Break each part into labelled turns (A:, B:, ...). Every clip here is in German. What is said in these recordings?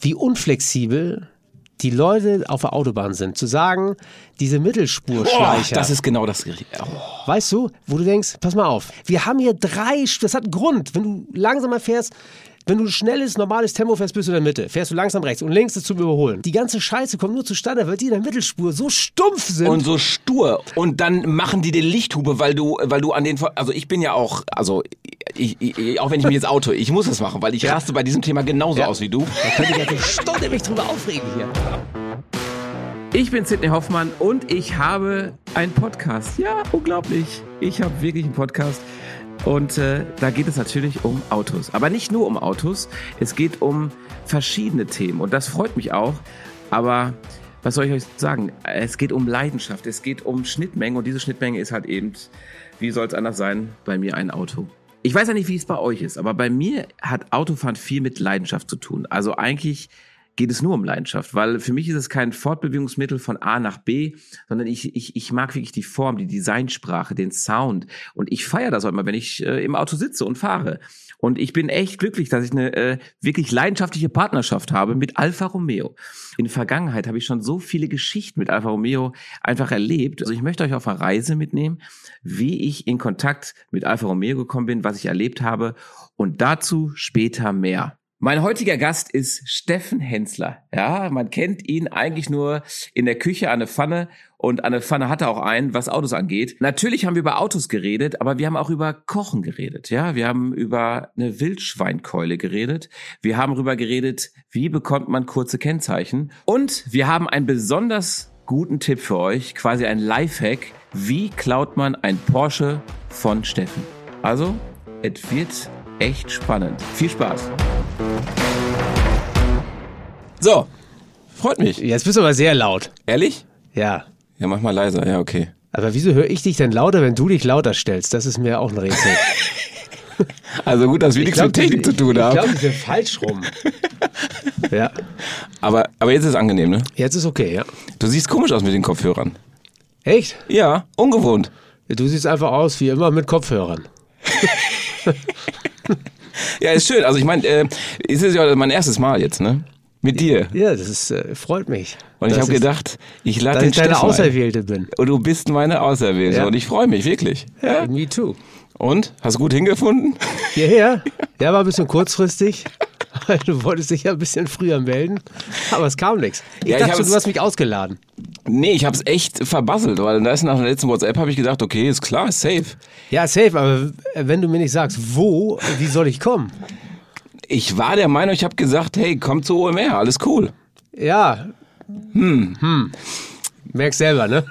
A: wie unflexibel die Leute auf der Autobahn sind. Zu sagen, diese
B: Boah,
A: Mittelspurschleicher.
B: das ist genau das Richtige. Oh.
A: Weißt du, wo du denkst, pass mal auf, wir haben hier drei, Sch- das hat einen Grund, wenn du langsamer fährst, wenn du schnelles, normales Tempo fährst, bist du in der Mitte, fährst du langsam rechts und links ist zum Überholen. Die ganze Scheiße kommt nur zustande, weil die in der Mittelspur so stumpf sind.
B: Und so stur. Und dann machen die den Lichthube, weil du, weil du an den. Ver- Also ich bin ja auch, also ich, ich, auch wenn ich mich jetzt auto, ich muss das machen, weil ich raste bei diesem Thema genauso aus wie du.
A: da könnte ich ja eine Stunde mich drüber aufregen hier.
C: Ich bin Sidney Hoffmann und ich habe einen Podcast. Ja, unglaublich. Ich habe wirklich einen Podcast. Und äh, da geht es natürlich um Autos. Aber nicht nur um Autos. Es geht um verschiedene Themen. Und das freut mich auch. Aber was soll ich euch sagen? Es geht um Leidenschaft. Es geht um Schnittmengen. Und diese Schnittmenge ist halt eben, wie soll es anders sein, bei mir ein Auto. Ich weiß ja nicht, wie es bei euch ist, aber bei mir hat Autofahren viel mit Leidenschaft zu tun. Also eigentlich geht es nur um Leidenschaft, weil für mich ist es kein Fortbewegungsmittel von A nach B, sondern ich, ich, ich mag wirklich die Form, die Designsprache, den Sound. Und ich feiere das auch immer, wenn ich äh, im Auto sitze und fahre. Und ich bin echt glücklich, dass ich eine äh, wirklich leidenschaftliche Partnerschaft habe mit Alfa Romeo. In der Vergangenheit habe ich schon so viele Geschichten mit Alfa Romeo einfach erlebt. Also ich möchte euch auf eine Reise mitnehmen, wie ich in Kontakt mit Alfa Romeo gekommen bin, was ich erlebt habe. Und dazu später mehr. Mein heutiger Gast ist Steffen Hensler. Ja, man kennt ihn eigentlich nur in der Küche an der Pfanne und an der Pfanne hatte auch einen, was Autos angeht. Natürlich haben wir über Autos geredet, aber wir haben auch über Kochen geredet. Ja, wir haben über eine Wildschweinkeule geredet. Wir haben darüber geredet, wie bekommt man kurze Kennzeichen und wir haben einen besonders guten Tipp für euch, quasi ein Lifehack, wie klaut man ein Porsche von Steffen. Also, es wird echt spannend. Viel Spaß.
B: So, freut mich.
A: Jetzt bist du aber sehr laut.
B: Ehrlich?
A: Ja.
B: Ja, mach mal leiser. Ja, okay.
A: Aber wieso höre ich dich denn lauter, wenn du dich lauter stellst? Das ist mir auch ein Rätsel.
B: Also gut, dass wir nichts mit Technik zu tun
A: Ich
B: haben.
A: glaube, die sind falsch rum. ja.
B: Aber, aber jetzt ist es angenehm, ne?
A: Jetzt ist okay, ja.
B: Du siehst komisch aus mit den Kopfhörern.
A: Echt?
B: Ja, ungewohnt.
A: Du siehst einfach aus wie immer mit Kopfhörern.
B: Ja, ist schön. Also ich meine, äh, es ist ja mein erstes Mal jetzt, ne? Mit dir.
A: Ja, das ist, äh, freut mich.
B: Und ich
A: Das
B: habe
A: ist-
B: gedacht, ich lade
A: dass
B: den
A: ich deine
B: Steffen ein.
A: Auserwählte bin.
B: Und du bist meine Auserwählte.
A: Ja.
B: Und ich freue mich, wirklich.
A: Ja, me too.
B: Und? Hast du gut hingefunden?
A: Hierher? Ja, war ein bisschen kurzfristig. Du wolltest dich ja ein bisschen früher melden, aber es kam nichts. Ich
B: Ja, ich
A: dachte,
B: hab's-
A: schon, du hast mich ausgeladen.
B: Nee, ich hab's echt verbasselt, weil da ist nach der letzten WhatsApp habe ich gedacht, okay, ist klar, ist safe.
A: Ja, safe, aber wenn du mir nicht sagst, wo, wie soll ich kommen?
B: Ich war der Meinung, ich habe gesagt, hey, komm zu OMR, alles cool.
A: Ja. Hm. hm. Merkst selber, ne?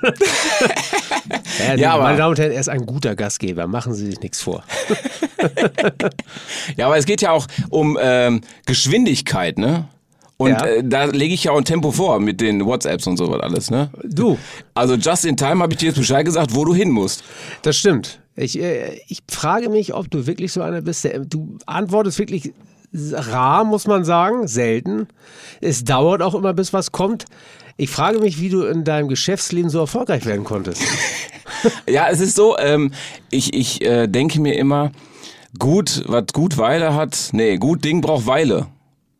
A: ja,
B: Ja, aber-
A: meine Damen und Herren, er ist ein guter Gastgeber. Machen Sie sich nichts vor.
B: Ja, aber es geht ja auch um ähm, Geschwindigkeit, ne? Und
A: Ja.
B: äh, da lege ich ja auch ein Tempo vor mit den WhatsApps und sowas alles, ne?
A: Du,
B: Also just in time habe ich dir jetzt Bescheid gesagt, wo du hin musst.
A: Das stimmt. Ich, äh, ich frage mich, ob du wirklich so einer bist. Der, du antwortest wirklich rar, muss man sagen, selten. Es dauert auch immer, bis was kommt. Ich frage mich, wie du in deinem Geschäftsleben so erfolgreich werden konntest.
B: Ja, es ist so, ähm, ich, ich äh, denke mir immer, gut, was gut Weile hat, nee, gut Ding braucht Weile.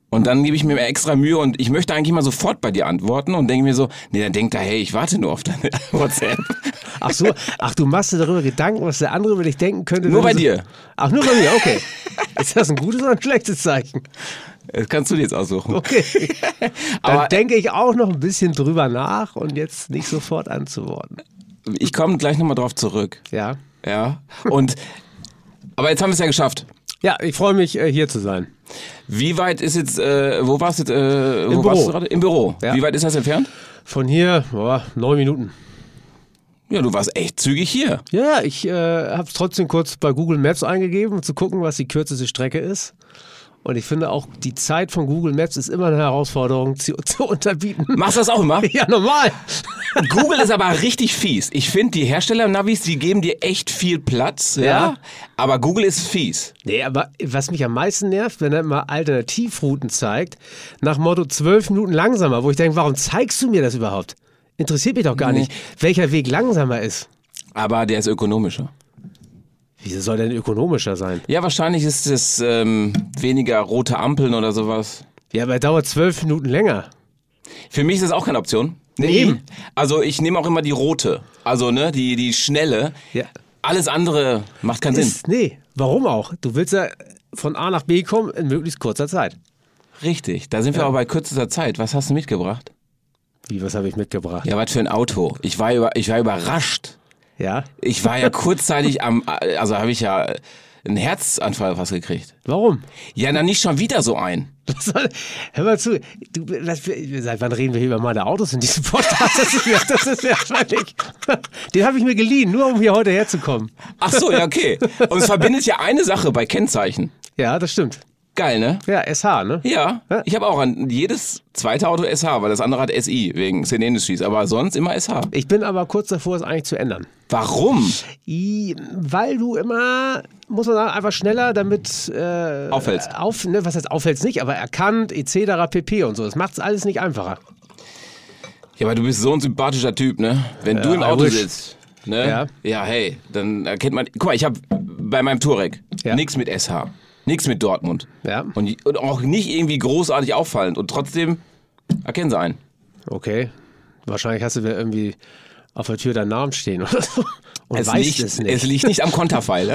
B: Und dann gebe ich mir extra Mühe und ich möchte eigentlich mal sofort bei dir antworten und denke mir so, nee, dann denkt er, hey, ich warte nur auf deine WhatsApp.
A: Ach so, ach, du machst dir darüber Gedanken, was der andere über dich denken könnte.
B: Nur
A: wenn du
B: bei
A: so,
B: dir.
A: Ach, nur bei mir, okay. Ist das ein gutes oder ein schlechtes Zeichen?
B: Das kannst du dir jetzt aussuchen.
A: Okay. Dann
B: Aber-
A: denke ich auch noch ein bisschen drüber nach und jetzt nicht sofort anzuworten.
B: Ich komme gleich nochmal drauf zurück.
A: Ja.
B: Ja. Und, aber jetzt haben wir es ja geschafft.
A: Ja, ich freue mich, äh, hier zu sein.
B: Wie weit ist jetzt, äh, wo warst du jetzt, äh, wo
A: Im
B: warst du
A: Büro.
B: gerade? Im Büro.
A: Ja.
B: Wie weit ist das entfernt?
A: Von hier, boah, neun Minuten.
B: Ja, du warst echt zügig hier.
A: Ja, ich äh, habe es trotzdem kurz bei Google Maps eingegeben, um zu gucken, was die kürzeste Strecke ist. Und ich finde auch, die Zeit von Google Maps ist immer eine Herausforderung zu, zu unterbieten.
B: Machst du das auch immer?
A: Ja, normal.
B: Google ist aber richtig fies. Ich finde, die Hersteller-Navis, die geben dir echt viel Platz, ja?
A: Ja.
B: Aber Google ist fies.
A: Nee, aber was mich am meisten nervt, wenn er immer Alternativrouten zeigt, nach Motto zwölf Minuten langsamer, wo ich denke, warum zeigst du mir das überhaupt? Interessiert mich doch gar nicht, welcher Weg langsamer ist.
B: Aber der ist ökonomischer.
A: Wieso soll denn ökonomischer sein?
B: Ja, wahrscheinlich ist es ähm, weniger rote Ampeln oder sowas.
A: Ja, aber er dauert zwölf Minuten länger.
B: Für mich ist das auch keine Option. Nee.
A: eben.
B: Also ich nehme auch immer die rote. Also, ne, die, die schnelle.
A: Ja.
B: Alles andere macht keinen Sinn.
A: Ist, nee, warum auch? Du willst ja von A nach B kommen in möglichst kurzer Zeit.
B: Richtig. Da sind wir aber bei kürzester Zeit. Was hast du mitgebracht?
A: Wie, was habe ich mitgebracht?
B: Ja, was für ein Auto. Ich war, über, ich war überrascht.
A: Ja.
B: Ich war ja kurzzeitig am, also habe ich ja einen Herzanfall fast gekriegt.
A: Warum?
B: Ja, dann nicht schon wieder so ein.
A: Was soll- Hör mal zu, du, das, seit wann reden wir hier über meine Autos in diesem Podcast? Das ist, mir, das ist mir wahrscheinlich. Den habe ich mir geliehen, nur um hier heute herzukommen.
B: Ach so, ja, okay. Und es verbindet ja eine Sache bei Kennzeichen.
A: Ja, das stimmt.
B: Geil, ne?
A: Ja, SH, ne?
B: Ja, ich habe auch an jedes zweite Auto SH, weil das andere hat SI wegen Sin Industries, aber sonst immer SH.
A: Ich bin aber kurz davor, es eigentlich zu ändern.
B: Warum?
A: I, weil du immer, muss man sagen, einfach schneller damit äh,
B: Auffällst.
A: Auf, ne, was heißt auffällst nicht, aber erkannt, E etc. pp. und so. Das macht es alles nicht einfacher.
B: Ja, weil du bist so ein sympathischer Typ, ne? Wenn du im
A: I
B: Auto
A: wish.
B: sitzt, ne?
A: Ja.
B: Ja. hey, dann erkennt man. Guck mal, ich habe bei meinem Touareg
A: Ja.
B: nichts mit SH, nichts mit Dortmund.
A: Ja.
B: Und, und auch nicht irgendwie großartig auffallend. Und trotzdem erkennen sie einen.
A: Okay. Wahrscheinlich hast du da irgendwie auf der Tür deinen Namen stehen oder so. Und
B: Es
A: weißt
B: liegt,
A: es nicht.
B: liegt nicht am Konterfeil.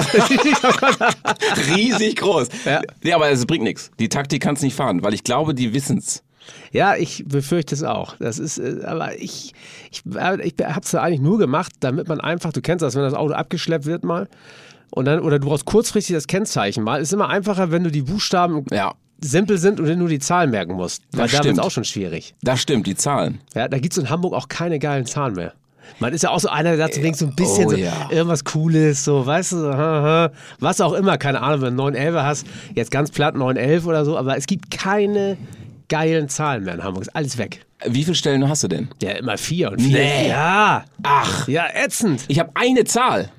B: Riesig groß.
A: Ja.
B: Nee, aber es bringt nichts. Die Taktik kannst nicht fahren, weil ich glaube, die wissen's.
A: Ja, ich befürchte es auch. Das ist, äh, aber ich, ich, äh, ich habe es eigentlich nur gemacht, damit man einfach, du kennst das, wenn das Auto abgeschleppt wird mal, und dann, oder du brauchst kurzfristig das Kennzeichen mal. Ist immer einfacher, wenn du die Buchstaben
B: Ja,
A: simpel sind und wenn du die Zahlen merken musst. Weil da wird
B: stimmt.
A: es auch schon schwierig.
B: das stimmt, die Zahlen.
A: Ja, da gibt es in Hamburg auch keine geilen Zahlen mehr. Man ist ja auch so einer, der dazu denkt, so ein bisschen
B: oh
A: so,
B: ja.
A: irgendwas Cooles, so, weißt du, so, ha, ha, was auch immer, keine Ahnung, wenn du 911 hast, jetzt ganz platt 911 oder so, aber es gibt keine geilen Zahlen mehr in Hamburg, ist alles weg.
B: Wie viele Stellen hast du denn?
A: Ja, immer vier und vier.
B: Nee.
A: Ja.
B: Ach,
A: Ja, ätzend.
B: ich habe eine Zahl.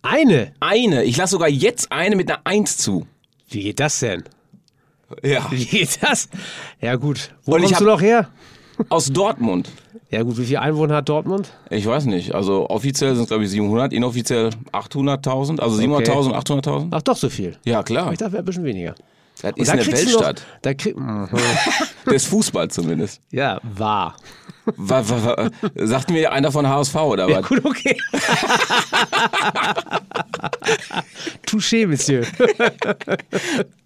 A: Eine.
B: Eine. Ich lasse sogar jetzt eine mit einer Eins zu.
A: Wie geht das denn?
B: Ja.
A: Wie geht das? Ja, gut. Wo
B: Und ich
A: kommst du
B: hab-
A: noch her?
B: Aus Dortmund.
A: Ja, gut, wie viele Einwohner hat Dortmund?
B: Ich weiß nicht. Also offiziell sind es, glaube ich, 700, inoffiziell 800.000. Also 700.000, 800.000.
A: Ach, doch so viel.
B: Ja, klar.
A: Ich dachte, wäre ein bisschen weniger.
B: Das
A: Und
B: ist
A: da
B: eine
A: kriegst du noch-
B: Weltstadt.
A: Da krieg, mhm.
B: Des Fußball zumindest.
A: ja, war.
B: Wa- wa- wa- Sagt mir einer von HSV oder was?
A: Gut, okay. Touché, Monsieur.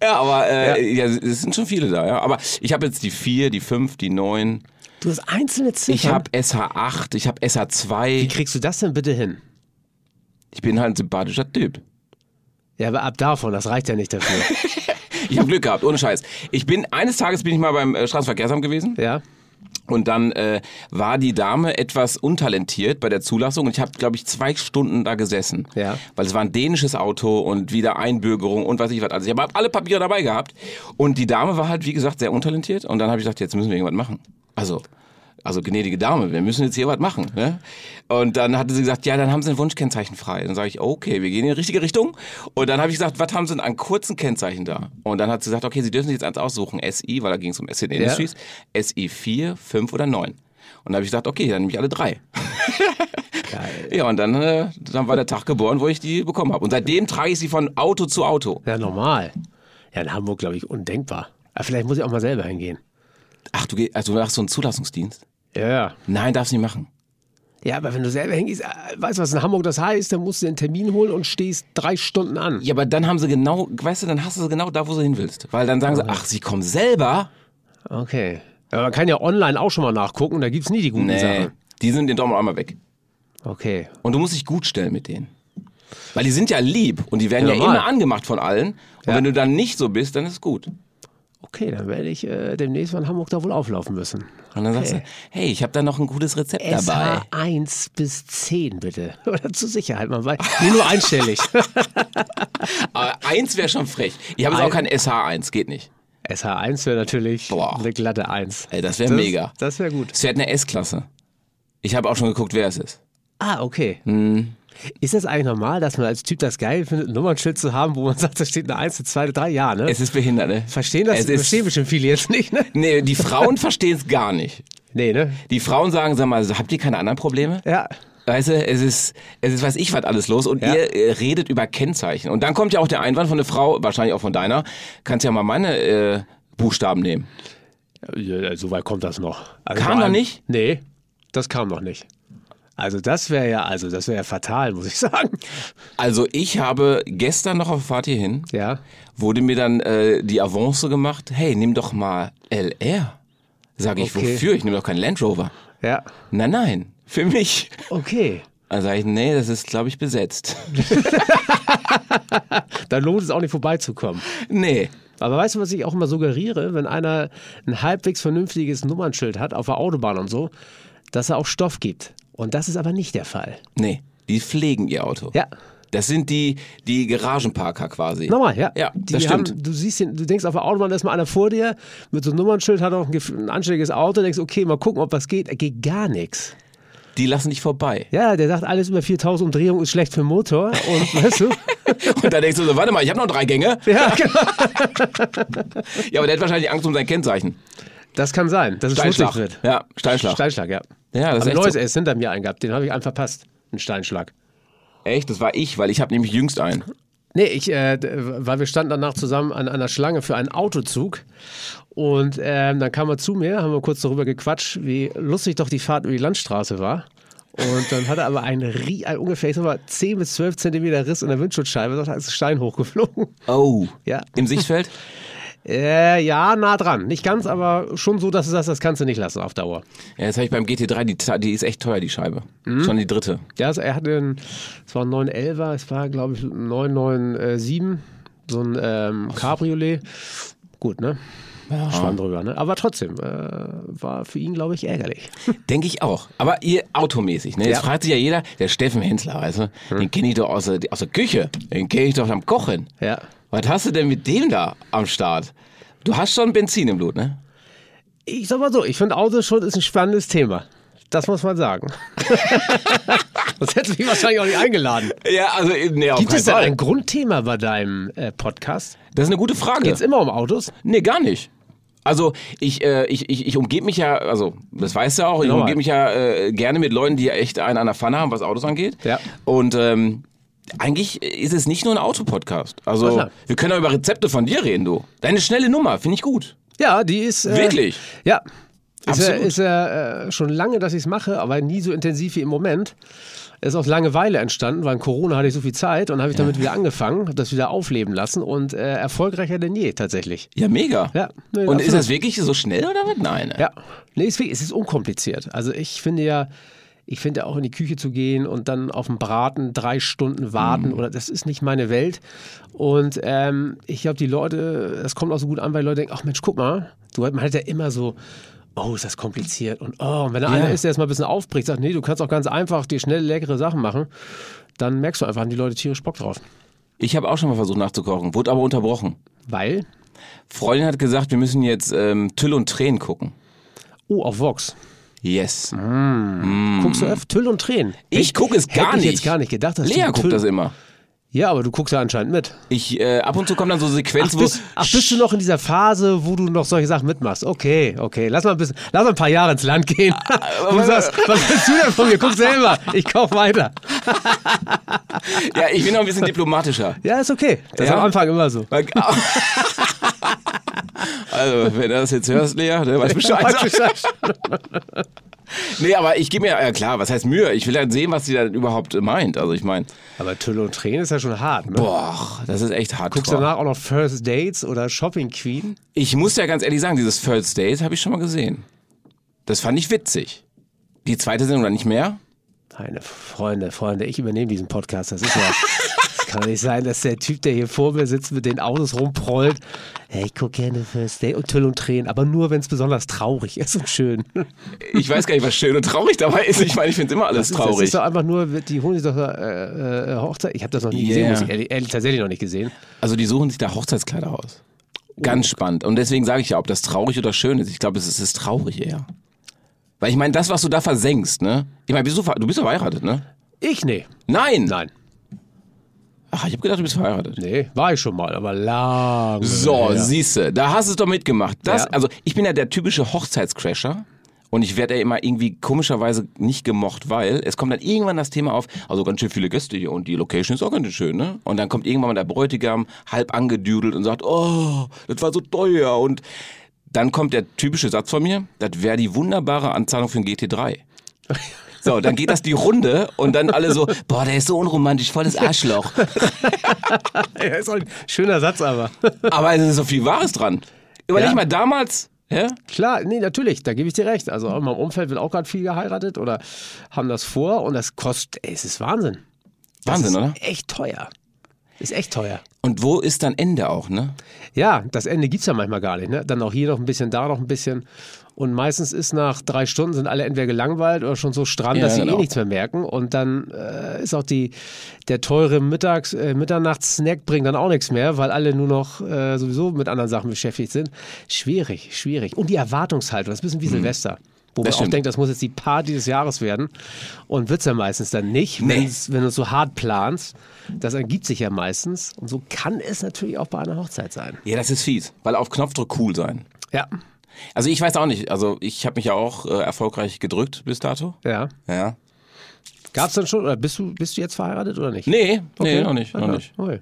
B: Ja, aber äh, ja. es sind schon viele da, ja. Aber ich habe jetzt die 4, die 5, die 9.
A: Du hast einzelne Ziffern.
B: Ich habe SH8, ich habe
A: Wie
B: SH2.
A: kriegst du das denn bitte hin?
B: Ich bin halt ein sympathischer Typ.
A: Ja, aber ab davon, das reicht ja nicht dafür.
B: Ich habe Glück gehabt, ohne Scheiß. Ich bin eines Tages bin ich mal beim äh, Straßenverkehrsamt gewesen
A: ja.
B: und dann äh, war die Dame etwas untalentiert bei der Zulassung und ich habe glaube ich zwei Stunden da gesessen,
A: Ja.
B: weil es war ein dänisches Auto und wieder Einbürgerung und was ich was. Also ich habe alle Papiere dabei gehabt und die Dame war halt wie gesagt sehr untalentiert und dann habe ich gedacht, jetzt müssen wir irgendwas machen. Also also gnädige Dame, wir müssen jetzt hier was machen. Ne? Und dann hatte sie gesagt, ja, dann haben sie ein Wunschkennzeichen frei. Dann sage ich, okay, wir gehen in die richtige Richtung. Und dann habe ich gesagt, was haben sie denn an kurzen Kennzeichen da? Und dann hat sie gesagt, okay, sie dürfen sich jetzt eins aussuchen, SI, weil da ging es um SN Industries, SI 4, 5 oder 9. Und dann habe ich gesagt, okay, dann nehme ich alle drei.
A: Geil.
B: Ja, und dann, äh, dann war der Tag geboren, wo ich die bekommen habe. Und seitdem trage ich sie von Auto zu Auto.
A: Ja, normal. Ja, in Hamburg, glaube ich, undenkbar. Aber vielleicht muss ich auch mal selber hingehen.
B: Ach, du, geh- also du machst so einen Zulassungsdienst?
A: Ja, ja.
B: Nein, darfst nicht machen.
A: Ja, aber wenn du selber hingehst, äh, weißt du, was in Hamburg das heißt, dann musst du dir einen Termin holen und stehst drei Stunden an.
B: Ja, aber dann haben sie genau, weißt du, dann hast du sie genau da, wo du hin willst. Weil dann sagen sie, ach, sie kommen selber?
A: Okay. Aber man kann ja online auch schon mal nachgucken, da gibt's nie die guten
B: Nee,
A: Sachen.
B: die sind in Dortmund einmal weg.
A: Okay.
B: Und du musst dich gut stellen mit denen. Weil die sind ja lieb und die werden
A: Ja,
B: ja,
A: normal.
B: immer angemacht von allen. Und wenn du dann nicht so bist, dann ist gut.
A: Okay, dann werde ich äh, demnächst mal in Hamburg da wohl auflaufen müssen.
B: Und dann sagst du, hey, ich habe da noch ein gutes Rezept dabei.
A: SH 1 bis 10 bitte. Oder zur Sicherheit mal bei. Nee, nur einstellig.
B: Aber Äh, eins wäre schon frech. Ich habe jetzt auch kein SH1, geht nicht.
A: SH 1 wäre natürlich
B: Boah.
A: eine glatte 1.
B: Ey, das wäre
A: Das-
B: mega.
A: Das wäre gut.
B: Es fährt eine S-Klasse. Ich habe auch schon geguckt, wer es ist.
A: Ah, okay.
B: Mhm.
A: Ist das eigentlich normal, dass man als Typ das geil findet, ein Nummernschild zu haben, wo man sagt, da steht eine 1, eine 2, eine 3? Ja, ne?
B: Es ist behindert, ne?
A: verstehen das
B: Es ist,
A: verstehen bestimmt viele jetzt nicht, ne?
B: nee, die Frauen verstehen es gar nicht.
A: Nee, ne?
B: Die Frauen sagen, sag mal, habt ihr keine anderen Probleme?
A: Ja.
B: Weißt du, es ist, es ist, weiß ich, was alles los und
A: Ja.
B: ihr äh, redet über Kennzeichen. Und dann kommt ja auch der Einwand von der Frau, wahrscheinlich auch von deiner, kannst ja mal meine äh, Buchstaben nehmen.
A: Ja, so weit kommt das noch. Also
B: Kam
A: vor
B: da
A: allem-
B: nicht?
A: Nee, das kam noch nicht. Also das wäre ja, also das wäre ja fatal, muss ich sagen.
B: Also ich habe gestern noch auf der Fahrt hierhin,
A: Ja.
B: wurde mir dann äh, die Avance gemacht, hey, nimm doch mal LR. Sage ich,
A: Okay.
B: wofür? Ich nehme doch keinen Land Rover.
A: Ja.
B: Nein, nein, für mich.
A: Okay.
B: Dann sage ich, nee, das ist, glaube ich, besetzt.
A: Dann lohnt es auch nicht vorbeizukommen.
B: nee.
A: Aber weißt du, was ich auch immer suggeriere, wenn einer ein halbwegs vernünftiges Nummernschild hat auf der Autobahn und so, dass er auch Stoff gibt. Und das ist aber nicht der Fall.
B: Nee, die pflegen ihr Auto.
A: Ja.
B: Das sind die, die Garagenparker quasi.
A: Nochmal, ja.
B: Ja,
A: Die
B: das stimmt.
A: Haben, du siehst, den- du denkst auf der Autobahn erstmal einer vor dir mit so einem Nummernschild, hat auch ein, gef- ein anständiges Auto, denkst, okay, mal gucken, ob was geht. Geht gar nichts.
B: Die lassen dich vorbei.
A: Ja, der sagt, alles über 4000 Umdrehungen ist schlecht für den Motor. Und weißt du?
B: Und da denkst du so, warte mal, ich habe noch drei Gänge.
A: Ja, genau.
B: Ja, aber der hat wahrscheinlich Angst um sein Kennzeichen.
A: Das kann sein, dass es
B: Steinschlag.
A: schmutzig wird.
B: Ja, Steinschlag.
A: Steinschlag, ja.
B: Ja, das ist
A: Aber
B: echt
A: neues
B: so.
A: erst hinter mir eingehabt, den habe ich einen verpasst. Einen Steinschlag.
B: Echt, das war ich, weil ich habe nämlich jüngst einen.
A: Nee, ich, äh, d- weil wir standen danach zusammen an einer Schlange für einen Autozug. Und ähm, dann kam er zu mir, haben wir kurz darüber gequatscht, wie lustig doch die Fahrt über die Landstraße war. Und dann hat er aber einen, rie- einen ungefähr ich sag mal, 10 bis 12 Zentimeter Riss in der Windschutzscheibe. Da ist ein Stein hochgeflogen.
B: Oh.
A: Ja.
B: Im Sichtfeld?
A: Äh, ja, nah dran. Nicht ganz, aber schon so, dass du sagst, das kannst du nicht lassen auf Dauer.
B: Ja, jetzt habe ich beim GT3, die, Ta- die ist echt teuer, die Scheibe. Schon die dritte.
A: Ja, also er hatte einen, es war ein 911er, es war glaube ich ein 997, so ein ähm, Cabriolet. Gut, ne? Schwamm drüber, ne? Aber trotzdem, äh, war für ihn, glaube ich, ärgerlich.
B: Denke ich auch. Aber ihr automäßig, ne? Jetzt
A: Ja.
B: fragt sich ja Hm. jeder, der Steffen Hensler, weißt du, den kenne ich doch aus der, aus der Küche. Den kenne ich doch am Kochen.
A: Ja.
B: Was hast du denn mit dem da am Start? Du hast schon Benzin im Blut, ne?
A: Ich sag mal so, ich finde Autos schon ist ein spannendes Thema. Das muss man sagen. das hätte mich wahrscheinlich auch nicht eingeladen.
B: Ja, also nee, auf
A: Gibt
B: keinen
A: es da
B: Fall.
A: ein Grundthema bei deinem äh, Podcast?
B: Das ist eine gute Frage.
A: Geht es immer um Autos?
B: Nee, gar nicht. Also ich, äh, ich, ich, ich umgebe mich ja, also das weißt du auch, ich
A: Nochmal.
B: umgebe mich ja äh, gerne mit Leuten, die echt einen an der Pfanne haben, was Autos angeht.
A: Ja.
B: Und ähm, eigentlich ist es nicht nur ein Autopodcast.
A: Na
B: Also
A: klar.
B: wir können auch über Rezepte von dir reden, du. Deine schnelle Nummer, finde ich gut.
A: Ja, die ist. Äh,
B: Wirklich?
A: Ja. Ist ja,
B: Absolut.
A: ist ja äh, schon lange, dass ich es mache, aber nie so intensiv wie im Moment. Ist aus Langeweile entstanden, weil in Corona hatte ich so viel Zeit und habe ich damit wieder angefangen, habe das wieder aufleben lassen und äh, erfolgreicher denn je tatsächlich.
B: Ja, mega.
A: Ja, nee,
B: Und ist
A: absolut.
B: das wirklich so schnell oder was? Nein. ne?
A: Ja, nee, ist, wirklich- es ist unkompliziert. Also ich finde ja, ich finde auch in die Küche zu gehen und dann auf dem Braten drei Stunden
B: Mhm.
A: warten oder das ist nicht meine Welt. Und ähm, ich glaube, die Leute, das kommt auch so gut an, weil die Leute denken, ach Mensch, guck mal, du, man hat ja immer so, oh, ist das kompliziert. Und oh, und wenn da einer ist, der es mal ein bisschen aufbricht, sagt, nee, du kannst auch ganz einfach dir schnell leckere Sachen machen, dann merkst du einfach, haben die Leute tierisch Bock drauf.
B: Ich habe auch schon mal versucht nachzukochen, wurde aber unterbrochen.
A: Weil,
B: Freundin hat gesagt, wir müssen jetzt ähm, Tüll und Tränen gucken.
A: oh, auf Vox.
B: Yes.
A: Mhm. Guckst du öfter Tüll und Tränen?
B: Mhm. Ich gucke es gar
A: Hätte ich
B: nicht.
A: jetzt gar nicht gedacht, dass
B: Lea
A: du
B: guckt
A: Tüll-
B: das immer.
A: Ja, aber du guckst ja anscheinend mit.
B: Ich, äh, ab und zu kommen dann so
A: Ach
B: Sequenzen,
A: bist,
B: wo...
A: ach, bist du noch in dieser Phase, wo du noch solche Sachen mitmachst? Okay, okay. Lass mal ein, bisschen, lass mal ein paar Jahre ins Land gehen.
B: Ah,
A: Du sagst, was willst du denn von mir? Guck selber. Ich kauf weiter.
B: Ja, ich bin noch ein bisschen diplomatischer.
A: Ja, ist okay. Das ist
B: Ja.
A: am Anfang immer so.
B: Also, wenn du das jetzt hörst, Lea, ne, weißt Bescheid. nee, aber ich gebe mir, ja klar, was heißt Mühe? Ich will dann sehen, was sie dann überhaupt äh, meint. Also ich meine,
A: Aber Tülle und Tränen ist ja schon hart. Ne?
B: boah, das ist echt hart.
A: Guckst danach auch noch First Dates oder Shopping Queen?
B: Ich muss ja ganz ehrlich sagen, dieses First Date habe ich schon mal gesehen. Das fand ich witzig. Die zweite Sendung dann nicht mehr?
A: Meine Freunde, Freunde, ich übernehme diesen Podcast. Das ist ja. Das kann doch nicht sein, dass der Typ, der hier vor mir sitzt, mit den Autos rumprollt. Hey, ich gucke gerne First Date und Tüll und Tränen, aber nur, wenn es besonders traurig ist und schön.
B: Ich weiß gar nicht, was schön und traurig dabei ist. Ich meine, ich finde immer alles
A: Das
B: traurig.
A: ist doch einfach nur, die holen sich doch äh, äh, Hochzeit. Ich habe das noch nie gesehen,
B: Yeah.
A: muss ich ehrlich, ehrlich, tatsächlich noch nicht gesehen.
B: Also die suchen sich da Hochzeitskleider aus. Ganz spannend. Und deswegen sage ich ja, ob das traurig oder schön ist. Ich glaube, es ist, es ist traurig eher. Weil ich meine, das, was du da versenkst, ne? Ich meine, bist du, ver- du bist ja verheiratet, ne?
A: Ich nee.
B: Nein!
A: Nein.
B: Ach, ich habe gedacht, du bist verheiratet.
A: Nee, war ich schon mal, aber lang.
B: So,
A: her.
B: siehste, da hast du es doch mitgemacht. Das,
A: Ja.
B: Also, ich bin ja der typische Hochzeitscrasher. Und ich werde ja immer irgendwie komischerweise nicht gemocht, weil es kommt dann irgendwann das Thema auf, also ganz schön viele Gäste hier und die Location ist auch ganz schön schön, ne? Und dann kommt irgendwann mal der Bräutigam halb angedüdelt und sagt, oh, das war so teuer und Dann kommt der typische Satz von mir, das wäre die wunderbare Anzahlung für ein GT3. So, dann geht das die Runde und dann alle so, boah, der ist so unromantisch, volles Arschloch.
A: Ja, ist auch ein schöner Satz, aber.
B: Aber es ist so viel Wahres dran. Überleg
A: Ja.
B: mal damals, ja?
A: Klar, nee, natürlich, da gebe ich dir recht. Also in meinem Umfeld wird auch gerade viel geheiratet oder haben das vor und das kostet, ey, es ist Wahnsinn. Das
B: Wahnsinn,
A: ist
B: oder?
A: Echt teuer. Ist echt teuer.
B: Und wo ist dann Ende auch, ne?
A: Ja, das Ende gibt es ja manchmal gar nicht. Ne? Dann auch hier noch ein bisschen, da noch ein bisschen. Und meistens ist nach drei Stunden sind alle entweder gelangweilt oder schon so stramm,
B: Ja,
A: dass sie
B: genau.
A: eh nichts mehr merken. Und dann äh, ist auch die, der teure Mittags-, äh, Mitternachts-Snack bringt dann auch nichts mehr, weil alle nur noch äh, sowieso mit anderen Sachen beschäftigt sind. Schwierig, schwierig. Und die Erwartungshaltung, das ist ein bisschen wie Silvester. Wo man
B: Mhm. Das
A: auch
B: stimmt.
A: denkt, das muss jetzt die Party des Jahres werden. Und wird es ja meistens dann nicht,
B: Nee.
A: wenn's- wenn du es so hart planst. Das ergibt sich ja meistens. Und so kann es natürlich auch bei einer Hochzeit sein.
B: Ja, das ist fies, weil auf Knopfdruck cool sein.
A: Ja,
B: Also ich weiß auch nicht, also ich habe mich ja auch äh, erfolgreich gedrückt bis dato.
A: ja.
B: Ja.
A: Gab's dann schon, oder bist du, bist du jetzt verheiratet oder nicht?
B: Nee,
A: Okay.
B: nee, noch nicht,
A: Ah,
B: noch
A: ja.
B: nicht,
A: Okay.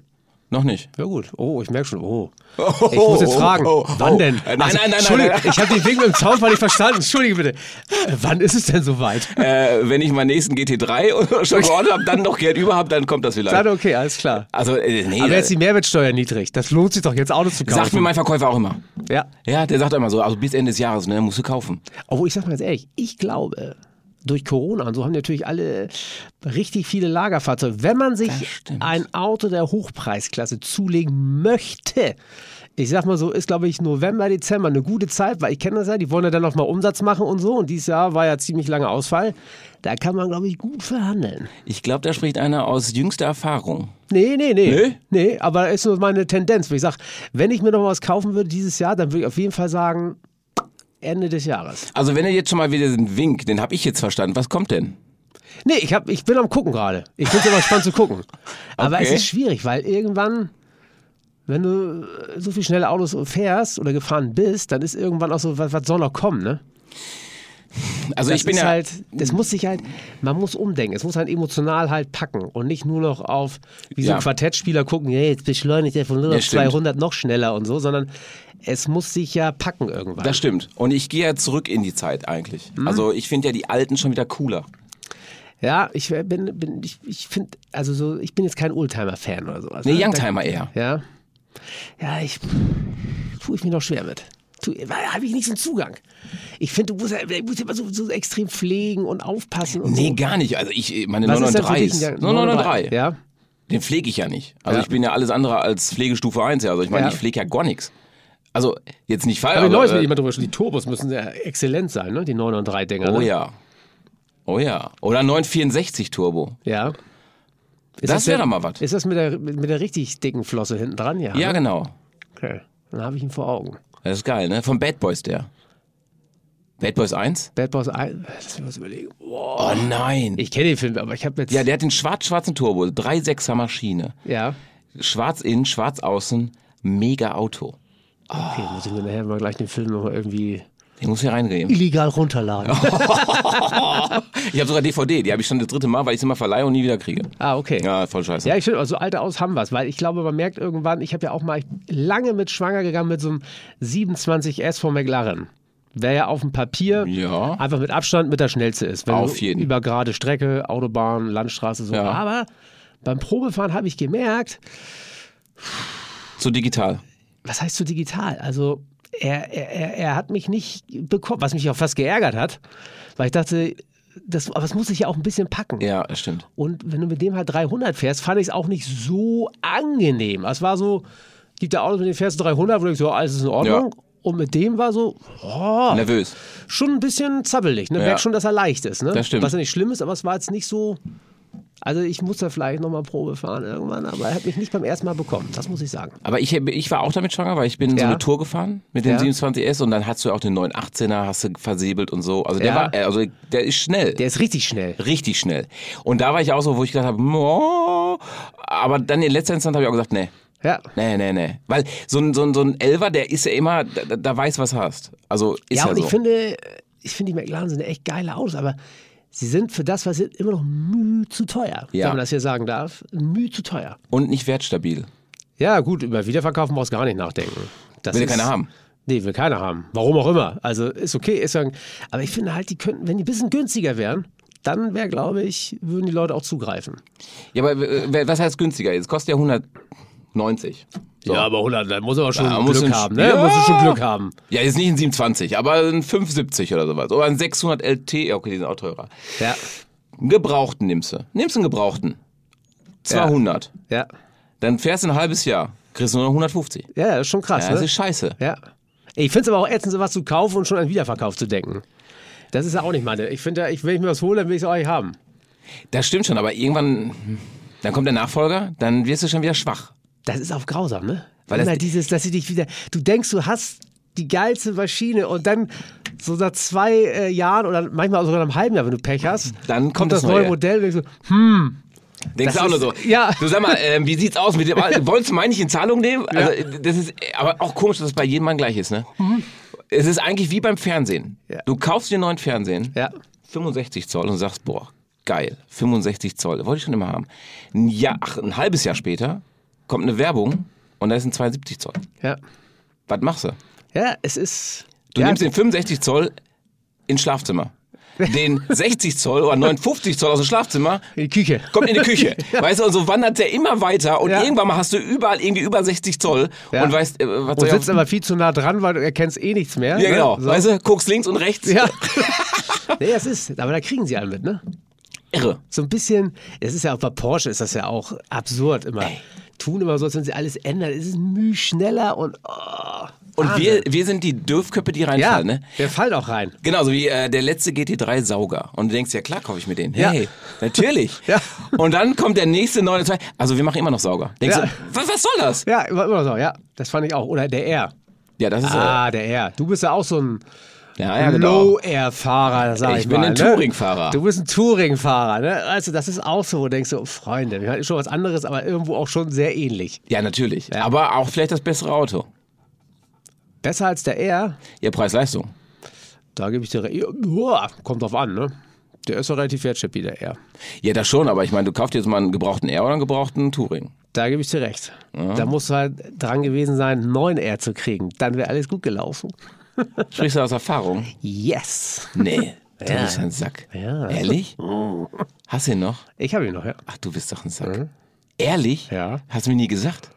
B: noch nicht.
A: Ja gut. Oh, ich merke schon. Oh. ich muss jetzt
B: oh,
A: fragen.
B: oh, oh.
A: wann denn?
B: Äh, nein, nein, nein, nein,
A: Entschuldige,
B: nein.
A: ich habe den Weg mit dem Zaunfall nicht verstanden. Entschuldige bitte. Äh, Wann ist es denn soweit?
B: Äh, wenn ich meinen nächsten GT3 schon geordnet habe, dann noch Geld über habe, dann kommt das
A: Dann
B: vielleicht.
A: okay, alles klar.
B: Also äh, nee,
A: Aber
B: äh,
A: jetzt die Mehrwertsteuer niedrig. Das lohnt sich doch jetzt Autos zu kaufen.
B: sagt mir mein Verkäufer auch immer.
A: ja.
B: Ja, der sagt immer so, also bis Ende des Jahres, ne, musst du kaufen.
A: Obwohl, ich sag mal ganz ehrlich, ich glaube, durch Corona und so haben natürlich alle richtig viele Lagerfahrzeuge. Wenn man
B: Das
A: sich
B: stimmt.
A: ein Auto der Hochpreisklasse zulegen möchte, ich sag mal so, ist glaube ich November, Dezember eine gute Zeit, weil ich kenne das ja, die wollen ja dann nochmal Umsatz machen und so und dieses Jahr war ja ziemlich lange Ausfall. Da kann man glaube ich gut verhandeln.
B: Ich glaube, da spricht einer aus jüngster Erfahrung.
A: Nee, nee, nee.
B: Nee?
A: Nee, nee aber ist nur meine Tendenz. Wie ich sag, wenn ich mir noch was kaufen würde dieses Jahr, dann würde ich auf jeden Fall sagen, Ende des Jahres.
B: Also wenn ihr jetzt schon mal wieder den Wink, den habe ich jetzt verstanden. Was kommt denn?
A: Nee, ich, hab, ich bin am Gucken gerade. Ich finde es immer spannend zu gucken. Aber es
B: Okay.
A: ist schwierig, weil irgendwann, wenn du äh, so viel schnelle Autos fährst oder gefahren bist, dann ist irgendwann auch so, was, was soll noch kommen, ne?
B: Also
A: Das
B: ich bin
A: ist
B: ja
A: halt, das muss sich halt, man muss umdenken, es muss halt emotional halt packen und nicht nur noch auf, wie so
B: Ja.
A: ein Quartettspieler gucken, hey, jetzt beschleunigt er von 0 auf
B: stimmt.
A: 200 noch schneller und so, sondern es muss sich ja packen irgendwann.
B: Das stimmt. Und ich gehe ja zurück in die Zeit eigentlich.
A: Mhm.
B: Also ich finde ja die alten schon wieder cooler.
A: ja, ich wär- bin, bin ich, ich finde, also so, ich bin jetzt kein Oldtimer-Fan oder sowas.
B: Nee,
A: ne? Da-
B: Youngtimer eher.
A: Ja. Ja, ich tue ich mir noch schwer mit. Habe ich nicht so einen Zugang. Ich finde, du musst, ja- du musst ja immer so, so extrem pflegen und aufpassen. Und
B: Nee,
A: so.
B: gar nicht. Also ich, meine
A: Was ist denn für
B: 993
A: dich
B: ist.
A: ein Gang-
B: 993.
A: Ja.
B: Den pflege ich ja nicht. Also
A: Ja.
B: ich bin ja alles andere als Pflegestufe 1. ja. Also ich meine,
A: Ja.
B: ich pflege ja gar nichts. Also jetzt nicht falsch.
A: Aber
B: Aber,
A: Leute, mit
B: äh,
A: immer drüber schon. Die Turbos müssen ja exzellent sein, ne? Die 993-Dinger.
B: oh
A: ne?
B: ja. Oh ja. Oder 964 Turbo.
A: Ja. Ist
B: Das wäre
A: der-
B: doch mal was.
A: Ist das mit der, mit der richtig dicken Flosse hinten dran? Ja.
B: Ja,
A: ne?
B: genau.
A: Okay. Dann habe ich ihn vor Augen.
B: Das ist geil, ne? Von Bad Boys der. Bad Boys 1?
A: Bad Boss 1. Lass mich was überlegen. Boah.
B: Oh nein.
A: Ich kenne den Film, aber ich habe jetzt.
B: ja, der hat den schwarz-schwarzen Turbo. 3,6er Maschine.
A: ja.
B: Schwarz innen, schwarz außen. Mega Auto.
A: Okay, muss ich mir nachher mal gleich den Film nochmal irgendwie
B: Den muss ich reingeben.
A: illegal runterladen.
B: Ich habe sogar DVD, die habe ich schon das dritte Mal, weil ich immer verleihe und nie wieder kriege.
A: Ah, okay.
B: Ja, voll scheiße.
A: Ja, ich finde, also alte Autos haben was, weil ich glaube, man merkt irgendwann, ich habe ja auch mal ich bin lange mit schwanger gegangen mit so einem 27S von McLaren. Der ja auf dem Papier
B: Ja.
A: einfach mit Abstand mit der schnellste ist. Wenn
B: Auf
A: du
B: jeden.
A: Über gerade Strecke, Autobahn, Landstraße, so.
B: Ja.
A: Aber beim Probefahren habe ich gemerkt,
B: So digital.
A: was heißt so digital? Also er, er, er, er hat mich nicht bekommen, was mich auch fast geärgert hat, weil ich dachte, das, aber das muss ich ja auch ein bisschen packen.
B: Ja, das stimmt.
A: Und wenn du mit dem halt 300 fährst, fand ich es auch nicht so angenehm. Es war so, gibt ja Autos, mit denen fährst du 300, wo du denkst, ja, alles ist in Ordnung. Und mit dem war so, oh,
B: Nervös.
A: schon ein bisschen zappelig. Ne?
B: Ne. Ja.
A: Merkt schon, dass er leicht ist. Ne?
B: Das stimmt.
A: Was ja nicht schlimm ist, aber es war jetzt nicht so. Also ich muss da vielleicht nochmal Probe fahren irgendwann, aber er hat mich nicht beim ersten Mal bekommen. Das muss ich sagen.
B: Aber ich, ich war auch damit schwanger, weil ich bin so
A: Ja.
B: eine Tour gefahren mit dem
A: Ja.
B: 27S und dann hast du ja auch den 918er, hast du versäbelt und so. Also der
A: Ja.
B: war, also der ist schnell.
A: Der ist richtig schnell.
B: richtig schnell. Und da war ich auch so, wo ich gedacht habe, "Moah." aber dann in letzter Instanz habe ich auch gesagt, nee.
A: Ja.
B: Nee, nee, nee. Weil so ein, so ein, so ein Elfer, der ist ja immer, da, da- da weiß, was hast. Also ist
A: Ja,
B: ja,
A: und
B: so.
A: ich finde, ich finde, die McLaren sind echt geile Autos, aber sie sind für das, was sie sind, immer noch müh zu teuer,
B: Ja.
A: wenn man das hier sagen darf. Müh zu teuer.
B: und nicht wertstabil.
A: Ja, gut, über Wiederverkaufen brauchst du gar nicht nachdenken. Das
B: Will ja
A: ist-
B: keiner haben.
A: Nee, will keiner haben. Warum auch immer. Also ist okay. Ist ja, aber ich finde halt, die könnten, wenn die ein bisschen günstiger wären, dann wäre, glaube ich, würden die Leute auch zugreifen.
B: Ja, aber äh, was heißt günstiger? Jetzt kostet ja 190. So.
A: Ja, aber 100, dann muss er aber schon
B: Ja, muss
A: Glück
B: ein-
A: haben. Ne?
B: Ja.
A: Muss er schon Glück haben.
B: Ja, jetzt nicht ein 720, aber ein 570 oder sowas. Oder ein 600 LT. Ja, okay, die sind auch teurer.
A: Ja,
B: Einen Gebrauchten nimmst du. Nimmst einen Gebrauchten. 200.
A: ja.
B: Dann fährst du ein halbes Jahr. Kriegst du nur noch 150.
A: Ja, das ist schon krass.
B: Ja, das
A: ne?
B: ist scheiße.
A: Ja. Ich finde es aber auch ätzend, sowas zu kaufen und schon an Wiederverkauf zu denken. Das ist ja auch nicht meine. Ich finde, ja, ich, wenn ich mir was hole, dann will ich es auch nicht haben.
B: Das stimmt schon, aber irgendwann, hm, dann kommt der Nachfolger, dann wirst du schon wieder schwach.
A: Das ist auch grausam, ne? Weil
B: Weil das-
A: Immer dieses, dass sie dich wieder. Du denkst, du hast die geilste Maschine und dann so nach zwei äh, Jahren oder manchmal sogar nach einem halben Jahr, wenn du Pech hast,
B: Dann kommt
A: kommt das,
B: das
A: neue,
B: neue.
A: Modell. Und ich so,
B: Denkst du auch
A: Das
B: nur
A: ist-
B: so.
A: ja.
B: Du sag mal, ähm, wie sieht's aus mit dem, wolltest du meine ich in Zahlung nehmen? Also, das ist, aber auch komisch, dass es bei jedem Mann gleich ist, ne? Es ist eigentlich wie beim Fernsehen.
A: Mhm. Ja.
B: Du kaufst dir einen neuen Fernsehen,
A: ja,
B: 65 Zoll und sagst, boah, geil, 65 Zoll, wollte ich schon immer haben. Ein, Jahr, ach, ein halbes Jahr später kommt eine Werbung und da ist ein 72 Zoll.
A: ja.
B: Was machst du?
A: Ja, es ist.
B: Du
A: ja,
B: nimmst den 65 Zoll ins Schlafzimmer. Den 60 Zoll oder 59 Zoll aus dem Schlafzimmer
A: in die Küche.
B: kommt in die Küche. Weißt du, und so wandert der immer weiter und
A: Ja.
B: irgendwann mal hast du überall irgendwie über 60 Zoll
A: Ja.
B: und weißt, äh, was
A: Und
B: soll
A: sitzt
B: ich auf-
A: aber viel zu nah dran, weil du erkennst eh nichts mehr.
B: Ja,
A: ne?
B: genau.
A: So.
B: Weißt du, guckst links und rechts.
A: Ja. nee, das ist. Aber da kriegen sie einen mit, ne?
B: Irre.
A: so ein bisschen, es ist ja auch bei Porsche ist das ja auch absurd immer. Tun immer so, als wenn sie alles ändern. Es ist müh schneller und oh,
B: Und wir,
A: Wahnsinn.
B: wir sind die Dürfköppe, die
A: ja,
B: reinfallen, ne?
A: wir fallen auch rein.
B: Genauso wie äh, der letzte GT3 Sauger. Und du denkst, ja klar, kaufe ich mir den.
A: Ja.
B: Hey, natürlich.
A: Ja.
B: Und dann kommt der nächste neue. Zwei- Also wir machen immer noch Sauger. Denkst
A: Ja.
B: du, was, was soll das?
A: Ja, immer, immer so, ja, das fand ich auch. Oder der R.
B: Ja, das ist
A: Ah, der R. Du bist ja auch so ein
B: äh, ja, ja, genau.
A: Low-Air-Fahrer, sag ich,
B: Ich bin
A: mal.
B: ein
A: ne?
B: Touring-Fahrer.
A: Du bist ein Touring-Fahrer, ne? Also, das ist auch so, wo du denkst so, Freunde, wir hatten schon was anderes, aber irgendwo auch schon sehr ähnlich.
B: Ja, natürlich. Aber auch vielleicht das bessere Auto.
A: Besser als der R,
B: Ja, Preis-Leistung.
A: da gebe ich dir. re- Uah, Kommt drauf an, ne? Der ist doch relativ wertschäppig, der R.
B: Ja, das schon, aber ich meine, du kaufst jetzt mal einen gebrauchten R oder einen gebrauchten Touring.
A: Da gebe ich dir recht. Da musst du halt dran gewesen sein, einen neuen R zu kriegen. Dann wäre alles gut gelaufen.
B: Sprichst du aus Erfahrung?
A: Yes.
B: Nee. Du bist ein Sack.
A: Ja. also- Mm.
B: Ehrlich? Hast du ihn noch?
A: Ich habe ihn noch, ja.
B: Ach, du bist doch ein Sack. Ehrlich?
A: Mm. Ja.
B: Hast du mir nie gesagt?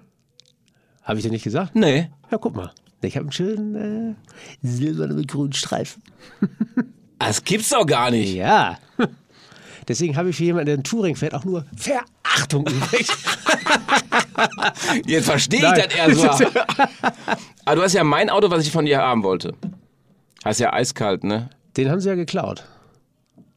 A: Habe ich dir nicht gesagt?
B: Nee.
A: Ja, guck mal. Ich habe einen schönen äh, silbernen mit grünen Streifen.
B: Das gibt's doch gar nicht.
A: Ja. Deswegen habe ich für jemanden, der einen Touring fährt, auch nur Verachtung übrig.
B: Jetzt verstehe ich
A: Nein.
B: das eher so. Aber du hast ja mein Auto, was ich von dir haben wollte. Hast ja eiskalt, ne?
A: Den haben sie ja geklaut.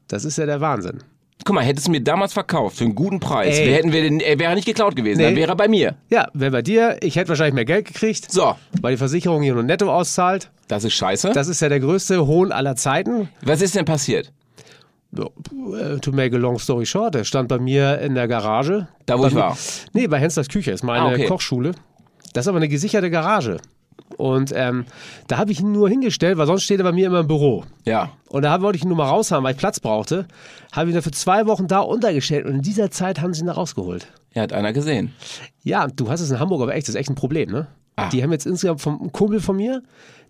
A: Das ist ja der Wahnsinn.
B: Guck mal, hättest du mir damals verkauft für einen guten Preis,
A: Ey.
B: wir hätten wir den, er wäre nicht geklaut gewesen,
A: Nee.
B: dann wäre er bei mir.
A: Ja, wäre bei dir, ich hätte wahrscheinlich mehr Geld gekriegt,
B: So,
A: weil die Versicherung hier nur netto auszahlt.
B: das ist scheiße.
A: Das ist ja der größte Hohn aller Zeiten.
B: was ist denn passiert?
A: Ja, äh, to make a long story short, der stand bei mir in der Garage.
B: Da, wo
A: bei
B: ich
A: mir-
B: war.
A: Nee, bei Henslers Küche, ist meine
B: Ah, okay.
A: Kochschule. Das ist aber eine gesicherte Garage. Und ähm, da habe ich ihn nur hingestellt, weil sonst steht er bei mir immer im Büro.
B: Ja.
A: Und da wollte ich ihn nur mal raus haben, weil ich Platz brauchte. Habe ihn dann für zwei Wochen da untergestellt und in dieser Zeit haben sie ihn da rausgeholt.
B: Ja, hat einer gesehen.
A: Ja, du hast es in Hamburg, aber echt, das ist echt ein Problem, ne?
B: Ah.
A: Die haben jetzt insgesamt vom ein Kumpel von mir,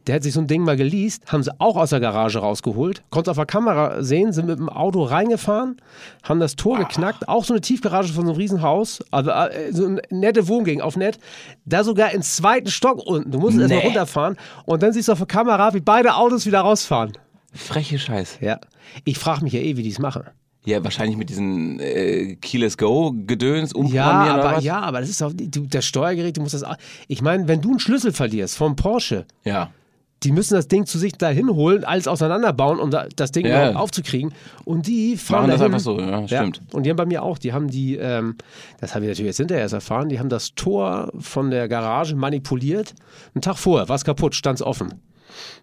A: der hat sich so ein Ding mal geleast, haben sie auch aus der Garage rausgeholt, konnte auf der Kamera sehen, sind mit dem Auto reingefahren, haben das Tor geknackt, auch so eine Tiefgarage von so einem Riesenhaus, also äh, so eine nette Wohngegend auf nett, da sogar im zweiten Stock unten. Du musst erstmal
B: Nee.
A: runterfahren und dann siehst du auf der Kamera, wie beide Autos wieder rausfahren.
B: Freche Scheiße.
A: Ja. Ich frage mich ja eh, wie die es machen.
B: Ja, wahrscheinlich mit diesen äh, Keyless Go Gedöns
A: Ja,
B: umprogrammieren oder
A: aber,
B: was?
A: ja, aber das ist doch, du, das Steuergerät, du musst das. auch- Ich meine, wenn du einen Schlüssel verlierst vom Porsche,
B: ja.
A: die müssen das Ding zu sich dahin holen, alles auseinanderbauen, um da, das Ding
B: Ja.
A: überhaupt aufzukriegen. Und die fahren
B: Machen das
A: dahin.
B: einfach so, ja, stimmt.
A: Ja. Und die haben bei mir auch, die haben die, ähm, das habe ich natürlich jetzt hinterher erst erfahren, die haben das Tor von der Garage manipuliert. Einen Tag vorher war es kaputt, stand es offen.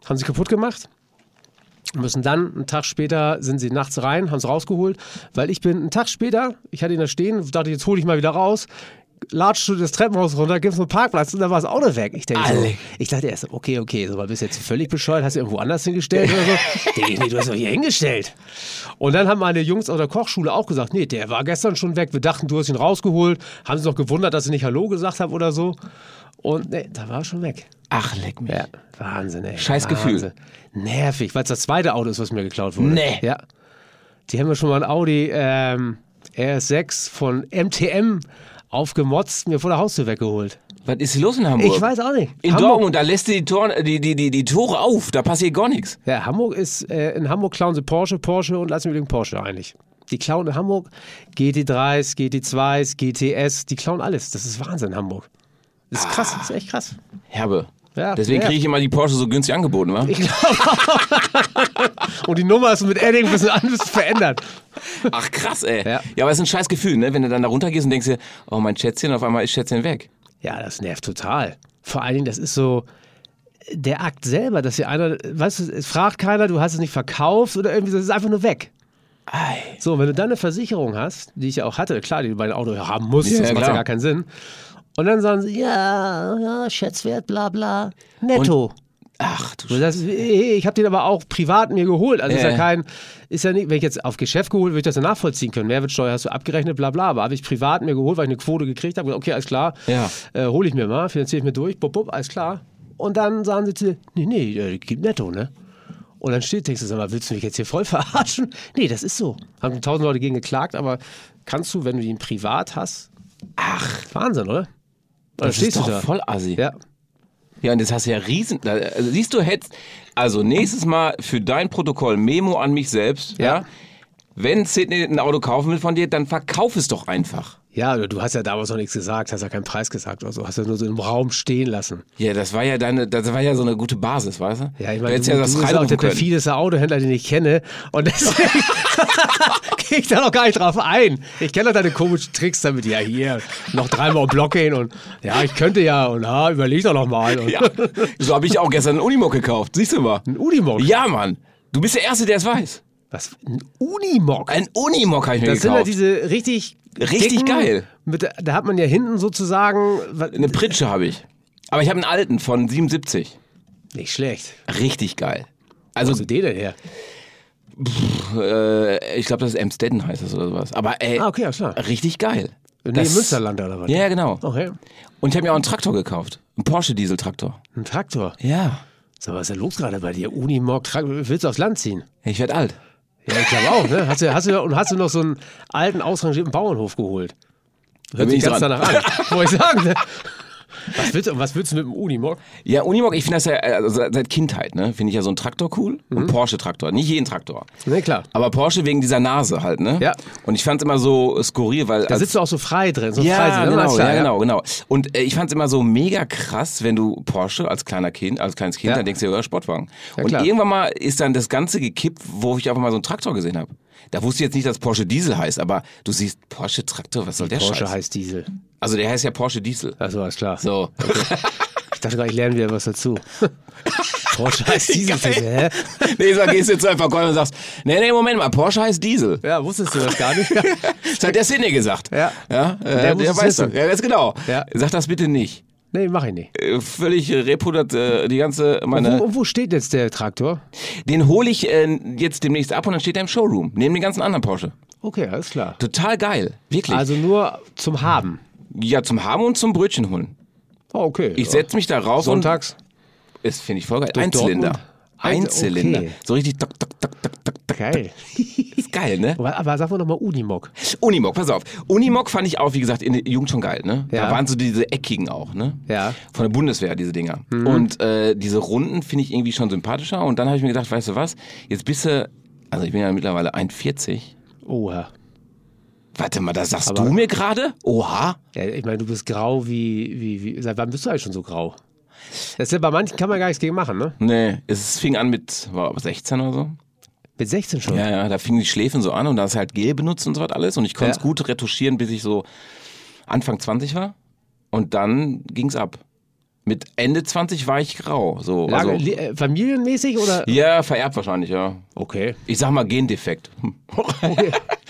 A: Haben sie kaputt gemacht. Müssen dann, einen Tag später sind sie nachts rein, haben es rausgeholt, weil ich bin einen Tag später, ich hatte ihn da stehen, dachte, jetzt hole ich mal wieder raus, latschst du das Treppenhaus runter, gibst einen Parkplatz und dann war das Auto weg. Ich denke, so,
B: Alle.
A: ich dachte erst, okay, okay, so, aber bist du jetzt völlig bescheuert, hast du irgendwo anders hingestellt oder so? denke ich, nee, du hast doch hier hingestellt. Und dann haben meine Jungs aus der Kochschule auch gesagt, nee, der war gestern schon weg, wir dachten, du hast ihn rausgeholt, haben sich noch gewundert, dass ich nicht Hallo gesagt habe oder so. Und nee, da war er schon weg.
B: Ach, leck mich.
A: Ja, Wahnsinn, ey.
B: Scheiß
A: Wahnsinn.
B: Gefühl.
A: Nervig, weil es das zweite Auto ist, was mir geklaut wurde.
B: Nee.
A: Ja. Die haben mir schon mal ein Audi ähm, RS6 von MTM aufgemotzt, mir vor der Haustür weggeholt.
B: Was ist hier los in Hamburg?
A: Ich weiß auch nicht.
B: In
A: Hamburg,
B: Dortmund, da lässt du die, Tor, die, die, die, die Tore auf, da passiert gar nichts.
A: Ja, Hamburg ist, äh, in Hamburg klauen sie Porsche, Porsche und lassen mir den Porsche eigentlich. Die klauen in Hamburg GT3s, GT2s, GTS, die klauen alles. Das ist Wahnsinn, Hamburg. Das ist krass, das ist echt krass.
B: Herbe.
A: Ja,
B: Deswegen
A: ja.
B: kriege ich immer die Porsche so günstig angeboten, wa?
A: Und die Nummer ist mit Edding ein bisschen anders verändert.
B: Ach krass, ey. Ja.
A: Ja.
B: aber es ist ein scheiß Gefühl, ne? Wenn du dann da runtergehst und denkst dir, oh mein Schätzchen, auf einmal ist Schätzchen weg.
A: Ja, das nervt total. Vor allen Dingen, das ist so der Akt selber, dass hier einer, weißt du, es fragt keiner, du hast es nicht verkauft oder irgendwie, das ist einfach nur weg.
B: Ei.
A: So, und wenn du dann eine Versicherung hast, die ich ja auch hatte, klar, die du bei dem Auto haben musst,
B: Ja,
A: das macht
B: klar.
A: ja gar keinen Sinn. Und dann sagen sie, ja, ja, Schätzwert, bla bla, netto.
B: Ach du
A: Und
B: Scheiße.
A: das, ist, hey, ich habe den aber auch privat mir geholt. Also ist
B: Ja.
A: ja kein, ist ja nicht, wenn ich jetzt auf Geschäft geholt, würde ich das ja nachvollziehen können. Mehrwertsteuer hast du abgerechnet, bla bla. Aber habe ich privat mir geholt, weil ich eine Quote gekriegt habe. Okay, alles klar,
B: Ja.
A: äh, hole ich mir mal, finanziere ich mir durch, bup, bup, alles klar. Und dann sagen sie zu dir, nee, nee, äh, gibt netto, ne? Und dann steht, denkst du, sag mal, willst du mich jetzt hier voll verarschen? Nee, das ist so. Haben tausend Leute gegen geklagt, aber kannst du, wenn du ihn privat hast,
B: Ach,
A: Wahnsinn, oder? Oder
B: das ist
A: stehst
B: doch
A: du da?
B: voll assi.
A: Ja.
B: Ja, und jetzt hast du ja riesen. Da, also siehst du, hättest. Also nächstes Mal für dein Protokoll Memo an mich selbst, ja.
A: Ja.
B: Wenn Sydney ein Auto kaufen will von dir, dann verkauf es doch einfach.
A: Ja, du- du hast ja damals noch nichts gesagt, hast ja keinen Preis gesagt oder so, hast ja nur so im Raum stehen lassen.
B: Ja, das war ja deine, das war ja so eine gute Basis, weißt du?
A: Ja, ich
B: du
A: meine,
B: hättest
A: du,
B: ja das
A: du bist auch
B: reinrufen
A: der
B: können.
A: perfideste Autohändler, den ich kenne und deswegen gehe ich da noch gar nicht drauf ein. Ich kenne doch deine komischen Tricks damit, ja hier, noch dreimal um Block gehen und ja, ich könnte ja und ja, überleg doch noch mal. Und
B: Ja, so habe ich auch gestern einen Unimog gekauft. Siehst du mal?
A: Ein Unimog?
B: Ja, Mann. Du bist der Erste, der es weiß.
A: Was, ein Unimog?
B: Ein Unimog habe ich mir
A: Das sind ja
B: gekauft.
A: diese richtig
B: Richtig
A: dicken,
B: geil. Ne.
A: Mit, da hat man ja hinten sozusagen, was-
B: Eine Pritsche habe ich. Aber ich habe einen alten von 77.
A: nicht schlecht.
B: Richtig geil.
A: Wo
B: Also
A: hast du den denn her?
B: äh, ich glaube, das ist Emstetten heißt das oder sowas. Aber ey,
A: Ah, okay, ja klar.
B: richtig geil.
A: Nee,
B: Das-
A: Münsterland oder was?
B: Ja, ja, genau.
A: Okay.
B: Und ich habe mir auch einen Traktor gekauft. Einen Porsche Diesel Traktor.
A: Ein Traktor.
B: Ja.
A: Sag mal, was ist denn los gerade bei dir? Unimog, Trak- willst du aufs Land ziehen?
B: Ich werde alt.
A: Ja, ich glaube auch, ne? Hast du, hast du, und hast du noch so einen alten, ausrangierten Bauernhof geholt?
B: Da bin ich
A: ganz
B: dran.
A: danach an. Wollte ich sagen, ne? Was willst, du, was willst du mit dem Unimog?
B: Ja, Unimog, ich finde das ja äh, also seit seit Kindheit, ne? Finde ich ja so einen Traktor cool.
A: Mhm.
B: Und Porsche Traktor. Nicht jeden Traktor.
A: Ne, klar.
B: Aber Porsche wegen dieser Nase halt, ne?
A: Ja.
B: Und ich fand es immer so skurril, weil.
A: Da
B: als-
A: sitzt du auch so frei drin. So frei
B: ja,
A: drin, ne?
B: genau,
A: Alles klar,
B: ja, genau, genau. Und äh, ich fand's immer so mega krass, wenn du Porsche als kleiner Kind, als kleines Kind,
A: Ja.
B: dann denkst du dir, ja, Sportwagen.
A: Ja,
B: und
A: klar.
B: irgendwann mal ist dann das Ganze gekippt, wo ich einfach mal so einen Traktor gesehen habe. Da wusste ich jetzt nicht, dass Porsche Diesel heißt, aber du siehst Porsche Traktor, was soll der
A: Porsche
B: Scheiß?
A: heißt Diesel.
B: Also der heißt ja Porsche Diesel.
A: Also alles klar.
B: So.
A: Ich dachte gerade, ich lerne wieder was dazu. Porsche heißt Diesel. Hä?
B: nee, so gehst du jetzt zu einem Verkäufer und sagst, nee, nee, Moment mal, Porsche heißt Diesel.
A: Ja, wusstest du das gar nicht?
B: Das hat der Sidney gesagt.
A: Ja.
B: ja äh, der
A: Der muss es
B: weiß das.
A: wissen.
B: Ja, ganz genau.
A: Ja.
B: Sag das bitte nicht.
A: Nee, mach ich nicht.
B: Äh, Völlig äh, repudert äh, die ganze, meine...
A: Wo, und wo steht jetzt der Traktor?
B: Den hole ich äh, jetzt demnächst ab und dann steht er im Showroom, neben den ganzen anderen Porsche.
A: Okay, alles klar.
B: Total geil, wirklich.
A: Also nur zum Haben.
B: ja, zum Haben und zum Brötchen holen.
A: Oh, okay.
B: Ich setze mich da rauf
A: Sonntags.
B: und das finde ich voll geil. Ein
A: Dortmund?
B: Zylinder. Ein
A: Also,
B: Zylinder.
A: okay.
B: So richtig tak, tak, tak, tak, tak, tak.
A: Geil.
B: Ist geil, ne?
A: Aber, aber sag mal nochmal Unimog.
B: Unimog, pass auf. Unimog fand ich auch, wie gesagt, in der Jugend schon geil, ne? Da
A: Ja.
B: waren so diese eckigen auch, ne?
A: Ja. Mhm.
B: Von der Bundeswehr, diese Dinger. Und äh, diese Runden finde ich irgendwie schon sympathischer. Und dann habe ich mir gedacht, weißt du was, jetzt bist du, also ich bin ja mittlerweile 41.
A: Oha.
B: Warte mal, das sagst
A: Aber-
B: du mir gerade? Oha.
A: Ja, ich meine, du bist grau wie, wie, wie. Seit wann bist du eigentlich schon so grau? Das ist ja bei manchen kann man gar nichts gegen machen, ne?
B: Nee, es fing an mit war aber 16 oder so.
A: Mit 16 schon.
B: Ja, ja, da fingen die Schläfen so an und da ist halt Gel benutzt und so was alles. Und ich konnte es
A: Ja.
B: gut retuschieren, bis ich so Anfang 20 war. Und dann ging's ab. mit Ende 20 war ich grau. So,
A: Lange,
B: also,
A: li- äh, familienmäßig oder?
B: ja, vererbt wahrscheinlich, ja.
A: Okay.
B: Ich sag mal Gendefekt.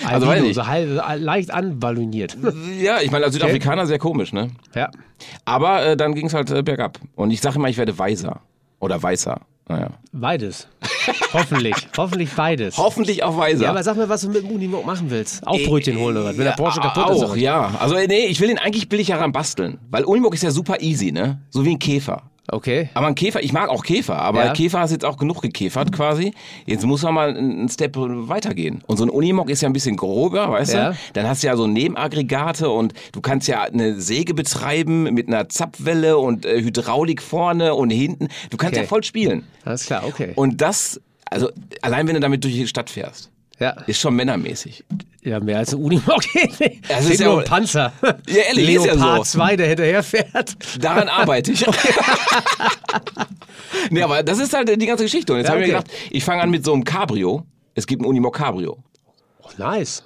A: Also,
B: weiß nicht.
A: so halb, leicht anballoniert.
B: ja, ich meine, als Südafrikaner sehr komisch, ne?
A: ja.
B: Aber äh, dann ging es halt äh, bergab. Und ich sage immer, ich werde weiser. Oder weißer. Naja.
A: Beides. Hoffentlich. Hoffentlich beides.
B: Hoffentlich auch weiser.
A: ja, aber sag mir, was du mit dem Unimog machen willst. Auch Brötchen holen oder was? Wenn der Porsche
B: Ja,
A: kaputt ist.
B: auch,
A: oder was?
B: ja. Also äh, nee, ich will den eigentlich billig heranbasteln. Weil Unimog ist ja super easy, ne? So wie ein Käfer.
A: Okay.
B: Aber ein Käfer, ich mag auch Käfer, aber
A: Ja.
B: Käfer hast jetzt auch genug gekäfert quasi. Jetzt muss man mal einen einen Step weitergehen. Und so ein Unimog ist ja ein bisschen grober, weißt
A: Ja.
B: du? Dann hast du ja so Nebenaggregate und du kannst ja eine Säge betreiben mit einer Zapfwelle und äh, Hydraulik vorne und hinten. Du kannst
A: Okay.
B: ja voll spielen.
A: Alles klar, okay.
B: Und das, also allein wenn du damit durch die Stadt fährst,
A: ja.
B: ist schon männermäßig.
A: ja, mehr als ein Unimog.
B: Das
A: Fehlt
B: ist ja
A: nur
B: auch-
A: ein Panzer.
B: Ja, ehrlich, ist ja
A: Leopard
B: so.
A: 2, der hinterherfährt.
B: Daran arbeite ich. nee, aber das ist halt die ganze Geschichte. Und jetzt
A: Ja,
B: habe ich mir
A: okay.
B: gedacht, ich fange an mit so einem Cabrio. Es gibt ein Unimog Cabrio.
A: Oh, nice.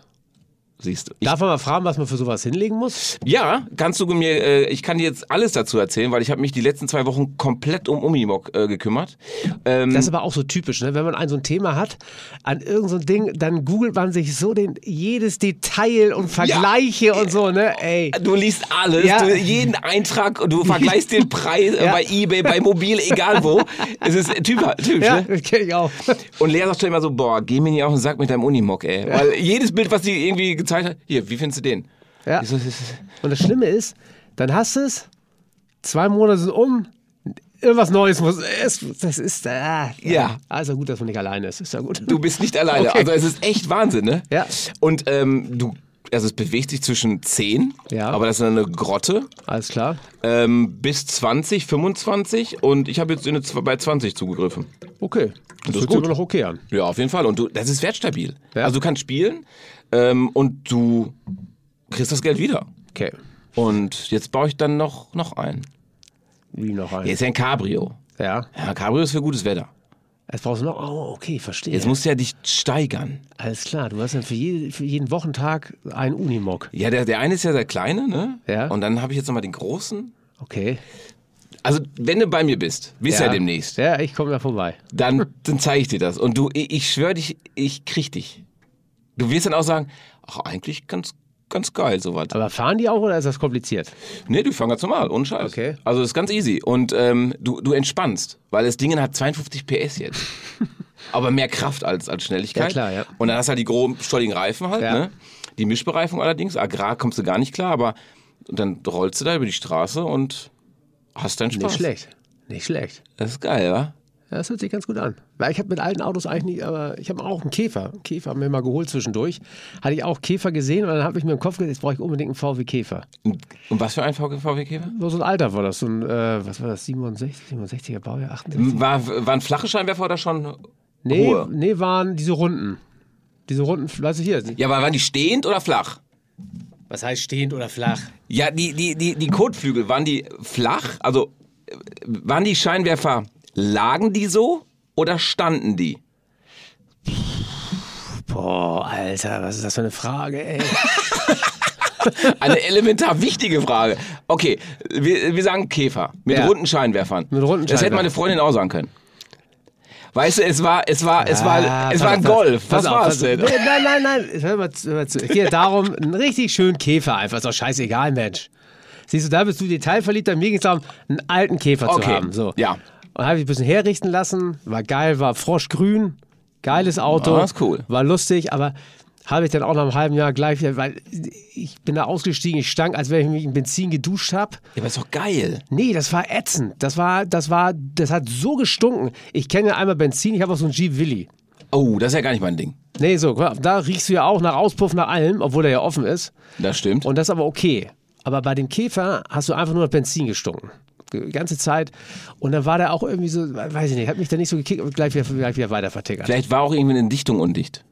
B: Siehst du. Ich,
A: Darf man mal fragen, was man für sowas hinlegen muss?
B: ja, kannst du mir, äh, ich kann dir jetzt alles dazu erzählen, weil ich habe mich die letzten zwei Wochen komplett um Unimog äh, gekümmert. Ähm,
A: Das ist aber auch so typisch, ne? wenn man ein so ein Thema hat, an irgendein so ein Ding, dann googelt man sich so den, jedes Detail und Vergleiche und so, ne? Ey.
B: Du liest alles,
A: Ja.
B: du, jeden Eintrag und du vergleichst den Preis äh,
A: Ja.
B: bei Ebay, bei Mobil, egal wo. Es ist typisch, typisch
A: Ja,
B: ne?
A: das kenne ich auch.
B: Und Lea sagt schon immer so, boah, geh mir nicht auf den Sack mit deinem Unimog, ey. Weil jedes Bild, was die irgendwie gezeigt hat, hier, wie findest du den?
A: Ja.
B: Ich so, das ist-
A: Und das Schlimme ist, dann hast du es, zwei Monate sind um, irgendwas Neues muss. Es, das ist. Ah,
B: Ja.
A: Also gut, dass man nicht alleine ist. Ist ja gut.
B: Du bist nicht alleine.
A: Okay.
B: Also es ist echt Wahnsinn, ne?
A: Ja.
B: Und ähm, du, also es bewegt sich zwischen 10,
A: Ja.
B: aber das ist eine Grotte,
A: Alles klar.
B: ähm, bis 20, 25 und ich habe jetzt in eine, zw- bei 20 zugegriffen.
A: Okay. Das,
B: ist
A: hört sich
B: gut.
A: immer noch okay an.
B: Ja, auf jeden Fall. Und du, das ist wertstabil.
A: Ja.
B: Also du kannst spielen ähm, und du kriegst das Geld wieder.
A: Okay.
B: Und jetzt baue ich dann noch, noch einen.
A: Wie noch ein.
B: Hier ist ja ein Cabrio.
A: Ja.
B: Ja, Cabrio ist für gutes Wetter.
A: Jetzt brauchst du noch. Oh, okay, verstehe.
B: Jetzt musst du ja dich steigern.
A: Alles klar. Du hast dann für, jede, für jeden Wochentag einen Unimog.
B: Ja, der, der eine ist ja der kleine, ne?
A: Ja.
B: Und dann habe ich jetzt nochmal den großen.
A: Okay.
B: Also, wenn du bei mir bist, bist ja, demnächst,
A: Ja, ich komme da vorbei.
B: dann, dann zeige ich dir das. Und du, ich, ich schwöre dich, ich krieg dich. Du wirst dann auch sagen, ach, eigentlich ganz, ganz geil, sowas.
A: Aber fahren die auch oder ist das kompliziert?
B: Nee, du fang ganz normal, ohne Scheiß.
A: Okay.
B: Also, das ist ganz easy. Und ähm, du, du entspannst, weil das Ding hat 52 PS jetzt. Aber mehr Kraft als, als Schnelligkeit.
A: Ja, klar, ja.
B: Und dann hast du halt die groben, stolligen Reifen halt,
A: Ja.
B: ne? Die Mischbereifung allerdings, Agrar kommst du gar nicht klar, aber dann rollst du da über die Straße und hast deinen Spaß.
A: Nicht schlecht. Nicht schlecht.
B: Das ist geil, wa?
A: Ja, das hört sich ganz gut an. Weil ich habe mit alten Autos eigentlich nicht, aber ich habe auch einen Käfer. Einen Käfer haben wir mal geholt zwischendurch. Hatte ich auch Käfer gesehen und dann habe ich mir im Kopf gedacht, jetzt brauche ich unbedingt einen VW Käfer.
B: Und, und was für ein VW-Käfer?
A: Nur so ein Alter war das. So ein, äh, was war das? 67, 67er Baujahr, 68?
B: War, waren flache Scheinwerfer oder schon
A: Nee,
B: Ruhe?
A: nee, waren diese Runden. Diese Runden, weißt du hier.
B: Ja, aber waren die stehend oder flach?
A: Was heißt stehend oder flach?
B: Ja, die, die, die, die Kotflügel, waren die flach? Also äh, waren die Scheinwerfer, lagen die so oder standen die?
A: Boah, Alter, was ist das für eine Frage, ey?
B: Eine elementar wichtige Frage. Okay, wir, wir sagen Käfer mit
A: Ja.
B: runden Scheinwerfern.
A: Mit runden
B: Das hätte
A: Scheinwerfern.
B: meine Freundin auch sagen können. Weißt du, es war, es war, es
A: Ah,
B: war, es war ein Golf. Was war es denn?
A: Nein, nein, nein. Es hör mal zu- hör mal zu. Es geht ja darum, einen richtig schönen Käfer einfach. Ist doch scheißegal, Mensch. Siehst du, da bist du detailverliebt. Mir ging es darum, einen alten Käfer zu
B: Okay,
A: haben. So.
B: ja.
A: Und habe ich ein bisschen herrichten lassen. War geil, war froschgrün. Geiles Auto.
B: Ah, ist cool.
A: War lustig, aber habe ich dann auch nach einem halben Jahr gleich wieder, weil ich bin da ausgestiegen, ich stank, als wenn ich mich in Benzin geduscht habe.
B: Ja, aber ist doch geil.
A: Nee, das war ätzend. Das war, das war, das hat so gestunken. Ich kenne ja einmal Benzin, ich habe auch so einen Jeep Willy.
B: Oh, das ist ja gar nicht mein Ding.
A: Nee, so, guck mal, da riechst du ja auch nach Auspuff, nach allem, obwohl der ja offen ist.
B: Das stimmt.
A: Und das ist aber okay. Aber bei dem Käfer hast du einfach nur nach Benzin gestunken. Die ganze Zeit. Und dann war der auch irgendwie so, weiß ich nicht, hat mich da nicht so gekickt und gleich wieder, gleich wieder weiter vertickert.
B: Vielleicht war auch irgendwie eine Dichtung undicht.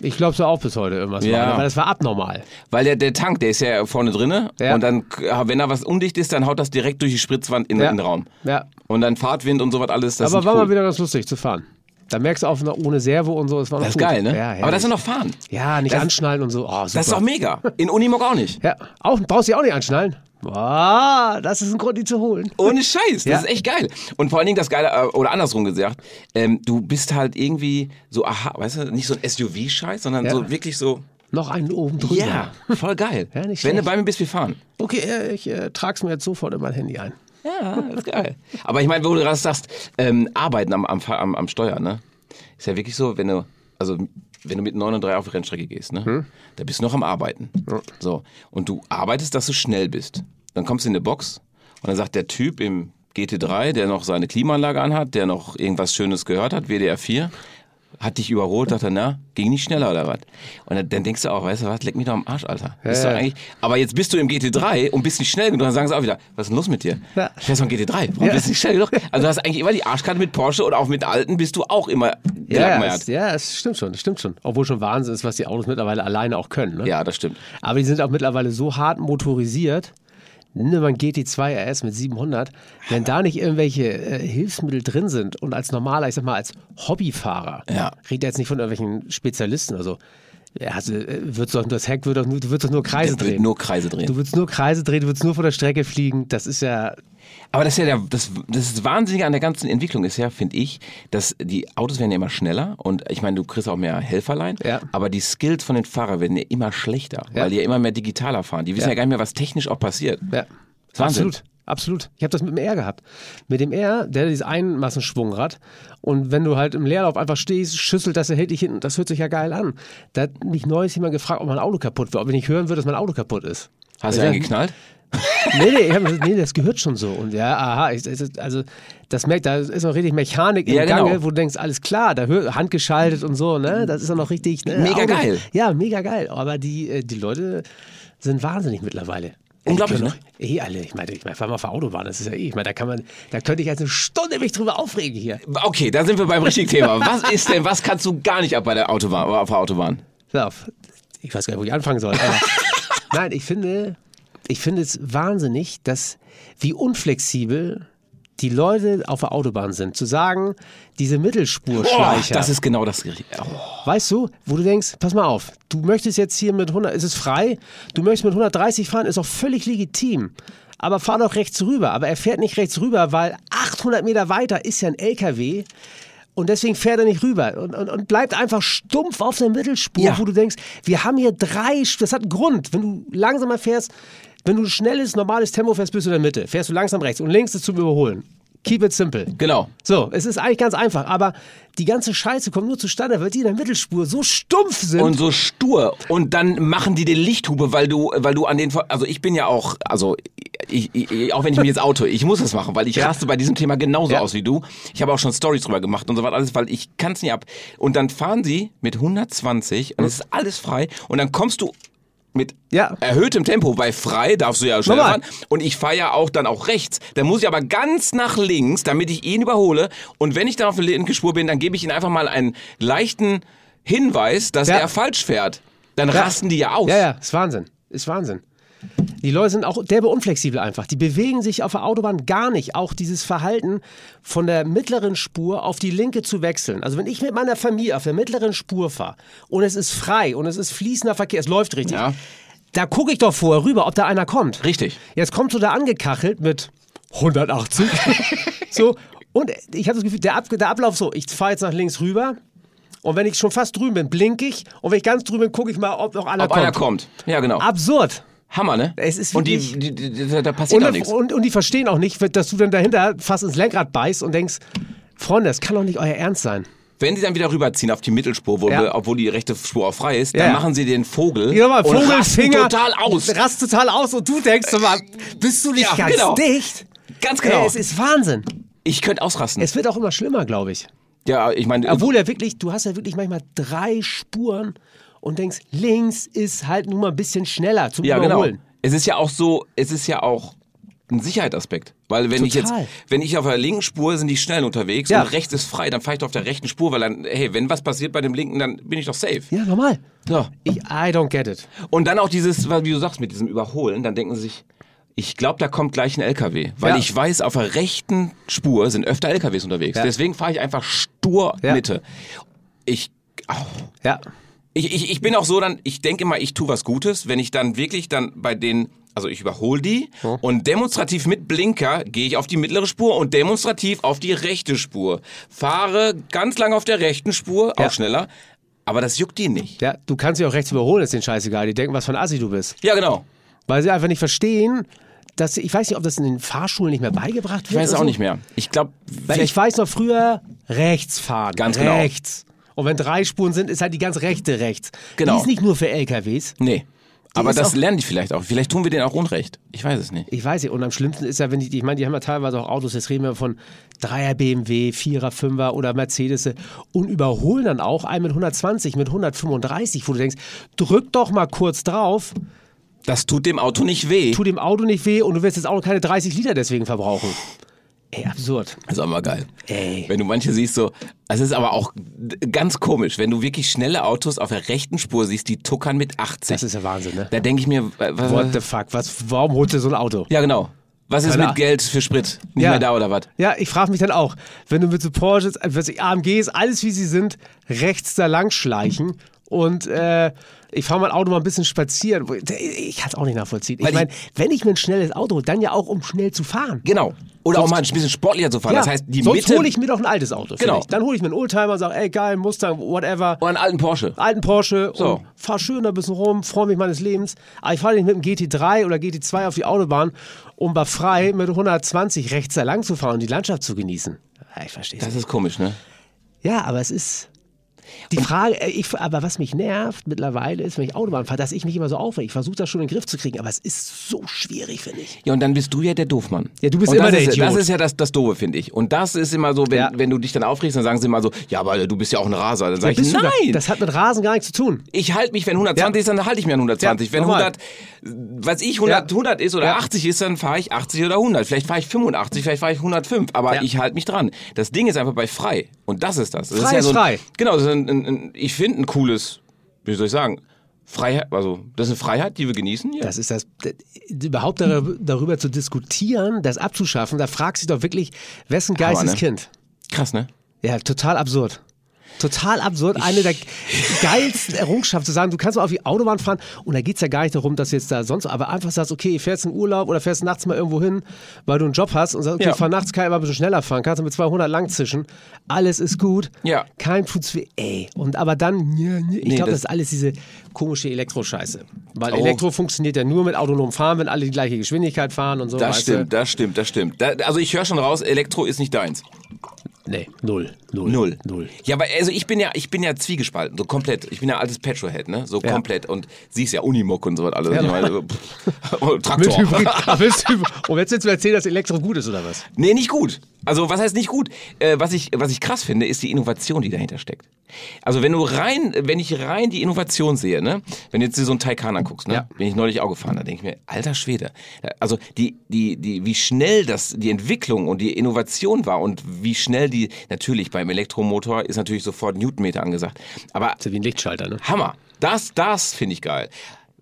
A: Ich glaube so auch bis heute irgendwas. War,
B: Ja.
A: aber das war abnormal.
B: Weil der, der Tank, der ist ja vorne drinne
A: Ja.
B: und dann, wenn da was undicht ist, dann haut das direkt durch die Spritzwand in, in den Raum.
A: Ja.
B: Und dann Fahrtwind und sowas alles. Das
A: aber
B: ist
A: war
B: cool.
A: mal wieder ganz lustig zu fahren. Da merkst du auch noch ohne Servo und so, es war noch
B: das ist
A: gut.
B: geil, ne?
A: Ja,
B: aber das
A: herrlich.
B: ist noch fahren.
A: ja nicht
B: das-
A: anschnallen und so. Oh, super.
B: Das ist doch mega. In Unimog auch nicht.
A: ja, auch, brauchst du dich auch nicht anschnallen. Ah, das ist ein Grund, die zu holen.
B: Ohne Scheiß, das
A: Ja.
B: ist echt geil. Und vor allen Dingen das Geile, äh, oder andersrum gesagt, ähm, du bist halt irgendwie so, aha, weißt du, nicht so ein SUV-Scheiß, sondern
A: Ja.
B: so wirklich so,
A: Noch einen oben drüber.
B: ja, voll geil.
A: Ja, nicht
B: Wenn du
A: schlecht.
B: bei mir bist, wir fahren.
A: Okay, äh, ich äh, trage es mir jetzt sofort in mein Handy ein.
B: Ja, ist geil. Aber ich meine, wo du das sagst, ähm, arbeiten am, am, Fahr- am, am Steuer, ne? Ist ja wirklich so, wenn du, also wenn du mit 9 und 3 auf die Rennstrecke gehst, ne? Da bist du noch am Arbeiten. So. Und du arbeitest, dass du schnell bist. Dann kommst du in eine Box und dann sagt der Typ im GT3, der noch seine Klimaanlage anhat, der noch irgendwas Schönes gehört hat, WDR 4, hat dich überholt, sagt er, na, ging nicht schneller oder was? Und dann, dann denkst du auch, weißt du was, leck mich doch am Arsch, Alter. Bist
A: Ja,
B: du
A: ja.
B: eigentlich, aber jetzt bist du im GT3 und bist nicht schnell genug, dann sagen sie auch wieder, was ist denn los mit dir?
A: Ja.
B: Du fährst doch ein GT3, warum
A: Ja.
B: bist du nicht schnell genug? Also du hast eigentlich immer die Arschkarte mit Porsche und auch mit alten bist du auch immer
A: Ja,
B: gelackmeiert.
A: es, ja, es stimmt schon, es stimmt schon. Obwohl schon Wahnsinn ist, was die Autos mittlerweile alleine auch können. Ne?
B: Ja, das stimmt.
A: Aber die sind auch mittlerweile so hart motorisiert. Nimm mal einen GT2 RS mit 700. Wenn da nicht irgendwelche äh, Hilfsmittel drin sind und als normaler, ich sag mal, als Hobbyfahrer,
B: Ja.
A: redet er jetzt nicht von irgendwelchen Spezialisten oder so. Ja, Also, äh, wird's doch, das Heck wird doch nur, du würdest doch nur Kreise
B: Der wird
A: drehen.
B: nur Kreise drehen.
A: du würdest nur Kreise drehen, du würdest nur von der Strecke fliegen. Das ist ja,
B: Aber das ist ja der, das, das ist Wahnsinnige an der ganzen Entwicklung ist ja, finde ich, dass die Autos werden ja immer schneller und ich meine, du kriegst auch mehr Helferlein,
A: Ja.
B: aber die Skills von den Fahrern werden ja immer schlechter,
A: Ja.
B: weil die ja immer mehr digitaler fahren. Die wissen ja,
A: Ja.
B: gar nicht mehr, was technisch auch passiert.
A: ja.
B: Wahnsinn.
A: Absolut, absolut. Ich habe das mit dem R gehabt. Mit dem R, der hat dieses Einmassenschwungrad. Und wenn du halt im Leerlauf einfach stehst, schüsselt das erhältlich hinten. Das hört sich ja geil an. Da hat mich neulich jemand gefragt, ob mein Auto kaputt war. Ob ich nicht hören würde, dass mein Auto kaputt ist.
B: Hast du
A: Ja.
B: einen geknallt?
A: Nee, nee, ich hab, gesagt, nee das gehört schon so. Und ja, aha, ich, ich, also das merkt, da ist noch richtig Mechanik im
B: Ja, genau.
A: Gange, wo du denkst, alles klar, da hör, handgeschaltet und so, ne? Das ist ja noch richtig. Ne,
B: Mega geil.
A: Ja, mega geil. Aber die, äh, die Leute sind wahnsinnig mittlerweile.
B: Unglaublich, ne?
A: Die können doch- Eh, alle, ich meine, ich meine, fahr mal auf der Autobahn, das ist ja eh, ich meine, da kann man, da könnte ich jetzt eine Stunde mich drüber aufregen hier.
B: Okay, da sind wir beim richtigen Thema. Was ist denn, was kannst du gar nicht ab bei der Autobahn, auf der Autobahn?
A: Pass auf. Ich weiß gar nicht, wo ich anfangen soll. Aber nein, ich finde, ich finde es wahnsinnig, dass wie unflexibel die Leute auf der Autobahn sind. Zu sagen, diese
B: Boah,
A: Mittelspurschleicher,
B: das ist genau das Richtige. Oh.
A: weißt du, wo du denkst, pass mal auf, du möchtest jetzt hier mit 100, ist es frei, du möchtest mit 130 fahren, ist auch völlig legitim. Aber fahr doch rechts rüber. Aber er fährt nicht rechts rüber, weil 800 Meter weiter ist ja ein LKW. Und deswegen fährt er nicht rüber und, und, und bleibt einfach stumpf auf der Mittelspur,
B: Ja.
A: wo du denkst, wir haben hier drei, Sch- das hat einen Grund, wenn du langsamer fährst, wenn du schnelles, normales Tempo fährst, bist du in der Mitte, fährst du langsam rechts und links ist zum Überholen. Keep it simple.
B: Genau.
A: So, es ist eigentlich ganz einfach, aber die ganze Scheiße kommt nur zustande, weil die in der Mittelspur so stumpf sind.
B: Und so stur. Und dann machen die den Lichthube, weil du, weil du an den, Ver- also ich bin ja auch, also ich, ich, auch wenn ich mich jetzt auto, ich muss das machen, weil ich raste bei diesem Thema genauso
A: Ja.
B: aus wie du. Ich habe auch schon Stories drüber gemacht und so was alles, weil ich kann es nicht ab. Und dann fahren sie mit 120 und es ist alles frei und dann kommst du mit
A: Ja.
B: erhöhtem Tempo, weil frei darfst du ja schneller
A: Normal.
B: fahren. Und ich fahre ja auch dann auch rechts. Dann muss ich aber ganz nach links, damit ich ihn überhole. Und wenn ich dann auf der linken Spur bin, dann gebe ich ihm einfach mal einen leichten Hinweis, dass
A: Ja.
B: er falsch fährt. Dann rasten die ja aus.
A: Ja, ja, ist Wahnsinn. Ist Wahnsinn. Die Leute sind auch derbe unflexibel einfach. Die bewegen sich auf der Autobahn gar nicht. Auch dieses Verhalten, von der mittleren Spur auf die linke zu wechseln. Also wenn ich mit meiner Familie auf der mittleren Spur fahre und es ist frei und es ist fließender Verkehr, es läuft richtig,
B: Ja.
A: da gucke ich doch vorher rüber, ob da einer kommt.
B: Richtig.
A: Jetzt kommst du da angekachelt mit 180. so. Und ich habe das Gefühl, der, Ab der Ablauf so, ich fahre jetzt nach links rüber und wenn ich schon fast drüben bin, blinke ich und wenn ich ganz drüben bin, gucke ich mal, ob noch einer
B: Ob
A: kommt.
B: einer kommt. Ja, genau.
A: Absurd.
B: Hammer, ne?
A: Es ist
B: und die,
A: wirklich-
B: die, die, die, da passiert
A: Und,
B: auch nichts.
A: und, und die verstehen auch nicht, dass du dann dahinter fast ins Lenkrad beißt und denkst, Freunde, das kann doch nicht euer Ernst sein.
B: Wenn sie dann wieder rüberziehen auf die Mittelspur, wo
A: Ja.
B: wir, obwohl die rechte Spur auch frei ist,
A: Ja,
B: dann
A: ja.
B: machen sie den Vogel
A: Geh doch mal,
B: und rasten
A: Vogelfinger.
B: total aus.
A: Rast total aus und du denkst doch mal, bist du nicht
B: Ja,
A: ganz
B: genau.
A: dicht?
B: Ganz genau.
A: Ey, es ist Wahnsinn.
B: ich könnte ausrasten.
A: Es wird auch immer schlimmer, glaube ich.
B: ja, ich meine,
A: Obwohl ja wirklich, du hast ja wirklich manchmal drei Spuren und denkst, links ist halt nur mal ein bisschen schneller zum
B: Ja, genau.
A: Überholen.
B: Es ist ja auch so, es ist ja auch ein Sicherheitsaspekt. Weil wenn ich jetzt,
A: Total.
B: wenn ich auf der linken Spur sind die schnell unterwegs
A: Ja.
B: und rechts ist frei, dann fahre ich doch auf der rechten Spur, weil dann, hey, wenn was passiert bei dem linken, dann bin ich doch safe.
A: Ja, normal.
B: So.
A: Ich, I don't get it.
B: Und dann auch dieses, weil, wie du sagst, mit diesem Überholen, dann denken sie sich, ich glaube, da kommt gleich ein LKW. Weil
A: Ja.
B: ich weiß, auf der rechten Spur sind öfter LKWs unterwegs.
A: Ja.
B: Deswegen fahre ich einfach stur
A: Ja.
B: Mitte. Ich, au.
A: Ja.
B: Ich, ich, ich bin auch so dann, ich denke immer, ich tue was Gutes, wenn ich dann wirklich dann bei den also ich überhole die und demonstrativ mit Blinker gehe ich auf die mittlere Spur und demonstrativ auf die rechte Spur. Fahre ganz lang auf der rechten Spur,
A: Ja.
B: auch schneller, aber das juckt die nicht.
A: Ja, du kannst sie auch rechts überholen, ist denen scheißegal. Die denken, was für ein Assi du bist.
B: Ja, genau.
A: Weil sie einfach nicht verstehen, dass ich weiß nicht, ob das in den Fahrschulen nicht mehr beigebracht wird.
B: Ich weiß es
A: oder
B: auch
A: so.
B: nicht mehr. Ich glaube,
A: Weil ich weiß noch früher rechts fahren.
B: Ganz genau.
A: Rechts. Und wenn drei Spuren sind, ist halt die ganz rechte rechts.
B: Genau.
A: Die ist nicht nur für LKWs.
B: Nee. Aber
A: ist
B: das
A: auch-
B: lernen die vielleicht auch. Vielleicht tun wir denen auch Unrecht. Ich weiß es nicht.
A: Ich weiß nicht. Und am schlimmsten ist ja, wenn die, die- ich meine, die haben ja teilweise auch Autos, jetzt reden wir von 3er BMW, 4er, 5er oder Mercedes und überholen dann auch einen mit 120, mit 135, wo du denkst, drück doch mal kurz drauf,
B: Das tut dem Auto nicht weh.
A: tu dem Auto nicht weh und du wirst jetzt auch keine 30 Liter deswegen verbrauchen. Ey, absurd.
B: Das ist auch mal geil.
A: Ey.
B: Wenn du manche siehst, so. Es ist aber auch d- ganz komisch, wenn du wirklich schnelle Autos auf der rechten Spur siehst, die tuckern mit 80.
A: Das ist ja Wahnsinn, ne?
B: da denke ich mir, wa- wa-
A: What the fuck? Was, warum holst du so ein Auto?
B: ja genau. Was ist
A: Keine Ah-
B: mit Geld für Sprit? Nicht
A: Ja.
B: mehr da oder was?
A: Ja, ich frage mich dann auch, wenn du mit so Porsches, äh, was ich, AMGs, alles wie sie sind, rechts da lang schleichen und äh, ich fahre mein Auto mal ein bisschen spazieren. wo- Ich kann es auch nicht nachvollziehen. Ich
B: Weil ich-
A: meine, wenn ich mir ein schnelles Auto, hol, dann ja auch, um schnell zu fahren.
B: Genau. Oder auch mal ein bisschen sportlicher zu fahren.
A: Ja,
B: Das heißt, die
A: sonst
B: Mitte
A: hole ich mir doch ein altes Auto.
B: Genau.
A: vielleicht. Dann hole ich mir einen Oldtimer und sage, ey geil, Mustang, whatever,
B: oder einen alten Porsche.
A: alten Porsche
B: So.
A: und fahr schön da ein bisschen rum, freue mich meines Lebens. Aber ich fahre nicht mit dem GT3 oder GT2 auf die Autobahn, um bei frei mit 120 rechts da lang zu fahren und die Landschaft zu genießen. Ja, ich verstehe
B: Das ist komisch, ne?
A: ja, aber es ist. Die Frage, äh, ich, aber was mich nervt mittlerweile ist, wenn ich Autobahn fahre, dass ich mich immer so aufrege. Ich versuche das schon in den Griff zu kriegen, aber es ist so schwierig, finde ich.
B: Ja, und dann bist du ja der Doofmann.
A: Ja, du bist
B: und
A: immer
B: das
A: der
B: ist, ja- Das
A: Idiot.
B: ist ja das, das Doofe, finde ich. Und das ist immer so, wenn,
A: Ja.
B: wenn du dich dann aufregst, dann sagen sie immer so, ja, aber du bist ja auch ein Raser. Dann sage ich,
A: Bist du
B: nein,
A: da- Das hat mit Rasen gar nichts zu tun.
B: ich halte mich, wenn 120
A: Ja.
B: ist, dann halte ich mir an 120.
A: Ja,
B: wenn
A: normal.
B: 100, was ich, 100,
A: Ja.
B: 100 ist oder
A: Ja.
B: 80 ist, dann fahre ich 80 oder 100. Vielleicht fahre ich 85, vielleicht fahre ich 105, aber
A: Ja.
B: ich halte mich dran. Das Ding ist einfach bei frei. Und das ist das. das
A: Frei
B: ja
A: ist
B: so ein,
A: frei.
B: Genau, das ist ein, ein, ein, ich finde ein cooles, wie soll ich sagen, Freiheit, also das ist eine Freiheit, die wir genießen. Ja.
A: Das ist das, d- überhaupt darüber, darüber zu diskutieren, das abzuschaffen, da fragst du dich doch wirklich, wessen Geist
B: Hammer,
A: ist
B: ne?
A: Kind?
B: Krass, ne?
A: Ja, total absurd. Total absurd. Eine der geilsten Errungenschaften zu sagen, du kannst mal auf die Autobahn fahren und da geht es ja gar nicht darum, dass du jetzt da sonst, aber einfach sagst, okay, fährst in Urlaub oder fährst nachts mal irgendwo hin, weil du einen Job hast und sagst, okay,
B: Ja.
A: fahr nachts kann ich mal ein bisschen schneller fahren, kannst du mit 200 lang zischen. Alles ist gut.
B: Ja.
A: Kein tut's weh. Ey. Und aber dann, ja, ja, ich
B: Nee,
A: glaube,
B: das-
A: das, ist alles diese komische Elektroscheiße. Weil
B: Oh.
A: Elektro funktioniert ja nur mit autonomem Fahren, wenn alle die gleiche Geschwindigkeit fahren und so.
B: Das
A: weißt
B: stimmt, das stimmt, das stimmt. Da, also ich höre schon raus, Elektro ist nicht deins.
A: Du? Nee, null. Null.
B: Null.
A: Null.
B: Ja, aber also ich bin ja, ich bin ja zwiegespalten, so komplett. Ich bin ja altes Petrolhead, ne? So komplett. Und siehst ja Unimog und so was alles. Ich meine, so, pff, und
A: Mit
B: Traktor.
A: Hybrid. Aber willst du- Und jetzt willst du mir erzählen, dass Elektro gut ist, oder was?
B: nee, nicht gut. Also was heißt nicht gut? Äh, was, ich, was ich krass finde, ist die Innovation, die dahinter steckt. Also wenn du rein, wenn ich rein die Innovation sehe, ne? Wenn du jetzt dir so einen Taycan anguckst, ne?
A: Ja.
B: Bin ich neulich auch gefahren, da denke ich mir, alter Schwede. Also die, die, die, wie schnell das, die Entwicklung und die Innovation war und wie schnell die, natürlich beim Elektromotor ist natürlich sofort Newtonmeter angesagt. Aber
A: Ist ja wie ein Lichtschalter, ne?
B: Hammer. Das, das finde ich geil.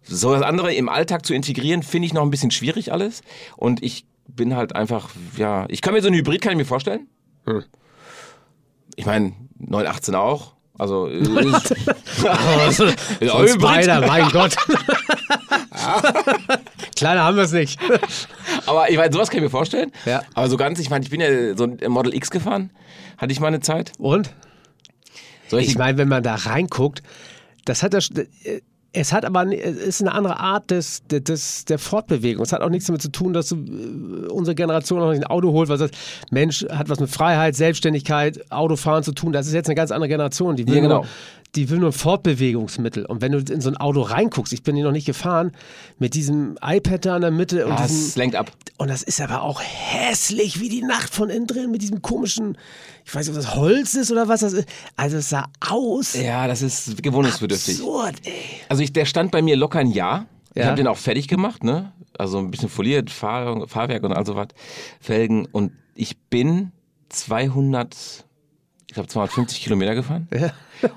B: So das andere im Alltag zu integrieren, finde ich noch ein bisschen schwierig alles. Und ich bin halt einfach, ja, ich kann mir so ein Hybrid, kann ich mir vorstellen.
A: Hm.
B: Ich meine, 918 auch. Also, äh, ist, ist auch
A: Ein
B: Hybrid,
A: Spider, mein Gott. Kleiner haben wir es nicht.
B: aber ich meine, sowas kann ich mir vorstellen.
A: Ja.
B: Aber so ganz, ich meine, ich bin ja so ein Model X gefahren. Hatte ich mal eine Zeit.
A: Und?
B: Solche
A: Ich meine, wenn man da reinguckt, das hat das. äh, Es hat aber es ist eine andere Art des, des, der Fortbewegung. Es hat auch nichts damit zu tun, dass du, äh, unsere Generation noch nicht ein Auto holt, weil sie sagt, Mensch hat was mit Freiheit, Selbstständigkeit, Autofahren zu tun. Das ist jetzt eine ganz andere Generation. Die will,
B: Ja, genau.
A: nur, die will nur ein Fortbewegungsmittel. Und wenn du in so ein Auto reinguckst, ich bin hier noch nicht gefahren, mit diesem iPad da in der Mitte und diesem,
B: das lenkt ab.
A: und das ist aber auch hässlich wie die Nacht von innen drin mit diesem komischen, ich weiß nicht, ob das Holz ist oder was das ist. Also es sah aus.
B: Ja, das ist gewohnungsbedürftig.
A: Absurd, ey.
B: Also ich, der stand bei mir locker ein Jahr. Ich
A: Ja.
B: habe den auch fertig gemacht, ne? Also ein bisschen foliert, Fahr Fahrwerk und all so was, Felgen. Und ich bin 200, ich glaube 250 Kilometer gefahren.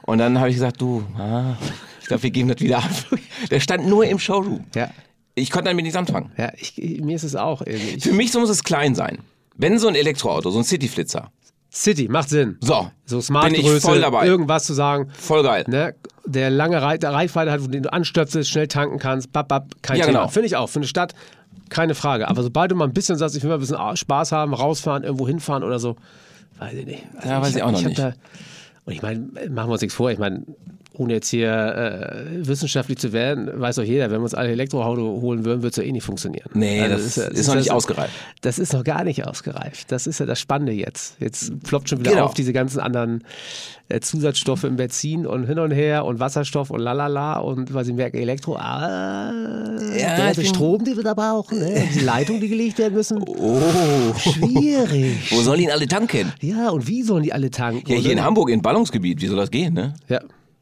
B: Und dann habe ich gesagt, du, ah, ich glaube, wir geben das wieder ab. Der stand nur im Showroom.
A: Ja,
B: Ich konnte damit nichts anfangen.
A: ja ich, ich- mir ist es auch. irgendwie. Ich,
B: Für mich so muss es klein sein. Wenn so ein Elektroauto, so ein Cityflitzer,
A: City, macht Sinn.
B: so,
A: So smart
B: bin ich
A: Größe,
B: voll dabei,
A: irgendwas zu sagen.
B: voll geil.
A: Ne? der lange Rei- der Reichweite hat, wo du ihn anstöpselst, schnell tanken kannst, bap, bap, kein
B: Ja,
A: Thema.
B: genau.
A: Finde ich auch, für eine Stadt, keine Frage. Aber sobald du mal ein bisschen sagst, ich will mal ein bisschen ah, Spaß haben, rausfahren, irgendwo hinfahren oder so, weiß ich nicht. Also
B: Ja, weiß ich
A: hab-
B: auch noch
A: hab
B: nicht.
A: Da, und ich meine, machen wir uns nichts vor, ich meine, ohne jetzt hier äh, wissenschaftlich zu werden, weiß doch jeder, wenn wir uns alle Elektroauto holen würden, würde es ja eh nicht funktionieren. Also
B: Nee, das
A: ja-
B: ist noch nicht
A: ja-
B: ausgereift.
A: Das ist noch gar nicht ausgereift. Das ist ja das Spannende jetzt. Jetzt ploppt schon wieder
B: Genau.
A: auf diese ganzen anderen äh, Zusatzstoffe im Benzin und hin und her und Wasserstoff und lalala und weil sie merken, Elektro, ah,
B: Ja,
A: der
B: ich bin-
A: Strom, den wir da brauchen, ne? die Leitungen, die gelegt werden müssen,
B: Oh,
A: schwierig.
B: wo sollen ihn alle tanken?
A: Ja, und wie sollen die alle tanken?
B: Ja,
A: Und
B: hier in
A: dann-
B: Hamburg, in Ballungsgebiet, wie soll das gehen, ne?
A: Ja,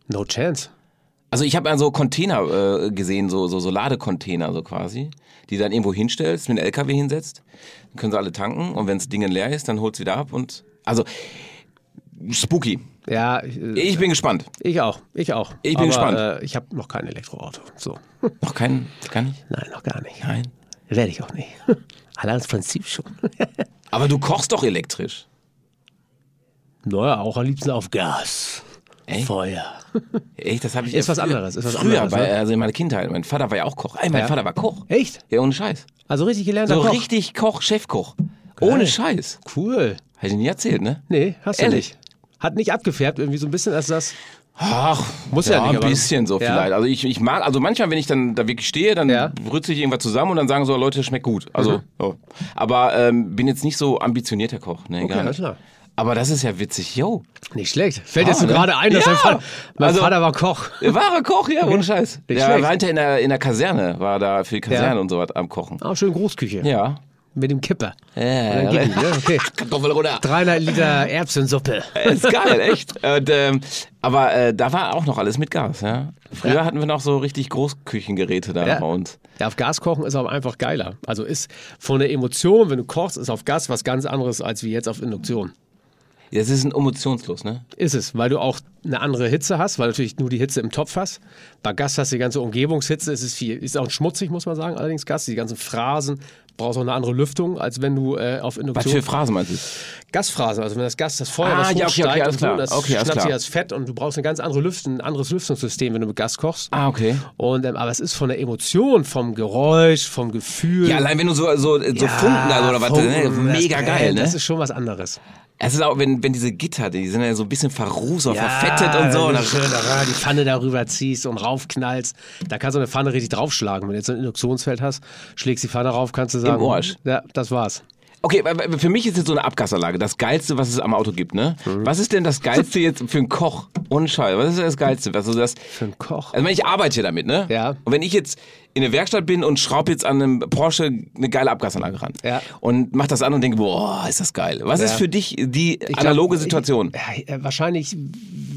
A: no chance.
B: Also ich habe an so Container äh, gesehen, so, so, so Ladecontainer so quasi, die du dann irgendwo hinstellst, mit einem LKW hinsetzt, dann können sie alle tanken und wenn das Ding leer ist, dann holst du wieder ab und also spooky.
A: Ja, ich, äh,
B: Ich bin gespannt.
A: ich auch, ich auch.
B: Ich bin
A: Aber,
B: gespannt.
A: Äh, ich habe noch kein Elektroauto. So,
B: Noch kein, gar nicht?
A: nein, noch gar nicht.
B: Nein.
A: Werde ich auch nicht. Allein das Prinzip schon.
B: Aber du kochst doch elektrisch.
A: Naja, auch am liebsten auf Gas.
B: Echt?
A: Feuer.
B: Echt, das habe ich
A: Ist
B: ja
A: was
B: früher-
A: anderes, ist was
B: früher
A: anderes,
B: bei,
A: ne?
B: also in meiner Kindheit, mein Vater war ja auch Koch. Ey, mein
A: Ja.
B: Vater war Koch.
A: Echt?
B: Ja, ohne Scheiß.
A: Also richtig gelernter
B: So
A: Koch.
B: richtig Koch, Chefkoch. Ohne Scheiß.
A: cool.
B: Habe ich dir nie erzählt, ne?
A: Nee, hast
B: Ehrlich?
A: du nicht. Hat nicht abgefärbt, irgendwie so ein bisschen, als das.
B: Ach,
A: Muss ja nicht,
B: ein
A: aber-
B: bisschen so
A: Ja.
B: vielleicht. Also ich, ich mag, also manchmal, wenn ich dann da wirklich stehe, dann
A: Ja. Mhm.
B: brütze ich irgendwas zusammen und dann sagen so, Leute, das schmeckt gut. Also, oh. aber ähm, bin jetzt nicht so ambitionierter Koch, ne?
A: Okay,
B: gar
A: alles
B: nicht.
A: klar.
B: Aber das ist ja witzig, yo.
A: Nicht schlecht. Fällt jetzt
B: Ah,
A: so
B: ne?
A: gerade ein, dass
B: Ja!
A: dein Vater. Mein
B: Also-
A: Vater war Koch.
B: Der wahre Koch, ja, ohne Scheiß.
A: Mhm. Nicht
B: Ja,
A: schlecht.
B: war hinter in der, in der Kaserne, war da für die Kaserne
A: Ja.
B: und so was am Kochen.
A: Auch Ah, schön Großküche.
B: Ja.
A: Mit dem Kipper.
B: Ja,
A: Äh, Dann geht die, ne? Okay.
B: Kartoffel runter.
A: 300 Liter Erbsensuppe.
B: Ist geil, echt. Und, ähm, aber äh, da war auch noch alles mit Gas, ja. Früher hatten wir noch so richtig Großküchengeräte da
A: Ja.
B: bei uns.
A: Ja, auf Gas kochen ist aber einfach geiler. Also ist von der Emotion, wenn du kochst, ist auf Gas was ganz anderes als wie jetzt auf Induktion.
B: Das ist ein emotionslos, ne?
A: Ist es, weil du auch eine andere Hitze hast, weil du natürlich nur die Hitze im Topf hast. Bei Gas hast du die ganze Umgebungshitze, es ist viel, ist auch schmutzig, muss man sagen. Allerdings Gas, die ganzen Phrasen, brauchst auch eine andere Lüftung, als wenn du äh, auf
B: Was für
A: Induktion.
B: Phrasen meinst du?
A: Gasphrasen, also wenn das Gas, das Feuer,
B: Ah,
A: das
B: ja, okay, okay,
A: hochsteigt
B: alles
A: und so,
B: klar.
A: das
B: Okay, alles
A: schnappt sich
B: klar.
A: das Fett und du brauchst eine ganz andere Lüft, ein anderes Lüftungssystem, wenn du mit Gas kochst.
B: Ah, okay.
A: Und, ähm, aber es ist von der Emotion, vom Geräusch, vom Gefühl. Ah,
B: Ja, allein wenn du so, so, so Funken da so oder was, ne?
A: Funken, das
B: mega
A: brennt,
B: geil,
A: Das
B: ne?
A: ist schon was anderes.
B: Es ist auch, wenn, wenn diese Gitter, die sind ja so ein bisschen verrußt oder verfettet und so.
A: Wenn du
B: Und dann,
A: schön da die Pfanne darüber ziehst und raufknallst, da kannst du eine Pfanne richtig draufschlagen. Wenn du jetzt so ein Induktionsfeld hast, schlägst die Pfanne rauf, kannst du sagen.
B: Arsch.
A: Ja, das war's.
B: okay, weil- weil für mich ist jetzt so eine Abgasanlage das Geilste, was es am Auto gibt, ne?
A: Mhm.
B: Was ist denn das Geilste jetzt für einen Koch? Ohne Scheiß. Was ist das Geilste? Was so das,
A: Für einen Koch.
B: Also ich meine, ich arbeite hier damit, ne?
A: Ja.
B: Und wenn ich jetzt in der Werkstatt bin und schraube jetzt an einem Porsche eine geile Abgasanlage ran
A: Ja.
B: und mach das an und denke, boah, ist das geil. Was ist für dich die
A: Ich glaub,
B: analoge
A: ich-
B: Situation?
A: Ja, äh, wahrscheinlich,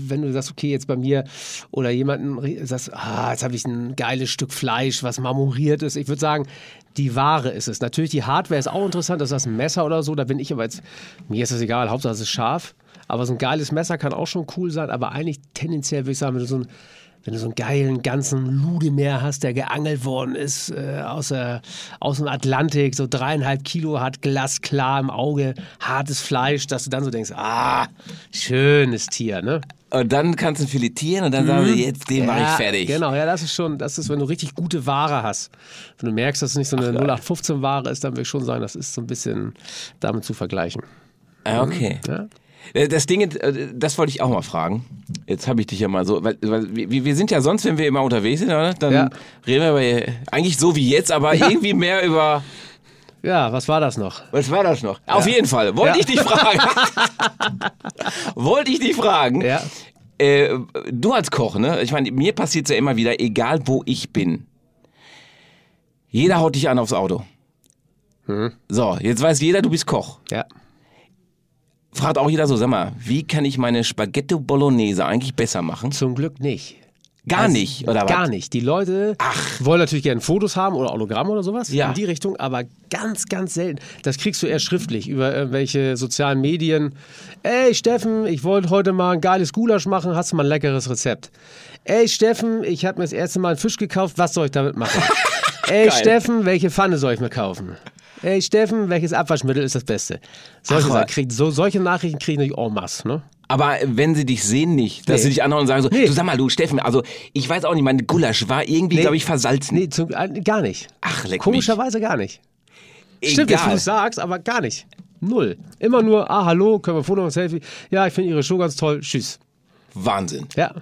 A: wenn du sagst, okay, jetzt bei mir oder jemanden re- sagst, ah, jetzt habe ich ein geiles Stück Fleisch, was marmoriert ist. Ich würde sagen, die Ware ist es. Natürlich, die Hardware ist auch interessant, das ist ein Messer oder so, da bin ich aber jetzt, mir ist das egal, Hauptsache es ist scharf. Aber so ein geiles Messer kann auch schon cool sein, aber eigentlich tendenziell würde ich sagen, wenn du so ein wenn du so einen geilen ganzen Ludemeer hast, der geangelt worden ist äh, aus, der, aus dem Atlantik, so dreieinhalb Kilo hat, glasklar im Auge, hartes Fleisch, dass du dann so denkst, ah, schönes Tier, ne?
B: Und dann kannst du filetieren und dann sagen sie, jetzt den mach ich fertig.
A: Genau, Mhm. ja, das ist schon, das ist, wenn du richtig gute Ware hast. Wenn du merkst, dass es nicht so eine 0815-Ware ist, dann würde ich schon sagen, das ist so ein bisschen damit zu vergleichen. ne?
B: Ah, okay.
A: Mhm. Ja?
B: Äh, Das Ding, ist, äh, das wollte ich auch mal fragen. Jetzt habe ich dich ja mal so, weil, weil wir, wir sind ja sonst, wenn wir immer unterwegs sind, oder? dann
A: Ja.
B: reden wir über, eigentlich so wie jetzt, aber irgendwie mehr über,
A: ja, was war das noch?
B: Was war das noch? Auf jeden Fall. Wollte
A: Ja.
B: ich dich fragen. Wollte ich dich fragen.
A: Ja.
B: Äh, du als Koch, ne? Ich meine, mir passiert es ja immer wieder, egal wo ich bin. Jeder haut dich an aufs Auto.
A: Mhm.
B: So, jetzt weiß jeder, du bist Koch.
A: Ja.
B: Fragt auch jeder so, sag mal, wie kann ich meine Spaghetti Bolognese eigentlich besser machen?
A: Zum Glück nicht.
B: Gar nicht, oder was?
A: Gar nicht. Die Leute wollen natürlich gerne Fotos haben oder Autogramme oder sowas
B: Ja.
A: in die Richtung, aber ganz, ganz selten. Das kriegst du eher schriftlich über irgendwelche sozialen Medien. Ey Steffen, ich wollte heute mal ein geiles Gulasch machen, hast du mal ein leckeres Rezept? Ey Steffen, ich habe mir das erste Mal einen Fisch gekauft, was soll ich damit machen? Ey
B: Geil.
A: Steffen, welche Pfanne soll ich mir kaufen? Ey, Steffen, welches Abwaschmittel ist das Beste? Solche,
B: Ach,
A: Sachen kriegen- so, solche Nachrichten kriegen ich en masse, ne?
B: Aber wenn sie dich sehen, nicht. Dass
A: Nee.
B: sie dich anhauen und sagen so,
A: Nee.
B: du sag mal, du Steffen, also ich weiß auch nicht, meine Gulasch war irgendwie, glaube ich, versalzen.
A: Nee, zum, äh, gar nicht.
B: Ach, leck
A: Komischerweise gar nicht.
B: mich.
A: Stimmt, jetzt wo du
B: Egal.
A: es sagst, aber gar nicht. Null. Immer nur, ah, hallo, können wir ein Foto und Selfie? Ja, ich finde ihre Show ganz toll. Tschüss.
B: Wahnsinn.
A: Ja.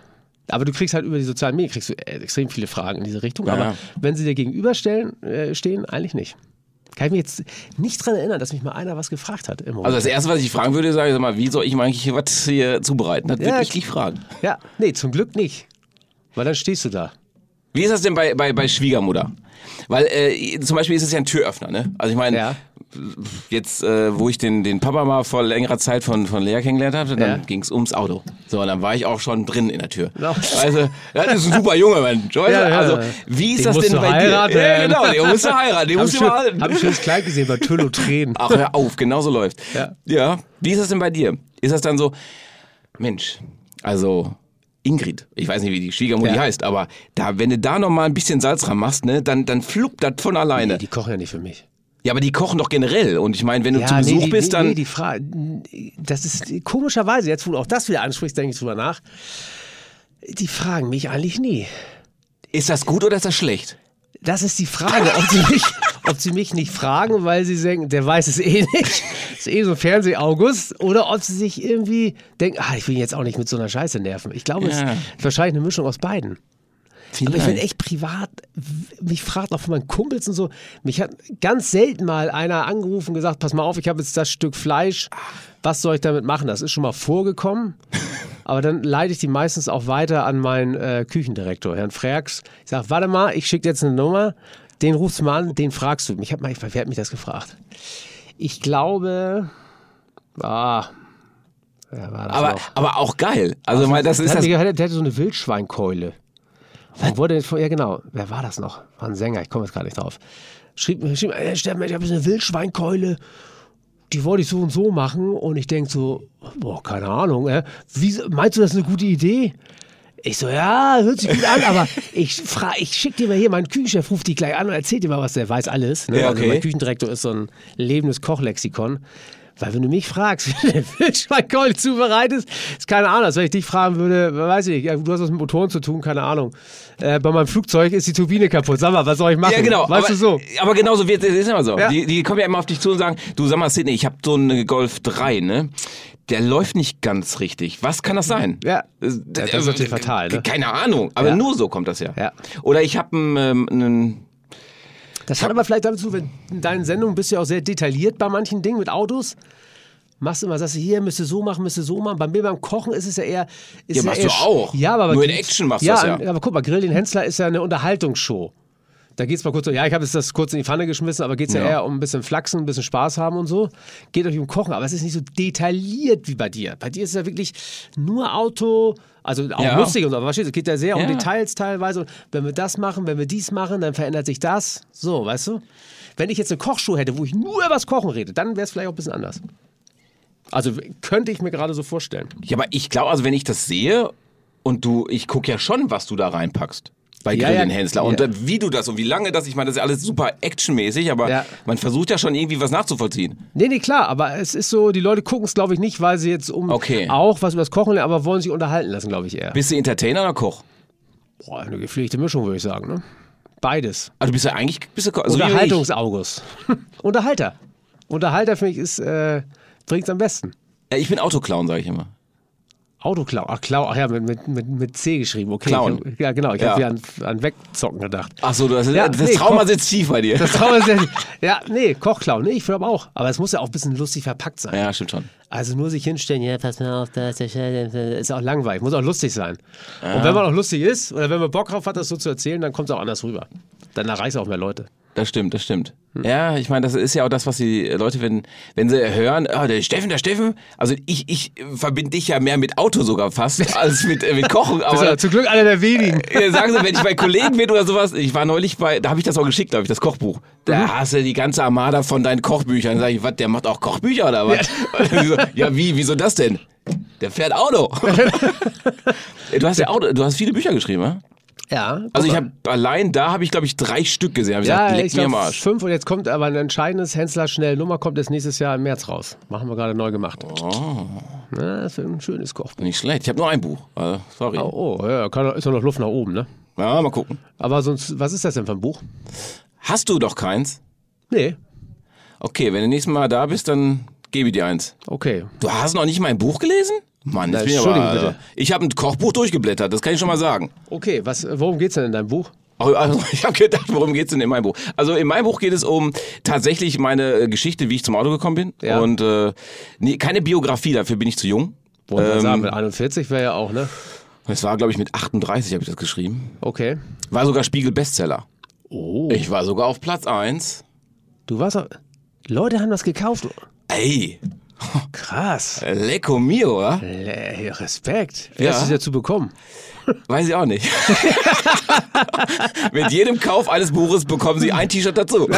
A: Aber du kriegst halt über die sozialen Medien kriegst du äh, extrem viele Fragen in diese Richtung.
B: Ja,
A: aber
B: ja.
A: wenn sie dir gegenüberstellen, äh, stehen, eigentlich nicht. Kann ich mich jetzt nicht dran erinnern, dass mich mal einer was gefragt hat. Im
B: Also
A: Moment.
B: das Erste, was ich fragen würde, sage ich sag mal, wie soll ich mir eigentlich hier was hier zubereiten? Das
A: Ja.
B: würde ich dich fragen.
A: ja, nee, zum Glück nicht. Weil dann stehst du da.
B: Wie ist das denn bei, bei, bei Schwiegermutter? Weil äh, zum Beispiel ist es ja ein Türöffner, ne? Also ich meine,
A: Ja.
B: jetzt, äh, wo ich den, den Papa mal vor längerer Zeit von, von Lea kennengelernt hatte, dann
A: Ja.
B: ging's ums Auto. So, und dann war ich auch schon drin in der Tür.
A: Ja.
B: Also, das ist ein super Junge, Mensch. Weißt du?
A: Ja, ja,
B: also,
A: ja.
B: wie ist
A: Den
B: das
A: musst
B: denn
A: du
B: bei
A: heiraten.
B: dir? Ja, genau, den musst du heiraten, den
A: Hab
B: musst
A: ich
B: du
A: schön-
B: mal.
A: hab ich schönes Kleid gesehen bei Tüllo Tränen.
B: Ach, hör auf, genau so läuft.
A: Ja.
B: ja. Wie ist das denn bei dir? Ist das dann so, Mensch, also Ingrid, ich weiß nicht, wie die Schwiegermutter
A: Ja.
B: heißt, aber da, wenn du da nochmal ein bisschen Salz ran machst, ne, dann, dann fluppt das von alleine.
A: Nee, die kochen ja nicht für mich.
B: ja, aber die kochen doch generell. Und ich meine, wenn du
A: Ja,
B: zu Besuch
A: nee, die,
B: bist,
A: nee,
B: dann.
A: Nee, die Frage, das ist komischerweise, jetzt wo du auch das wieder ansprichst, denke ich drüber nach. Die fragen mich eigentlich nie.
B: ist das gut oder ist das schlecht?
A: Das ist die Frage, ob sie mich, ob sie mich nicht fragen, weil sie denken, der weiß es eh nicht. Ist eh so ein Fernseh-August. Oder ob sie sich irgendwie denken, ah, ich will ihn jetzt auch nicht mit so einer Scheiße nerven. Ich glaube,
B: Ja.
A: es ist wahrscheinlich eine Mischung aus beiden. Aber ich bin echt privat, w- mich fragt auch von meinen Kumpels und so, mich hat ganz selten mal einer angerufen und gesagt, pass mal auf, ich habe jetzt das Stück Fleisch, was soll ich damit machen? Das ist schon mal vorgekommen. Aber dann leite ich die meistens auch weiter an meinen äh, Küchendirektor, Herrn Frerks. Ich sage, warte mal, ich schicke jetzt eine Nummer, den rufst du mal an, den fragst du. Mich hat mal, wer hat mich das gefragt? Ich glaube, ah, wer war das
B: aber,
A: noch?
B: aber auch geil. Also, mal, das ist
A: Der,
B: das.
A: hat mir gehört, der hatte so eine Wildschweinkeule. Und wurde jetzt vor, ja genau, wer war das noch? War ein Sänger, ich komme jetzt gar nicht drauf. Schrieb, schrieb äh, Steffen, ich habe so eine Wildschweinkeule, die wollte ich so und so machen. Und ich denke so, boah, keine Ahnung, äh, wie, meinst du, das ist eine gute Idee? Ich so, ja, hört sich gut an, aber ich, fra- ich schicke dir mal hier, mein Küchenchef ruft dich gleich an und erzählt dir mal was, der weiß alles. Ne?
B: Ja,
A: Also
B: okay.
A: mein Küchendirektor ist so ein lebendes Kochlexikon. Weil wenn du mich fragst, wie du den Wildschweinkeule zubereitest, ist keine Ahnung. Als wenn ich dich fragen würde, weiß ich, nicht, ja, du hast was mit Motoren zu tun, keine Ahnung. Äh, bei meinem Flugzeug ist die Turbine kaputt. Sag mal, was soll ich machen?
B: Ja, genau.
A: Weißt
B: aber,
A: du so?
B: Aber genauso wird es ist immer so.
A: Ja.
B: Die, die kommen ja immer auf dich zu und sagen, du sag mal, Sidney, ich habe so einen Golf 3, ne? Der läuft nicht ganz richtig. Was kann das sein?
A: Ja.
B: Das,
A: Ja, das ist natürlich fatal, ne?
B: Keine Ahnung, aber
A: Ja.
B: nur so kommt das ja.
A: Ja.
B: Oder ich habe einen, ähm,
A: Das hat aber vielleicht damit zu, tun, wenn in deinen Sendungen bist du ja auch sehr detailliert bei manchen Dingen mit Autos. Machst immer, sagst du hier, müsste so machen, müsste so machen. Bei mir beim Kochen ist es ja eher. Ist
B: Ja, machst
A: eher
B: du
A: sch-
B: auch.
A: Ja, aber
B: Nur
A: bei-
B: in Action machst du
A: ja,
B: das ja.
A: an- Aber guck mal, Grill den Hensler ist ja eine Unterhaltungsshow. Da geht es mal kurz um, ja, ich habe jetzt das kurz in die Pfanne geschmissen, aber geht es ja.
B: Ja.
A: eher um ein bisschen Flachsen, ein bisschen Spaß haben und so. Geht euch um Kochen, aber es ist nicht so detailliert wie bei dir. Bei dir ist es ja wirklich nur Auto, also auch
B: Ja.
A: lustig und so, aber verstehst du, es geht ja sehr um
B: Ja.
A: Details teilweise. Und wenn wir das machen, wenn wir dies machen, dann verändert sich das. So, weißt du? Wenn ich jetzt eine Kochshow hätte, wo ich nur über das Kochen rede, dann wäre es vielleicht auch ein bisschen anders. Also w- könnte ich mir gerade so vorstellen.
B: ja, aber ich glaube, also wenn ich das sehe und du, ich gucke ja schon, was du da reinpackst. Bei
A: Ja,
B: Grill
A: ja.
B: den Hensler. Und
A: Ja.
B: äh, wie du das und wie lange das, ich meine, das ist ja alles super actionmäßig, aber
A: Ja.
B: man versucht ja schon irgendwie was nachzuvollziehen.
A: Nee, nee, klar, aber es ist so, die Leute gucken es, glaube ich, nicht, weil sie jetzt um
B: Okay.
A: auch was über das Kochen lernen, aber wollen sich unterhalten lassen, glaube ich eher.
B: Bist du Entertainer oder Koch?
A: Boah, eine gepflegte Mischung, würde ich sagen, ne? Beides.
B: Also du bist ja eigentlich bist du Koch. so wie ich.
A: Unterhaltungsaugus. Unterhalter. Unterhalter für mich ist, äh, bringt's am besten.
B: Ja, ich bin Autoclown, sage ich immer.
A: Autoklau. Ach, Klau. Ach ja, mit, mit, mit, mit C geschrieben. Okay.
B: Clown.
A: Ich hab, ja, genau. Ich
B: Ja.
A: habe ja an, an Wegzocken gedacht.
B: Ach so, das,
A: Ja,
B: das
A: nee,
B: Trauma
A: Koch-
B: sitzt tief bei dir.
A: Das Trauma ist ja, ja, nee, Kochklau. Nee, ich glaube auch. Aber es muss ja auch ein bisschen lustig verpackt sein.
B: ja, stimmt schon.
A: Also nur sich hinstellen, ja, pass mal auf, das ist, ja- ist auch langweilig, muss auch lustig sein. Und wenn man auch lustig ist oder wenn man Bock drauf hat, das so zu erzählen, dann kommt es auch anders rüber. Dann erreicht es auch mehr Leute.
B: Das stimmt, das stimmt.
A: Hm.
B: Ja, ich meine, das ist ja auch das, was die Leute, wenn, wenn sie hören, ah, der Steffen, der Steffen, also ich, ich äh, verbinde dich ja mehr mit Auto sogar fast als mit, äh, mit Kochen.
A: Das ist ja
B: Aber
A: zum Glück einer der wenigen.
B: äh, sagen sie, wenn ich bei Kollegen bin oder sowas, ich war neulich bei, da habe ich das auch geschickt, glaube ich, das Kochbuch. Da
A: Mhm.
B: hast du die ganze Armada von deinen Kochbüchern. Sag ich, was, der macht auch Kochbücher oder was? Ja, so, ja wie, wieso das denn? Der fährt Auto. du hast ja Auto, du hast viele Bücher geschrieben, ja?
A: Ja.
B: Also ich habe allein da habe ich glaube ich drei Stück gesehen. Hab ich gesagt, leck
A: ich
B: mir am
A: glaub,
B: Arsch.
A: fünf und jetzt kommt aber ein entscheidendes Hensler schnell Nummer, kommt jetzt nächstes Jahr im März raus. Machen wir gerade neu gemacht.
B: Oh.
A: Na, das ist ein schönes Kochbuch.
B: Nicht schlecht. Ich habe nur ein Buch. Also, sorry.
A: Oh, oh ja, kann, ist doch noch Luft nach oben, ne?
B: Ja, mal gucken.
A: Aber sonst, was ist das denn für ein Buch?
B: Hast du doch keins?
A: Nee,
B: Okay, wenn du nächstes Mal da bist, dann gebe ich dir eins.
A: okay.
B: Du hast noch nicht mein Buch gelesen? Mann, das
A: Na,
B: bin ich
A: Entschuldigung,
B: aber, also,
A: bitte.
B: Ich habe ein Kochbuch durchgeblättert, das kann ich schon mal sagen.
A: Okay, was, worum geht's denn in deinem Buch?
B: Auch- Also, ich habe gedacht, worum geht's denn in meinem Buch? Also in meinem Buch geht es um tatsächlich meine äh, Geschichte, wie ich zum Auto gekommen bin.
A: Ja.
B: Und äh, nee, keine Biografie, dafür bin ich zu jung.
A: Wollen
B: Ähm.
A: wir sagen, mit 41 wäre ja auch, ne?
B: Das war, glaube ich, mit 38 habe ich das geschrieben.
A: Okay.
B: War sogar Spiegel-Bestseller.
A: Oh.
B: Ich war sogar auf Platz 1.
A: Du warst auch. Leute haben das gekauft.
B: Ey,
A: Krass.
B: lecco mio, oder?
A: Äh. Le- Respekt. Wie hast
B: Äh. Ja.
A: du es ja zu bekommen?
B: Weiß ich auch nicht. mit jedem Kauf eines Buches bekommen sie ein T-Shirt dazu.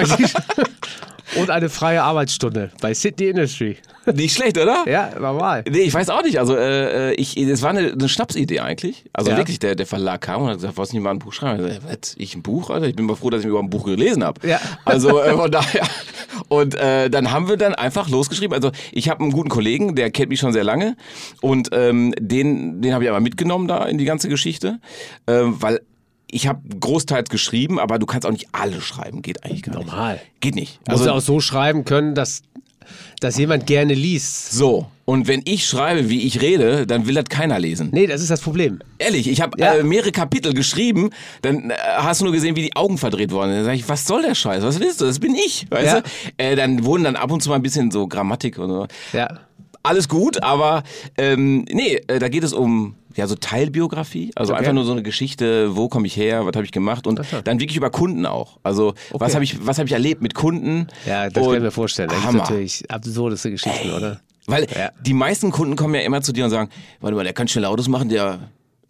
A: Und eine freie Arbeitsstunde bei Sydney Industry.
B: Nicht schlecht, oder?
A: Ja, normal.
B: Nee, ich weiß auch nicht. Also, äh, äh, ich, es war eine, eine Schnapsidee eigentlich. Also
A: Ja.
B: wirklich, der, der Verlag kam und hat gesagt, wolltest du nicht mal ein Buch schreiben? Ich, so, was, ich ein Buch, Alter? Ich bin mal froh, dass ich überhaupt ein Buch gelesen habe.
A: Ja.
B: Also äh, von daher. Und äh, dann haben wir dann einfach losgeschrieben. Also ich habe einen guten Kollegen, der kennt mich schon sehr lange. Und ähm, den, den habe ich aber mitgenommen da in die ganze Geschichte. Ähm, weil ich habe großteils geschrieben, aber du kannst auch nicht alle schreiben. Geht eigentlich gar
A: Normal.
B: nicht. Geht nicht. Also
A: Muss ja auch so schreiben können, dass, dass jemand gerne liest.
B: so. Und wenn ich schreibe, wie ich rede, dann will das keiner lesen.
A: Nee, das ist das Problem.
B: Ehrlich, ich habe
A: Ja.
B: äh, mehrere Kapitel geschrieben, dann äh, hast du nur gesehen, wie die Augen verdreht wurden. Dann sag ich, was soll der Scheiß? Was willst du? Das bin ich, weißt
A: Ja.
B: du? Äh, dann wurden dann ab und zu mal ein bisschen so Grammatik und so.
A: Ja.
B: Alles gut, aber ähm, nee, äh, da geht es um ja so Teilbiografie, also
A: Okay.
B: einfach nur so eine Geschichte, wo komme ich her, was habe ich gemacht und dann wirklich über Kunden auch. Also was habe ich, was habe ich erlebt mit Kunden?
A: Ja, das
B: und,
A: können wir vorstellen. Da gibt
B: Hammer.
A: natürlich absurdeste Geschichten, oder?
B: Weil
A: Ja.
B: die meisten Kunden kommen ja immer zu dir und sagen, warte mal, der kann schnell Autos machen, der,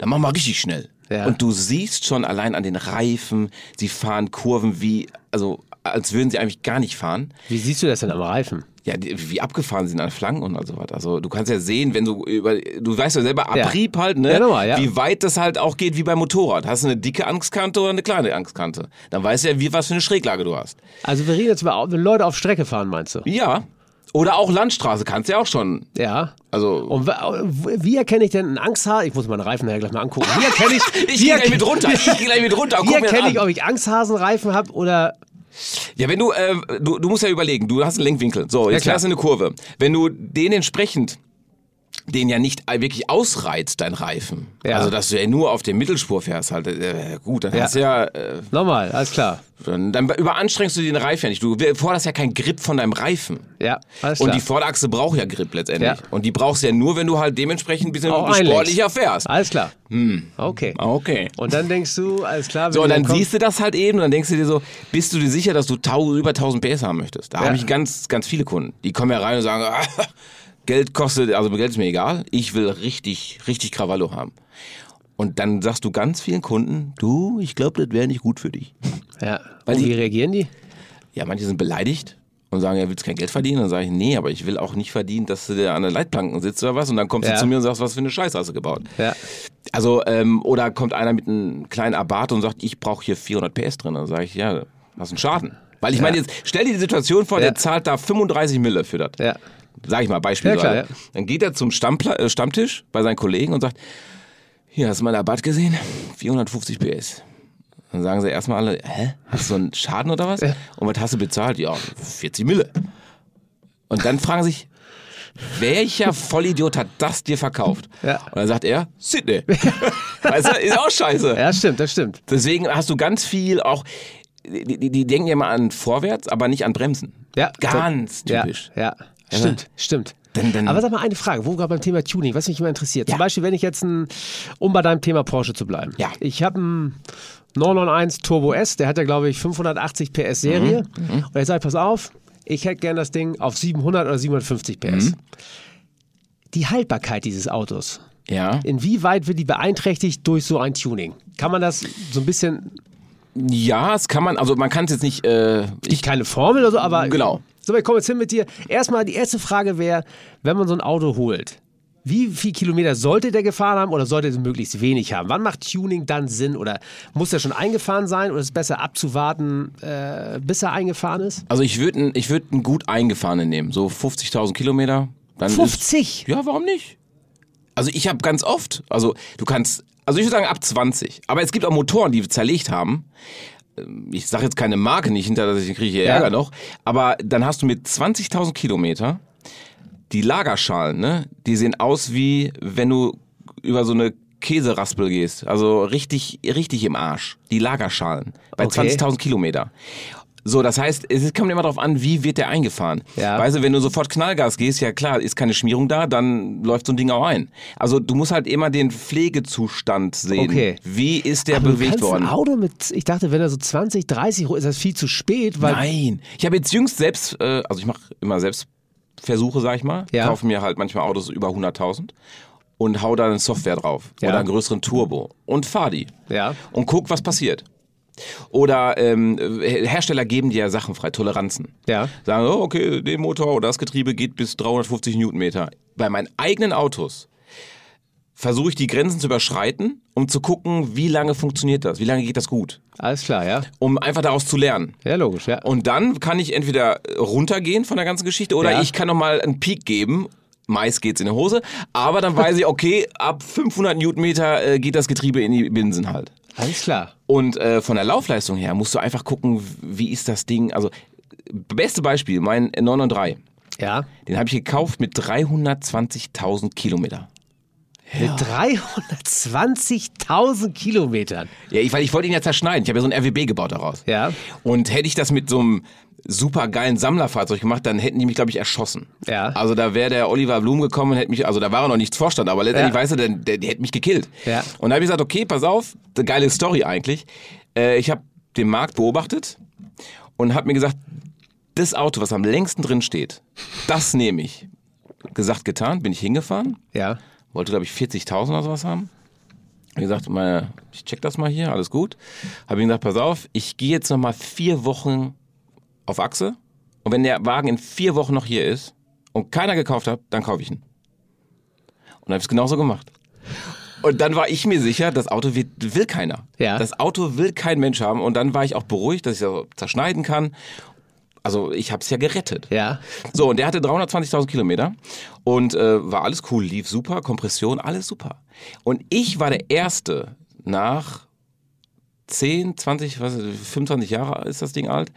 B: der macht mal richtig schnell.
A: Ja.
B: Und du siehst schon allein an den Reifen, sie fahren Kurven wie, also als würden sie eigentlich gar nicht fahren.
A: Wie siehst du das denn am Reifen?
B: Ja, die, wie abgefahren sie sind an Flanken und all so was. Also du kannst ja sehen, wenn du über, du weißt ja selber,
A: Ja.
B: Abrieb halt, ne?
A: Ja, nochmal, ja.
B: Wie weit das halt auch geht wie beim Motorrad. Hast du eine dicke Angstkante oder eine kleine Angstkante? Dann weißt du ja, wie, was für eine Schräglage du hast.
A: Also wir reden jetzt über, wenn Leute auf Strecke fahren, meinst du?
B: Ja. Oder auch Landstraße kannst du ja auch schon.
A: Ja.
B: Also
A: Und wa- wie erkenne ich denn einen Angsthasen? Ich muss meinen Reifenherr gleich mal angucken. Wie erkenne ich,
B: Ich
A: wie
B: gehe gleich
A: erke-
B: mit runter. Ich gehe gleich mit runter. und
A: wie
B: guck mir das
A: erkenne ich,
B: an.
A: ob ich Angsthasenreifen habe oder.
B: Ja, wenn du, äh, du, du musst ja überlegen, du hast einen Lenkwinkel. So, jetzt
A: klar.
B: hast du eine Kurve. Wenn du den entsprechend, den ja nicht wirklich ausreizt, dein Reifen.
A: Ja.
B: Also, dass du ja nur auf dem Mittelspur fährst, halt, äh, gut, dann
A: Ja.
B: hast du ja, äh,
A: Nochmal, alles klar.
B: dann, dann überanstrengst du den Reifen ja nicht. Du forderst ja keinen Grip von deinem Reifen.
A: Ja, alles klar.
B: Und die Vorderachse braucht ja Grip letztendlich.
A: Ja.
B: Und die brauchst du ja nur, wenn du halt dementsprechend ein bisschen
A: Auch Ah. einlenkst.
B: sportlicher fährst.
A: alles klar. Okay.
B: Okay.
A: Und dann denkst du, alles klar, wenn
B: Hm. So, und
A: die
B: dann
A: kommt-
B: siehst du das halt eben und dann denkst du dir so, bist du dir sicher, dass du tau über 1000 PS haben möchtest? Da
A: Ja.
B: habe ich ganz, ganz viele Kunden. Die kommen ja rein und sagen, ah, Geld kostet, also Geld ist mir egal, ich will richtig, richtig Krawallo haben. Und dann sagst du ganz vielen Kunden, du, ich glaube, das wäre nicht gut für dich.
A: Ja.
B: Weil
A: Und
B: die-
A: wie reagieren die?
B: Ja, manche sind beleidigt und sagen, ja, willst kein Geld verdienen? Dann sage ich, nee, aber ich will auch nicht verdienen, dass du dir an der Leitplanken sitzt oder was. Und dann kommst
A: Ja.
B: du zu mir und sagst, was für eine Scheiße hast du gebaut?
A: Ja.
B: Also, ähm, oder kommt einer mit einem kleinen Abarth und sagt, ich brauche hier 400 PS drin. Dann sage ich, ja, hast einen Schaden. Weil ich meine, jetzt stell dir die Situation vor,
A: Ja.
B: der zahlt da 35 Mille für das.
A: Ja.
B: Sag ich mal, Beispiel.
A: Ja, klar, ja.
B: Dann geht er zum Stammpla äh, Stammtisch bei seinen Kollegen und sagt, hier, hast du meinen Abarth gesehen? 450 PS. Dann sagen sie erstmal alle, hä, hast du einen Schaden oder was?
A: Ja.
B: Und was hast du bezahlt? Ja, 40 Mille. Und dann fragen sich, welcher Vollidiot hat das dir verkauft?
A: Ja.
B: Und dann sagt er, Sydney. weißt du, ist auch scheiße.
A: Ja, stimmt, das stimmt.
B: Deswegen hast du ganz viel auch, die, die, die denken ja immer an vorwärts, aber nicht an Bremsen.
A: Ja,
B: Ganz
A: Ja,
B: typisch.
A: ja. Stimmt, stimmt.
B: Dann- dann-
A: Aber sag mal eine Frage, wo wir gerade beim Thema Tuning, was mich immer interessiert. Zum Beispiel, wenn ich jetzt ein, um bei deinem Thema Porsche zu bleiben.
B: Ja.
A: Ich habe einen 991 Turbo S, der hat ja, glaube ich, 580 PS Serie.
B: Mhm,
A: Und jetzt sage ich, pass auf, ich hätte gern das Ding auf 700 oder 750 PS.
B: Mhm.
A: Die Haltbarkeit dieses Autos,
B: Ja.
A: inwieweit wird die beeinträchtigt durch so ein Tuning? Kann man das so ein bisschen,
B: Ja, es kann man, also man kann es jetzt nicht, äh, ich,
A: keine Formel oder so, aber
B: genau.
A: So, ich komme jetzt hin mit dir. Erstmal, die erste Frage wäre, wenn man so ein Auto holt, Wie viel Kilometer sollte der gefahren haben oder sollte er möglichst wenig haben? Wann macht Tuning dann Sinn oder muss er schon eingefahren sein oder ist es besser abzuwarten, äh, bis er eingefahren ist?
B: Also ich würde ich würd einen gut eingefahrenen nehmen, so 50.000 Kilometer. Dann Ist,
A: 50!
B: ja, warum nicht? Also ich habe ganz oft, also du kannst, also ich würde sagen ab 20. Aber es gibt auch Motoren, die wir zerlegt haben. Ähm, Ich sage jetzt keine Marke nicht hinter, dass ich kriege hier
A: Ja.
B: Ärger noch. Aber dann hast du mit 20.000 Kilometer die Lagerschalen, ne? Die sehen aus wie, wenn du über so eine Käseraspel gehst. Also richtig, richtig im Arsch. Die Lagerschalen. Bei
A: Okay.
B: 20.000 Kilometer. So, das heißt, es kommt immer darauf an, wie wird der eingefahren.
A: Ja.
B: Weißt du, wenn du sofort Knallgas gehst, ja klar, ist keine Schmierung da, dann läuft so ein Ding auch ein. Also du musst halt immer den Pflegezustand sehen.
A: Okay.
B: Wie ist der
A: Aber du
B: bewegt
A: kannst
B: worden?
A: Ein Auto mit, ich dachte, wenn er so 20, 30 ru- ist das viel zu spät, weil
B: Nein. Ich habe jetzt jüngst selbst, äh, also ich mache immer selbst Versuche, sag ich mal.
A: Ja.
B: Kaufe mir halt manchmal Autos über 100.000 und hau da eine Software drauf
A: Ja.
B: oder einen größeren Turbo und fahr die
A: Ja.
B: und guck, was passiert. Oder ähm, Her- Hersteller geben dir ja Sachen frei, Toleranzen.
A: Ja.
B: Sagen, oh, okay, der Motor oder das Getriebe geht bis 350 Newtonmeter. Bei meinen eigenen Autos versuche ich die Grenzen zu überschreiten, um zu gucken, wie lange funktioniert das, wie lange geht das gut,
A: Alles klar, ja.
B: um einfach daraus zu lernen.
A: Ja, logisch, ja.
B: Und dann kann ich entweder runtergehen von der ganzen Geschichte oder
A: Ja.
B: ich kann nochmal einen Peak geben. Meist geht's in die Hose, aber dann weiß ich, okay, ab 500 Newtonmeter äh, geht das Getriebe in die Binsen halt.
A: Alles klar.
B: Und äh, von der Laufleistung her musst du einfach gucken, wie ist das Ding. Also, beste Beispiel, mein 993.
A: Ja.
B: Den habe ich gekauft mit 320.000 Kilometer.
A: Mit 320.000 Kilometern.
B: Ja, ich, weil ich wollte ihn ja zerschneiden. Ich habe ja so ein RWB gebaut daraus.
A: Ja.
B: Und hätte ich das mit so einem super geilen Sammlerfahrzeug gemacht, dann hätten die mich, glaube ich, erschossen.
A: Ja.
B: Also da wäre der Oliver Blum gekommen und hätte mich, also da war er noch nichts Vorstand, aber letztendlich,
A: Ja.
B: weißt du, der, der, der hätte mich gekillt.
A: Ja.
B: Und da habe ich gesagt, okay, pass auf, eine geile Story eigentlich. Äh, ich habe den Markt beobachtet und habe mir gesagt, das Auto, was am längsten drin steht, das nehme ich. Gesagt, getan, bin ich hingefahren
A: Ja.
B: wollte, glaube ich, 40.000 oder sowas haben. Wie gesagt, meine, ich check das mal hier, alles gut. Habe ihm gesagt, pass auf, ich gehe jetzt nochmal vier Wochen auf Achse. Und wenn der Wagen in vier Wochen noch hier ist und keiner gekauft hat, dann kaufe ich ihn. Und habe es genauso gemacht. Und dann war ich mir sicher, das Auto wird, will keiner.
A: Ja.
B: Das Auto will kein Mensch haben. Und dann war ich auch beruhigt, dass ich das zerschneiden kann. Also ich habe es ja gerettet.
A: Ja.
B: So, und der hatte 320.000 Kilometer und äh, war alles cool, lief super, Kompression, alles super. Und ich war der Erste nach 10, 20, was, 25 Jahre ist das Ding alt,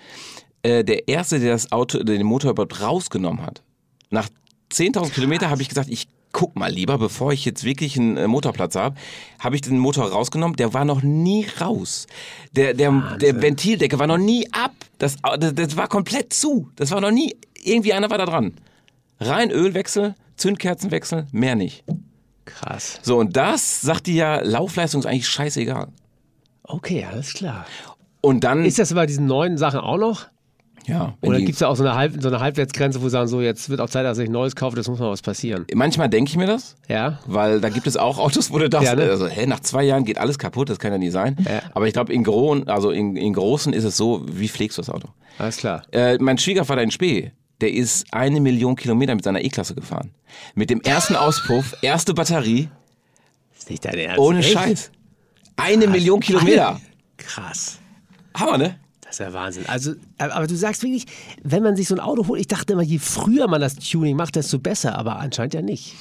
B: äh, der Erste, der das Auto, den Motor überhaupt rausgenommen hat. Nach 10.000 Kilometer habe ich gesagt, ich guck mal lieber, bevor ich jetzt wirklich einen äh, Motorplatz habe, habe ich den Motor rausgenommen, der war noch nie raus. Der, der, der Ventildecke war noch nie ab. Das, Au- das, das war komplett zu. Das war noch nie, irgendwie einer war da dran. Rein Ölwechsel, Zündkerzenwechsel, mehr nicht.
A: Krass.
B: So, und das sagt dir ja, Laufleistung ist eigentlich scheißegal.
A: Okay, alles klar.
B: Und dann,
A: Ist das bei diesen neuen Sachen auch noch?
B: ja, wenn
A: Oder
B: die-
A: gibt es da auch so eine, Halb so eine Halbwertsgrenze, wo sie sagen, so jetzt wird auch Zeit, dass ich Neues kaufe, das muss mal was passieren?
B: manchmal denke ich mir das,
A: Ja?
B: Weil da gibt es auch Autos, wo du dachtest,
A: Ja, ne?
B: also, hä, nach zwei Jahren geht alles kaputt, das kann ja nie sein.
A: Ja.
B: Aber ich glaube, in, Gro- also in, in Großen ist es so, wie pflegst du das Auto?
A: Alles klar.
B: Äh, mein Schwiegervater in Spee, der ist eine Million Kilometer mit seiner E-Klasse gefahren. Mit dem ersten Auspuff, erste Batterie,
A: Ist nicht dein Ernst?
B: ohne
A: Echt?
B: Scheiß. Eine Million Kilometer.
A: Krass.
B: Hammer, ne?
A: Das ist ja Wahnsinn. Also, aber aber du sagst wirklich, wenn man sich so ein Auto holt, ich dachte immer, je früher man das Tuning macht, desto besser, aber anscheinend ja nicht.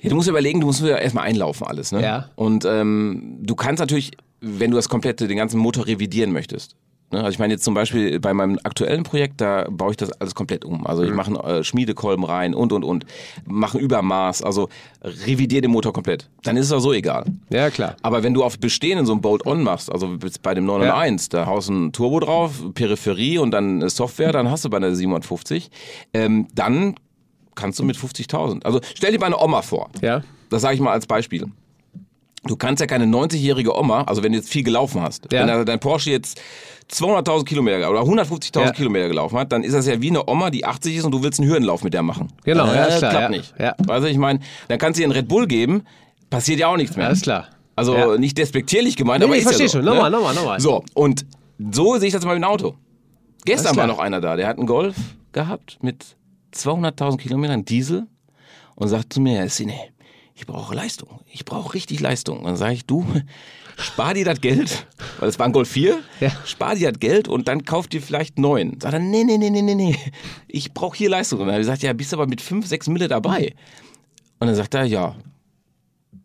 B: Ja, du musst überlegen, du musst ja erstmal einlaufen alles, ne?
A: Ja.
B: Und ähm, du kannst natürlich, wenn du das komplette, den ganzen Motor revidieren möchtest. Ne? Also ich meine jetzt zum Beispiel bei meinem aktuellen Projekt, da baue ich das alles komplett um. Also ich mache einen, äh, Schmiedekolben rein und und und, mache ein Übermaß, also revidier den Motor komplett. Dann ist es auch so egal.
A: Ja, klar.
B: Aber wenn du auf bestehenden so ein Bolt-on machst, also jetzt bei dem 901, da haust du ein Turbo drauf, Peripherie und dann äh, Software, dann hast du bei einer 750, ähm, dann kannst du mit 50.000. Also stell dir mal eine Oma vor.
A: Ja?
B: Das sage ich mal als Beispiel. Du kannst ja keine 90-jährige Oma, also wenn du jetzt viel gelaufen hast,
A: Ja.
B: wenn da dein Porsche jetzt 200.000 Kilometer oder 150.000
A: Ja.
B: Kilometer gelaufen hat, dann ist das ja wie eine Oma, die 80 ist und du willst einen Hürdenlauf mit der machen.
A: Genau,
B: äh,
A: ja, ist klar,
B: klappt
A: ja.
B: nicht.
A: Ja.
B: Weißt du, ich meine, dann kannst du ihr einen Red Bull geben, passiert ja auch nichts mehr.
A: Alles klar.
B: Also
A: Ja.
B: nicht despektierlich gemeint, aber
A: nee,
B: ist
A: ich verstehe
B: ja so,
A: schon.
B: ne?
A: Nochmal, nochmal, nochmal.
B: So, und so sehe ich das mal mit dem Auto. Gestern
A: Alles
B: war
A: klar.
B: noch einer da, der hat einen Golf gehabt mit 200.000 Kilometern Diesel und sagt zu mir, Herr Sine, ich brauche Leistung. Ich brauche richtig Leistung. Und dann sage ich, du, spar dir das Geld, weil es war ein Golf 4,
A: Ja.
B: spar dir das Geld und dann kauf dir vielleicht neun. Sagt er, nee, nee, nee, nee, nee, nee, ich brauche hier Leistung. Und dann habe ich gesagt, ja, bist aber mit fünf, sechs Mille dabei. Und dann sagt er, ja,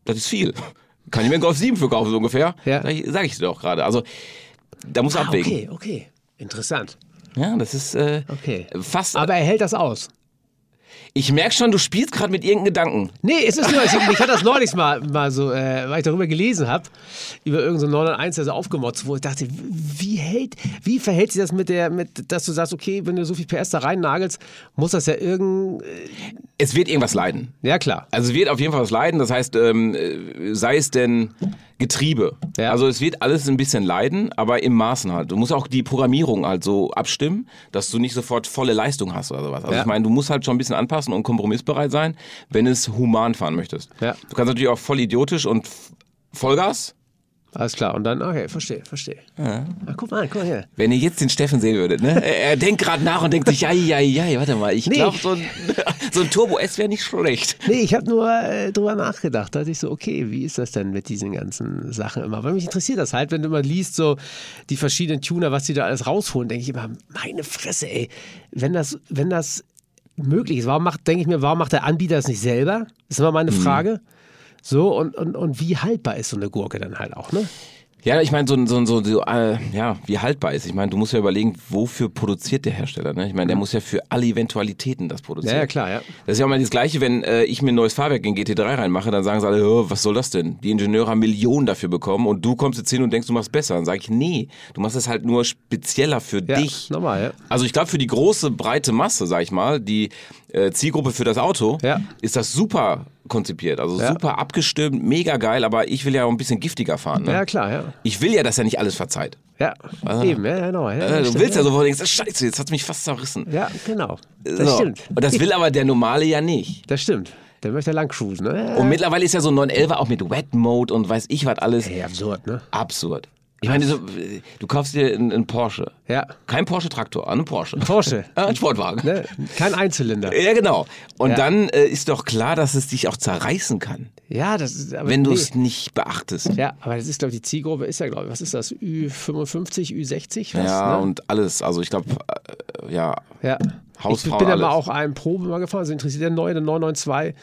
B: das ist viel. Kann ich mir einen Golf 7 für kaufen, so ungefähr?
A: Ja.
B: Sag ich, sag ich dir doch gerade. Also, da muss
A: Ah,
B: abwägen.
A: okay, okay. Interessant.
B: Ja, das ist äh,
A: Okay.
B: fast.
A: Aber er hält das aus.
B: ich merke schon, du spielst gerade mit irgendeinem Gedanken.
A: Nee, es ist nur, ich, ich hatte das neulich mal, mal so, äh, weil ich darüber gelesen habe, über irgendeinen so 901, der so aufgemotzt wurde. Ich dachte, wie, hält, wie verhält sich das mit der, mit, dass du sagst, okay, wenn du so viel PS da rein nagelst, muss das ja irgend.
B: Es wird irgendwas leiden.
A: Ja, klar.
B: Also es wird auf jeden Fall was leiden. Das heißt, ähm, äh, sei es denn Getriebe.
A: Ja.
B: Also es wird alles ein bisschen leiden, aber im Maßen halt. Du musst auch die Programmierung halt so abstimmen, dass du nicht sofort volle Leistung hast oder sowas. Also
A: Ja.
B: ich meine, du musst halt schon ein bisschen anpassen und kompromissbereit sein, wenn es human fahren möchtest.
A: Ja.
B: Du kannst natürlich auch voll idiotisch und f- Vollgas.
A: Alles klar. Und dann, okay, verstehe, verstehe. Ah, guck mal, an, guck mal her.
B: Wenn ihr jetzt den Steffen sehen würdet, ne? Er, er denkt gerade nach und denkt sich, ja, ja, ja, warte mal, ich
A: Nee.
B: glaube, so, ein- so ein Turbo S wäre nicht schlecht.
A: Nee, ich habe nur äh, drüber nachgedacht. Da dachte ich so, okay, wie ist das denn mit diesen ganzen Sachen immer? Weil mich interessiert das halt, wenn du immer liest, so die verschiedenen Tuner, was die da alles rausholen, denke ich immer, meine Fresse, ey, wenn das, wenn das möglich ist, warum macht, denke ich mir, warum macht der Anbieter das nicht selber? Ist immer meine Frage. So, und, und, und wie haltbar ist so eine Gurke dann halt auch, ne?
B: Ja, ich meine, so, ein- so, ein- so, ein- so äh, ja, wie haltbar ist. Ich meine, du musst ja überlegen, wofür produziert der Hersteller. Ne? Ich meine, der muss ja für alle Eventualitäten das produzieren.
A: Mhm. Ja, ja, klar, ja.
B: Das ist ja auch mal das Gleiche, wenn äh, ich mir ein neues Fahrwerk in GT3 reinmache, dann sagen sie alle, "Oh, was soll das denn? Die Ingenieure haben Millionen dafür bekommen und du kommst jetzt hin und denkst, du machst besser. Dann sage ich, nee, du machst es halt nur spezieller für
A: Ja,
B: dich.
A: Normal, ja.
B: Also ich glaube, für die große breite Masse, sag ich mal, die äh, Zielgruppe für das Auto,
A: Ja.
B: ist das super konzipiert. Also
A: Ja.
B: super abgestimmt, mega geil, aber ich will ja auch ein bisschen giftiger fahren. Ne?
A: Ja, klar, ja.
B: Ich will ja, dass er nicht alles verzeiht.
A: Ja, eben, ja, genau. Ja,
B: Äh, du
A: stimmt,
B: willst ja
A: ja.
B: sofort denkst, scheiße, jetzt hat's mich fast zerrissen.
A: Ja, genau. Das
B: So.
A: stimmt.
B: Und das will aber der Normale ja nicht.
A: Das stimmt. Der möchte lang cruisen, ne?
B: Und mittlerweile ist ja so ein 911 auch mit Wet Mode und weiß ich was alles.
A: Ey, absurd, ne?
B: Absurd. Ich meine, so, äh, du kaufst dir einen, einen Porsche.
A: Ja.
B: Kein Porsche-Traktor, einen Porsche. Ein
A: Porsche.
B: Ein Sportwagen.
A: Ne? Kein Einzylinder.
B: Ja, genau. Und
A: Ja.
B: dann äh, ist doch klar, dass es dich auch zerreißen kann,
A: Ja, das ist aber.
B: wenn du
A: nee.
B: es nicht beachtest.
A: Ja, aber das ist, glaube ich, die Zielgruppe ist ja, glaube ich, was ist das? Ü55, Ü60? Was,
B: Ja,
A: ne?
B: und alles. Also ich glaube, äh, ja.
A: ja.
B: Hausfrau
A: Ich bin ja
B: alles.
A: mal auch einen Probe mal gefahren, das interessiert der neue, der 992.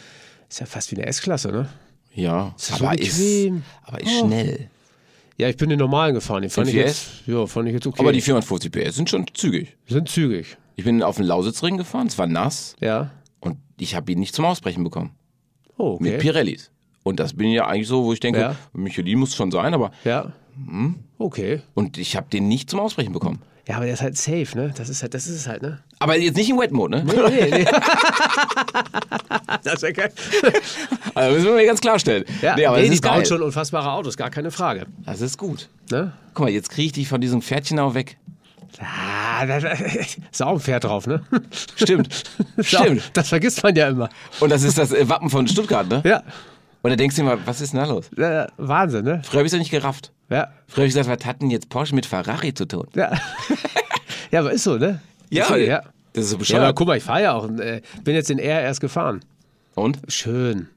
A: Ist ja fast wie eine S-Klasse, ne?
B: Ja.
A: ist so
B: Aber ist,
A: bequem.
B: aber ist schnell.
A: Ja, ich bin den normalen gefahren, den fand ich
B: Den
A: jetzt, ja, fand ich jetzt okay.
B: Aber die 450 PS sind schon zügig.
A: sind zügig.
B: Ich bin auf den Lausitzring gefahren, es war nass
A: Ja.
B: und ich habe ihn nicht zum Ausbrechen bekommen.
A: Oh,
B: Mit
A: okay.
B: Pirellis. Und das bin ja eigentlich so, wo ich denke,
A: Ja.
B: Michelin muss schon sein, aber.
A: Ja.
B: Hm?
A: Okay.
B: Und ich habe den nicht zum Ausbrechen bekommen.
A: Ja, aber der ist halt safe, ne? Das ist halt, das ist es halt, ne?
B: Aber jetzt nicht im Wet Mode, ne?
A: Nee, nee. das ist ja geil.
B: Also müssen wir mal ganz klarstellen.
A: Ja,
B: nee, aber
A: nee,
B: das,
A: die
B: ist geil.
A: bauen schon unfassbare Autos, gar keine Frage.
B: das ist gut.
A: Ne?
B: Guck mal, jetzt kriege ich dich von diesem Pferdchen auch weg.
A: Ah, da, da, ist auch ein Pferd drauf, ne?
B: Stimmt.
A: Ist auch-
B: Stimmt.
A: Das vergisst man ja immer.
B: Und das ist das äh, Wappen von Stuttgart, ne?
A: Ja,
B: Und da denkst du dir mal, was ist denn da los?
A: äh, Wahnsinn, ne?
B: Früher habe ich es ja nicht gerafft.
A: Ja,
B: Früher habe ich gesagt, was hat denn jetzt Porsche mit Ferrari zu tun?
A: ja. ja, aber ist so, ne? Okay, ja.
B: Das ist
A: Ja,
B: so
A: aber
B: bescheuert.
A: guck mal, ich fahre ja auch. Äh, bin jetzt in R erst gefahren.
B: Und?
A: Schön.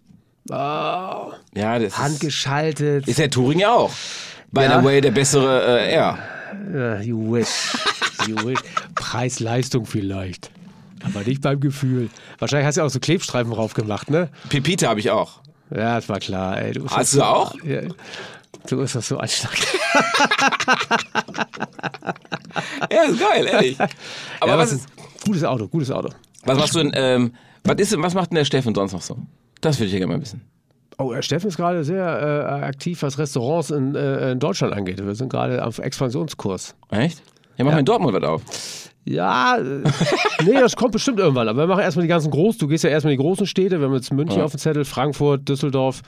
A: Oh,
B: Ja, das ist,
A: handgeschaltet.
B: ist der Touring ja auch. By
A: Ja.
B: the way, der bessere äh, R.
A: Äh, you wish. You wish. Preis-Leistung vielleicht. Aber nicht beim Gefühl. Wahrscheinlich hast du auch so Klebstreifen drauf gemacht, ne?
B: Pipita habe ich auch.
A: Ja, das war klar. Ey, du bist
B: Hast du auch?
A: Ja. Du bist doch so anstrengend.
B: Ja, ist geil, ehrlich. Aber
A: Ja,
B: was,
A: das
B: ist,
A: ist- Gutes Auto, gutes Auto.
B: was machst du denn, ähm, was, ist, denn- was macht denn der Steffen sonst noch so? Das würde ich ja gerne mal wissen.
A: Oh, äh, Steffen ist gerade sehr äh, aktiv, was Restaurants in, äh, in Deutschland angeht. Wir sind gerade auf Expansionskurs.
B: Echt? Ja, mach mir in Dortmund was auf.
A: Ja, äh, nee, das kommt bestimmt irgendwann. Aber wir machen erstmal die ganzen Groß. Du gehst ja erstmal in die großen Städte. Wir haben jetzt München auf dem Zettel, Frankfurt, Düsseldorf.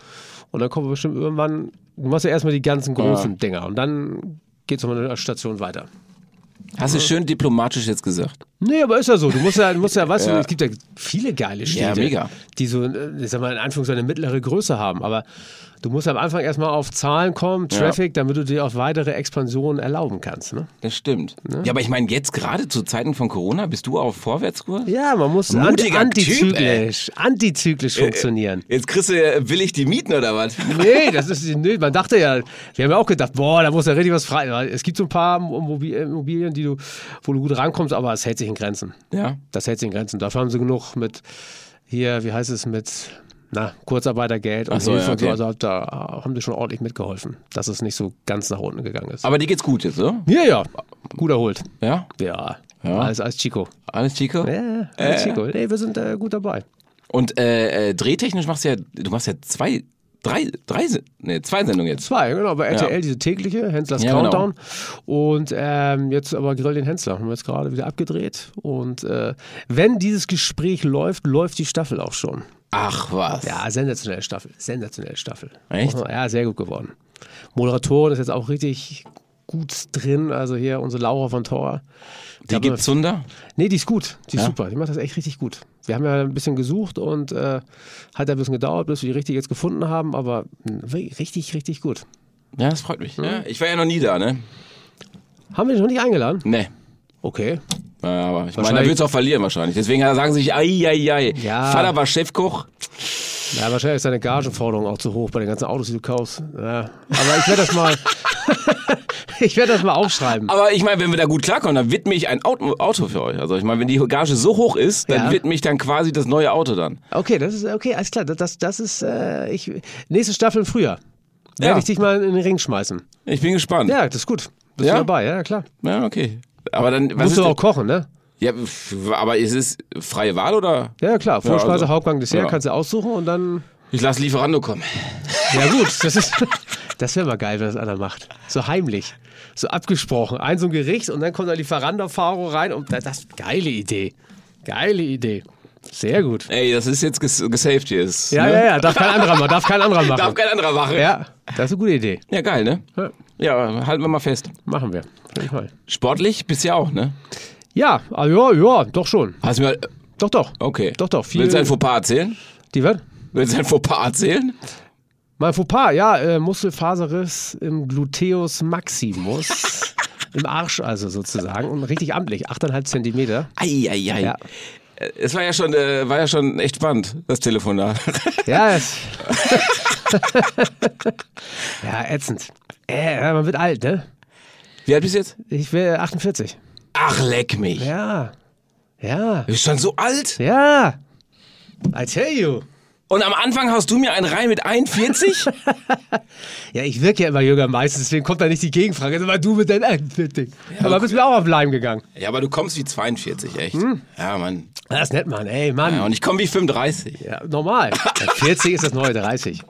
A: Und dann kommen wir bestimmt irgendwann. Du machst ja erstmal die ganzen großen Dinger. Und dann geht es nochmal eine Station weiter.
B: Hast du schön diplomatisch jetzt gesagt.
A: Nee, aber ist ja so. Du musst ja, musst ja weißt du, es gibt ja viele geile Städte,
B: Ja, mega.
A: die so, äh, ich sag mal, in Anführungszeichen eine mittlere Größe haben. Aber du musst am Anfang erstmal auf Zahlen kommen, Traffic, damit du dir auch weitere Expansionen erlauben kannst. Ne?
B: Das stimmt. Ja, aber ich meine, jetzt gerade zu Zeiten von Corona, bist du auf Vorwärtskurs?
A: Ja, man muss anti
B: Mutiger Typ, ey.
A: antizyklisch, Äh, antizyklisch funktionieren.
B: Jetzt kriegst du äh, billig die Mieten oder was?
A: Nee, das ist, nee, man dachte ja, wir haben ja auch gedacht, boah, da muss ja richtig was frei. weil Es gibt so ein paar Mobi- Immobilien, die du, wo du gut rankommst, aber es hält sich in Grenzen.
B: Ja.
A: Das hält sich in Grenzen. Dafür haben sie genug mit, hier, wie heißt es, mit, na, Kurzarbeitergeld und
B: Ach so,
A: Hilfe
B: ja,
A: und so.
B: okay.
A: Also da haben sie schon ordentlich mitgeholfen, dass es nicht so ganz nach unten gegangen ist.
B: Aber dir geht's gut jetzt, oder?
A: ja, ja, gut erholt.
B: Ja?
A: Ja,
B: Ja.
A: Als, als Chico.
B: Alles Chico?
A: Ja, als Chico. Nee, wir sind äh, gut dabei.
B: Und äh, äh, drehtechnisch machst du ja, du machst ja zwei, drei, drei, Se- nee, zwei Sendungen jetzt.
A: Zwei, genau, bei RTL
B: Ja.
A: diese tägliche, Henslers
B: Ja, genau.
A: Countdown. Und ähm, jetzt aber Grill den Hensler, haben wir jetzt gerade wieder abgedreht. Und äh, wenn dieses Gespräch läuft, läuft die Staffel auch schon.
B: Ach was.
A: Ja, sensationelle Staffel, sensationelle Staffel.
B: Echt?
A: Ja, sehr gut geworden. Moderatorin ist jetzt auch richtig gut drin, also hier unsere Laura von Tor.
B: Die gibt's Zunder?
A: Nee, die ist gut. Die ist
B: Ja?
A: super. Die macht das echt richtig gut. Wir haben ja ein bisschen gesucht und äh, hat ja ein bisschen gedauert, bis wir die richtig jetzt gefunden haben, aber mh, richtig, richtig gut.
B: Ja, das freut mich. Ja, ich war ja noch nie da, ne?
A: Haben wir dich noch nicht eingeladen?
B: Nee.
A: Okay.
B: Ja, aber ich meine, da
A: Wahrscheinlich-
B: wird's auch verlieren wahrscheinlich. Deswegen sagen sie sich, ai, ai, ai.
A: Ja.
B: Vater war Chefkoch.
A: Ja, wahrscheinlich ist deine Gagenforderung auch zu hoch bei den ganzen Autos, die du kaufst. Ja. Aber ich werde das mal. ich werde das mal aufschreiben.
B: Aber ich meine, wenn wir da gut klarkommen, dann widme ich ein Auto, Auto für euch. Also ich meine, wenn die Gage so hoch ist, dann
A: Ja.
B: widme ich dann quasi das neue Auto dann.
A: Okay, das ist okay, alles klar. Das- Das, das ist äh, ich, nächste Staffel im Frühjahr. Werde
B: Ja.
A: ich dich mal in den Ring schmeißen.
B: Ich bin gespannt.
A: Ja, das ist gut. Bist
B: Ja?
A: du dabei, ja klar.
B: Ja, okay. Aber dann, was
A: Musst du
B: ist
A: auch kochen, ne?
B: denn- Ja, pf, aber ist es freie Wahl oder?
A: Ja, klar. Vorspeise,
B: also-
A: Hauptgang, Dessert
B: ja.
A: kannst du aussuchen und dann.
B: Ich lasse Lieferando kommen.
A: Ja gut, das ist. Das wäre mal geil, wenn das einer macht. So heimlich. So abgesprochen. Ein so ein Gericht und dann kommt da Lieferando Faro rein und das, das geile Idee. Geile Idee. Sehr gut.
B: Ey, das ist jetzt ges gesaved hier. Ist,
A: Ja,
B: ne?
A: ja, ja, darf kein anderer machen, darf kein anderer machen.
B: Darf kein anderer machen.
A: ja, das ist eine gute Idee.
B: Ja, geil, ne?
A: Ja,
B: Ja, halten wir mal fest.
A: machen wir. Auf jeden Fall.
B: Sportlich bist du ja auch, ne?
A: Ja, ah, ja, ja, doch schon.
B: Hast du mir.
A: Doch, doch.
B: Okay.
A: Doch, doch, viel-
B: Willst du ein Fauxpas erzählen?
A: Die wird.
B: Willst du ein Fauxpas erzählen?
A: Mein Fauxpas, ja, äh, Muskelfaserriss im Gluteus Maximus. Im Arsch also sozusagen. Und richtig amtlich, 8,5 Zentimeter.
B: Eieiei.
A: Ja.
B: Es war ja schon, äh, war ja schon echt spannend, das Telefonat.
A: Ja, es ja ätzend. Äh, ja, man wird alt, ne?
B: Wie alt bist du jetzt?
A: Ich wäre 48.
B: Ach, leck mich.
A: Ja. Ja.
B: Du bist schon so alt.
A: Ja. I tell you.
B: Und am Anfang haust du mir einen rein mit 41?
A: Ja, ich wirke ja immer jünger meistens, deswegen kommt da nicht die Gegenfrage. Also, weil du mit deinen 48. Aber bist mir auch auf den Leim gegangen.
B: ja, aber du kommst wie 42, echt.
A: Hm.
B: Ja, Mann.
A: Das ist nett, Mann. Ey, Mann.
B: Ja, und ich komme wie 35.
A: Ja, normal. Ja, 40 ist das neue 30.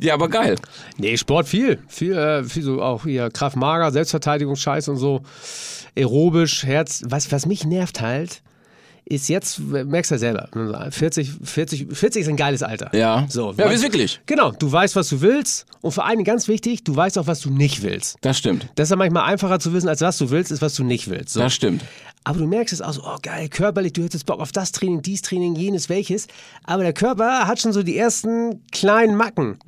B: Ja, aber geil.
A: Nee, Sport viel. Viel, äh, viel so auch hier Kraftmager, Selbstverteidigungsscheiß und so. Aerobisch, Herz. Was, was mich nervt halt, ist jetzt, merkst du ja selber, 40, 40, 40 ist ein geiles Alter.
B: Ja.
A: So,
B: ja, ist wirklich.
A: Genau, du weißt, was du willst und vor allem ganz wichtig, du weißt auch, was du nicht willst.
B: Das stimmt.
A: Das ist ja manchmal einfacher zu wissen, als was du willst, ist, was du nicht willst. So.
B: Das stimmt.
A: Aber du merkst es auch so, oh geil, körperlich, du hättest Bock auf das Training, dies Training, jenes, welches. Aber der Körper hat schon so die ersten kleinen Macken.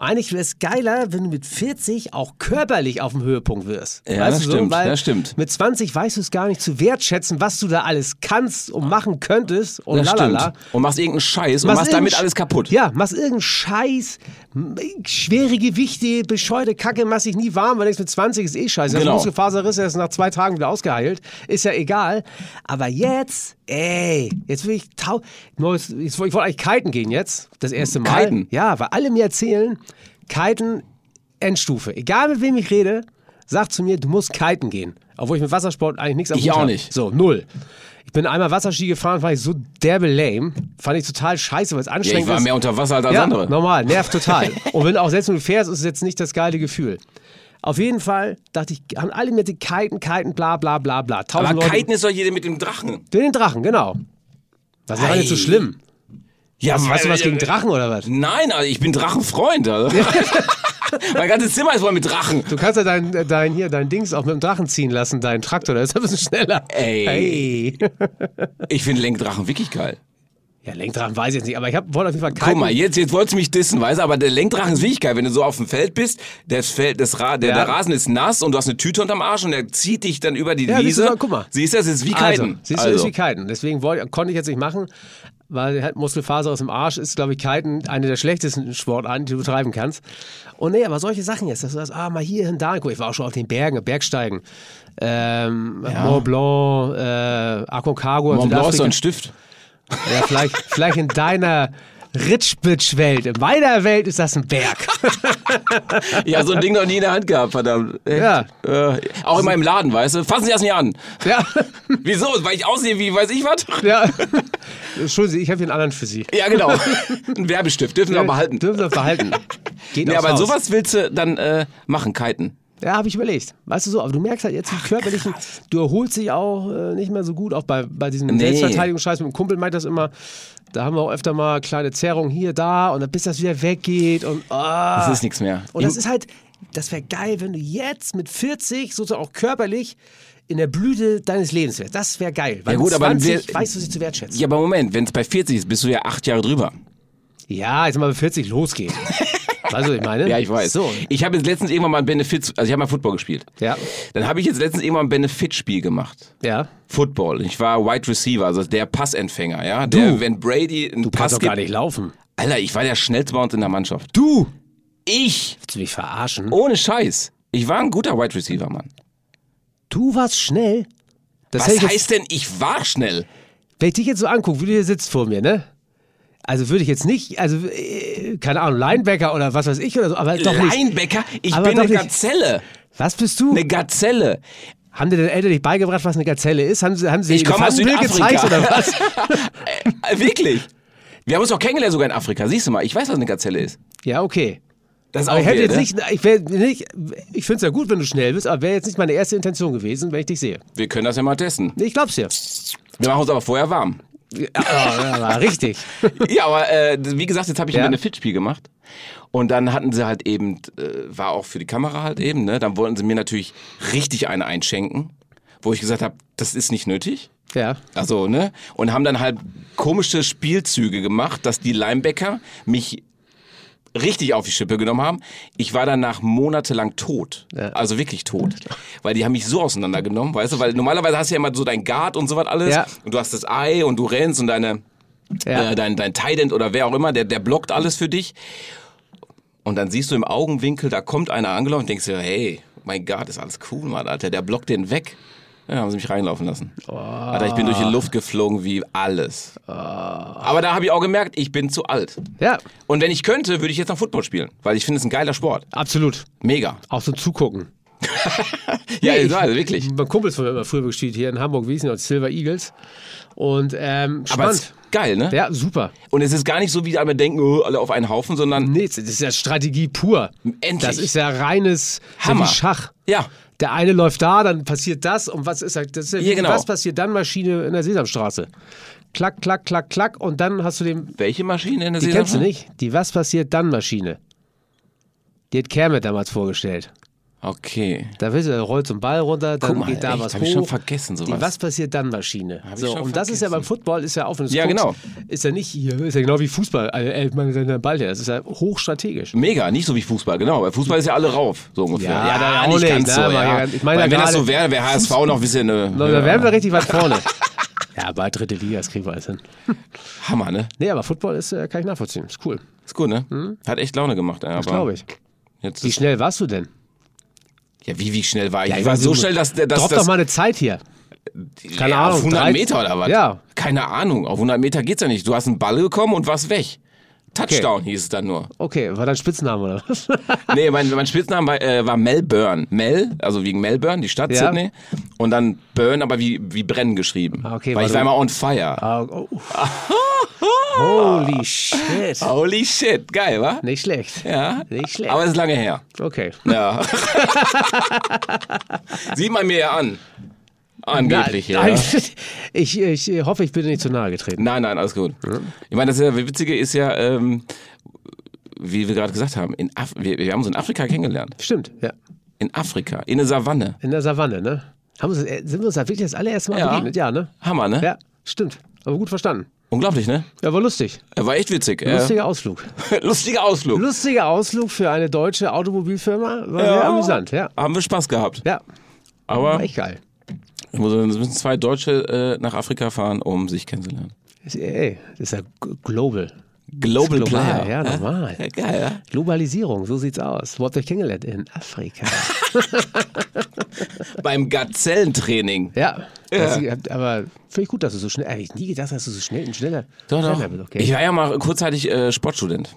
A: Eigentlich wäre es geiler, wenn du mit 40 auch körperlich auf dem Höhepunkt wirst.
B: Ja, das
A: du
B: stimmt,
A: Weil
B: das stimmt.
A: Mit 20 weißt du es gar nicht zu wertschätzen, was du da alles kannst
B: Ah.
A: und machen könntest und lalala.
B: Und machst irgendeinen Scheiß und machst
A: irgendeinen
B: damit alles kaputt.
A: Ja, machst irgendeinen Scheiß, m- schwere Gewichte, bescheute Kacke, machst dich nie warm, weil du denkst, mit 20 ist eh scheiße.
B: Genau.
A: Das Muskelfaserriss ist nach zwei Tagen wieder ausgeheilt. Ist ja egal. Aber jetzt, ey, jetzt will ich tau... Neues, jetzt, woll- ich wollte eigentlich kiten gehen jetzt, das erste Mal.
B: Kiten?
A: Ja, weil alle mir erzählen, kiten, Endstufe. Egal mit wem ich rede, sagt zu mir, du musst kiten gehen. Obwohl ich mit Wassersport eigentlich nichts am
B: Ich
A: Hut
B: auch
A: hab.
B: nicht.
A: So, null. Ich bin einmal Wasserski gefahren, fand ich so derbe lame. Fand ich total scheiße, weil es
B: Ja,
A: anstrengend
B: ich war
A: ist.
B: mehr unter Wasser als, als
A: ja,
B: andere.
A: normal, nervt total. Und wenn auch selbst wenn du fährst, ist es jetzt nicht das geile Gefühl. Auf jeden Fall dachte ich, haben alle mit den Kiten, Kiten, bla bla bla bla. Tausend
B: Aber
A: Leute.
B: Kiten ist doch hier mit dem Drachen.
A: Den Drachen, genau. Das war
B: Ei.
A: nicht so schlimm.
B: Ja,
A: Hast, hast du was
B: äh,
A: gegen
B: äh,
A: Drachen oder was?
B: Nein, also ich bin Drachenfreund. Also. mein ganzes Zimmer ist voll mit Drachen.
A: Du kannst ja dein, äh, dein, hier, dein Dings auch mit dem Drachen ziehen lassen, deinen Traktor, da ist er ein bisschen schneller.
B: Ey.
A: Hey.
B: Ich finde Lenkdrachen wirklich geil.
A: Ja, Lenkdrachen weiß ich jetzt nicht, aber ich hab, wollte auf jeden Fall keinen.
B: Guck mal, jetzt, jetzt wolltest du mich dissen, weißt du, aber der Lenkdrachen ist wirklich geil. Wenn du so auf dem Feld bist, das Feld, das Ra der,
A: Ja.
B: der Rasen ist nass und du hast eine Tüte unterm Arsch und der zieht dich dann über die
A: Ja, siehst du
B: Wiese.
A: mal, guck mal.
B: Siehst du, das ist wie
A: also,
B: Kiten.
A: siehst du, ist wie Kiten. Deswegen wollte, konnte ich jetzt nicht machen, weil halt Muskelfaser aus dem Arsch ist, glaube ich, Kiten eine der schlechtesten Sportarten, die du betreiben kannst. Und nee, aber solche Sachen jetzt, dass du sagst, ah, mal hier hin, da. hin. Guck, ich war auch schon auf den Bergen, Bergsteigen. Ähm, Mont Blanc, äh, Aconcagua. in
B: Mont Blanc ist so
A: Südafrika.
B: ein Stift.
A: Ja, vielleicht, vielleicht in deiner Ritschbitsch-Welt. In meiner Welt ist das ein Berg.
B: Ich habe so ein Ding noch nie in der Hand gehabt, verdammt. Echt.
A: Ja.
B: Äh, auch in meinem Laden, weißt du. Fassen Sie das nicht an.
A: Ja,
B: Wieso? Weil ich aussehe wie, weiß ich was?
A: ja. Entschuldigen Sie, ich habe hier einen anderen für Sie.
B: Ja, genau. Ein Werbestift, dürfen wir behalten.
A: Dürfen wir behalten. Geht
B: Nee,
A: aufs
B: aber
A: Haus.
B: sowas willst du dann äh, machen, kiten.
A: Ja, habe ich überlegt. Weißt du so, aber du merkst halt jetzt, die körperlichen, du erholst dich auch äh, nicht mehr so gut, auch bei, bei diesem
B: Nee.
A: Selbstverteidigungsscheiß. Mit dem Kumpel meint das immer, da haben wir auch öfter mal kleine Zerrungen hier, da und dann bis das wieder weggeht und ah.
B: Das ist nichts mehr.
A: Und das ist halt, das wäre geil, wenn du jetzt mit 40, sozusagen auch körperlich, in der Blüte deines Lebens wärst. Das wäre geil. Weil
B: Ja,
A: mit
B: gut, aber
A: 20
B: wir-
A: weißt du sie zu wertschätzen.
B: ja, aber Moment, wenn es bei 40 ist, bist du ja acht Jahre drüber.
A: Ja, jetzt mal mit 40 losgeht. weißt du, was ich meine?
B: Ja, ich weiß.
A: So.
B: Ich habe jetzt letztens irgendwann mal ein Benefit, also ich habe mal Football gespielt.
A: Ja.
B: Dann habe ich jetzt letztens irgendwann ein Benefitspiel gemacht.
A: Ja.
B: Football. Ich war Wide Receiver, also der Passempfänger, ja. Der, wenn Brady einen
A: Kannst
B: Pass
A: doch gar
B: gibt.
A: nicht laufen.
B: Alter, ich war der schnellste bei uns in der Mannschaft.
A: Du!
B: Ich,
A: Willst du mich verarschen?
B: ohne Scheiß. Ich war ein guter Wide Receiver, Mann.
A: Du warst schnell. Das hätte
B: Was
A: ich jetzt-
B: heißt denn, ich war schnell?
A: Wenn ich dich jetzt so angucke, wie du hier sitzt vor mir, ne? Also würde ich jetzt nicht, also äh, keine Ahnung, Linebacker oder was weiß ich oder so, aber doch nicht.
B: Linebacker? Ich
A: Aber
B: bin
A: doch
B: eine
A: nicht.
B: Gazelle.
A: Was bist du?
B: Eine Gazelle.
A: Haben dir deine Eltern nicht beigebracht, was eine Gazelle ist? Haben sie, haben sie
B: Ich
A: dir
B: komme aus
A: Elefantenbild
B: Südafrika.
A: gezeigt oder was?
B: Äh, Wirklich? Wir haben uns auch kennengelernt sogar in Afrika. Siehst du mal, ich weiß, was eine Gazelle ist.
A: Ja, okay.
B: Das ist
A: Aber ich hätte
B: weird,
A: jetzt
B: ne?
A: nicht, ich, wär nicht, ich finde es ja gut, wenn du schnell bist, aber wäre jetzt nicht meine erste Intention gewesen, wenn ich dich sehe.
B: Wir können das ja mal testen.
A: Ich glaub's dir.
B: Wir machen uns aber vorher warm.
A: Ja, ja, ja, richtig.
B: ja, aber äh, wie gesagt, jetzt habe ich
A: Ja.
B: ein Benefitspiel gemacht. Und dann hatten sie halt eben, äh, war auch für die Kamera halt eben, ne? Dann wollten sie mir natürlich richtig eine einschenken, wo ich gesagt habe, das ist nicht nötig.
A: Ja.
B: Also, ne? Und haben dann halt komische Spielzüge gemacht, dass die Linebacker mich richtig auf die Schippe genommen haben. Ich war danach monatelang tot.
A: Ja.
B: Also wirklich tot. Weil die haben mich so auseinandergenommen, weißt du? Weil normalerweise hast du ja immer so dein Guard und sowas alles.
A: Ja.
B: Und du hast das Ei und du rennst und deine
A: Ja.
B: äh, dein, dein Tight End oder wer auch immer, der, der blockt alles für dich. Und dann siehst du im Augenwinkel, da kommt einer angelaufen und denkst dir, hey, mein Gott, ist alles cool, Mann, Alter, der blockt den weg. Ja, haben sie mich reinlaufen lassen.
A: Oh,
B: Alter, ich bin durch
A: Ah.
B: die Luft geflogen wie alles. Aber da habe ich auch gemerkt, ich bin zu alt.
A: ja,
B: Und wenn ich könnte, würde ich jetzt noch Football spielen, weil ich finde es ist ein geiler Sport.
A: absolut.
B: Mega.
A: Auch so zugucken.
B: Ja,
A: Nee, ich-
B: egal, wirklich.
A: Mein Kumpel ist von mir immer früher gespielt hier in Hamburg, wie hieß denn das? Silver Eagles. Und ähm,
B: Aber es
A: spannend.
B: ist geil, ne?
A: Ja, super.
B: Und es ist gar nicht so, wie alle denken, oh, alle auf einen Haufen, sondern
A: Nee, das ist ja Strategie pur.
B: Endlich.
A: Das ist ja reines das ist ja
B: Hammer.
A: Wie Schach.
B: ja,
A: Der eine läuft da, dann passiert das und was ist das? das ist ja
B: Ja,
A: wie
B: genau.
A: Was passiert dann Maschine in der Sesamstraße? Klack, klack, klack, klack und dann hast du den.
B: welche Maschine in der
A: Die
B: Sesamstraße?
A: kennst du nicht? Die Was passiert dann Maschine. Die hat Kermit damals vorgestellt.
B: Okay.
A: Da willst du, da rollt so ein Ball runter, dann
B: Guck mal,
A: geht da
B: echt,
A: was
B: hab
A: hoch.
B: ich schon vergessen, sowas.
A: Die Was passiert dann Maschine.
B: Hab ich
A: So,
B: schon
A: und das ist ja
B: vergessen.
A: beim Football, ist ja auch, wenn du es
B: Ja,
A: guckst,
B: genau.
A: ist ja nicht hier, ist ja genau wie Fußball. Also, ey, man sendet den Ball her. Das ist ja hochstrategisch.
B: Mega, nicht so wie Fußball, genau. Bei Fußball ist ja alle rauf, so ungefähr.
A: Ja, da auch nicht, ne, aber ja, ich meine
B: Weil
A: ja
B: wenn das
A: gerade-
B: so wäre, wäre HSV noch ein bisschen äh,
A: Da
B: ja,
A: wären wir richtig weit vorne. ja, bei dritte Liga, das kriegen wir alles hin.
B: Hammer, ne?
A: Nee, aber Football ist, äh, kann ich nachvollziehen. Ist cool,
B: Ist gut, ne? Hat echt Laune gemacht. Aber
A: glaube Hm? ich.
B: Jetzt
A: Wie
B: ist,
A: schnell warst du denn?
B: ja, wie, wie schnell war ich?
A: ich
B: ich war
A: weiß
B: so
A: nicht,
B: schnell, dass, dass
A: Drop
B: dass,
A: doch mal eine Zeit hier. keine
B: ja,
A: Ahnung,
B: Auf 100
A: 13
B: Meter oder was?
A: Ja.
B: Keine Ahnung, auf 100 Meter geht's ja nicht. Du hast einen Ball bekommen und warst weg. Touchdown hieß es dann nur.
A: Okay, war dein Spitzname oder was?
B: Nee, mein, mein Spitzname war, äh, war Melbourne. Mel, also wegen Melbourne, die Stadt
A: Ja.
B: Sydney. Und dann Burn, aber wie, wie brennen geschrieben.
A: Ah, okay,
B: Weil ich
A: warte.
B: war immer on fire.
A: Ah, oh, uff. Holy shit.
B: Holy shit, geil, wa?
A: Nicht schlecht.
B: Ja.
A: Nicht schlecht.
B: Aber es ist lange her.
A: okay.
B: Ja. Sieht man mir ja an. Angeblich, ja.
A: Nein, ich, ich hoffe, ich bin nicht zu nahe getreten.
B: Nein, nein, alles gut. Ich meine, das ist ja, Witzige ist ja, ähm, wie wir gerade gesagt haben, in Af wir, wir haben uns in Afrika kennengelernt.
A: Stimmt, ja.
B: In Afrika, in der Savanne.
A: In der Savanne, ne? Haben wir, uns- äh, sind wir uns da wirklich das allererste Mal
B: Ja.
A: begegnet? Ja, ne?
B: Hammer, ne?
A: Ja, stimmt. Aber gut verstanden.
B: Unglaublich, ne?
A: Ja, war lustig.
B: Er war echt witzig.
A: Lustiger Ausflug.
B: Äh, lustiger Ausflug.
A: Lustiger Ausflug für eine deutsche Automobilfirma. War sehr amüsant, ja.
B: Haben wir Spaß gehabt.
A: Ja, war
B: Aber
A: echt geil.
B: es müssen zwei Deutsche äh, nach Afrika fahren, um sich kennenzulernen.
A: Ist, äh, ey, ist ja g- global.
B: Global,
A: global,
B: Player.
A: ja, normal.
B: Ja, geil, ja.
A: Globalisierung, so sieht's aus. Wo habt ihr euch kennengelernt? In Afrika.
B: Beim Gazellentraining.
A: Ja. Das, aber finde ich gut, dass du so schnell. Hab ich nie gedacht, dass du so schnell und schneller.
B: Doch,
A: schneller
B: doch.
A: bist,
B: Ich
A: Okay.
B: war ja mal kurzzeitig äh, Sportstudent.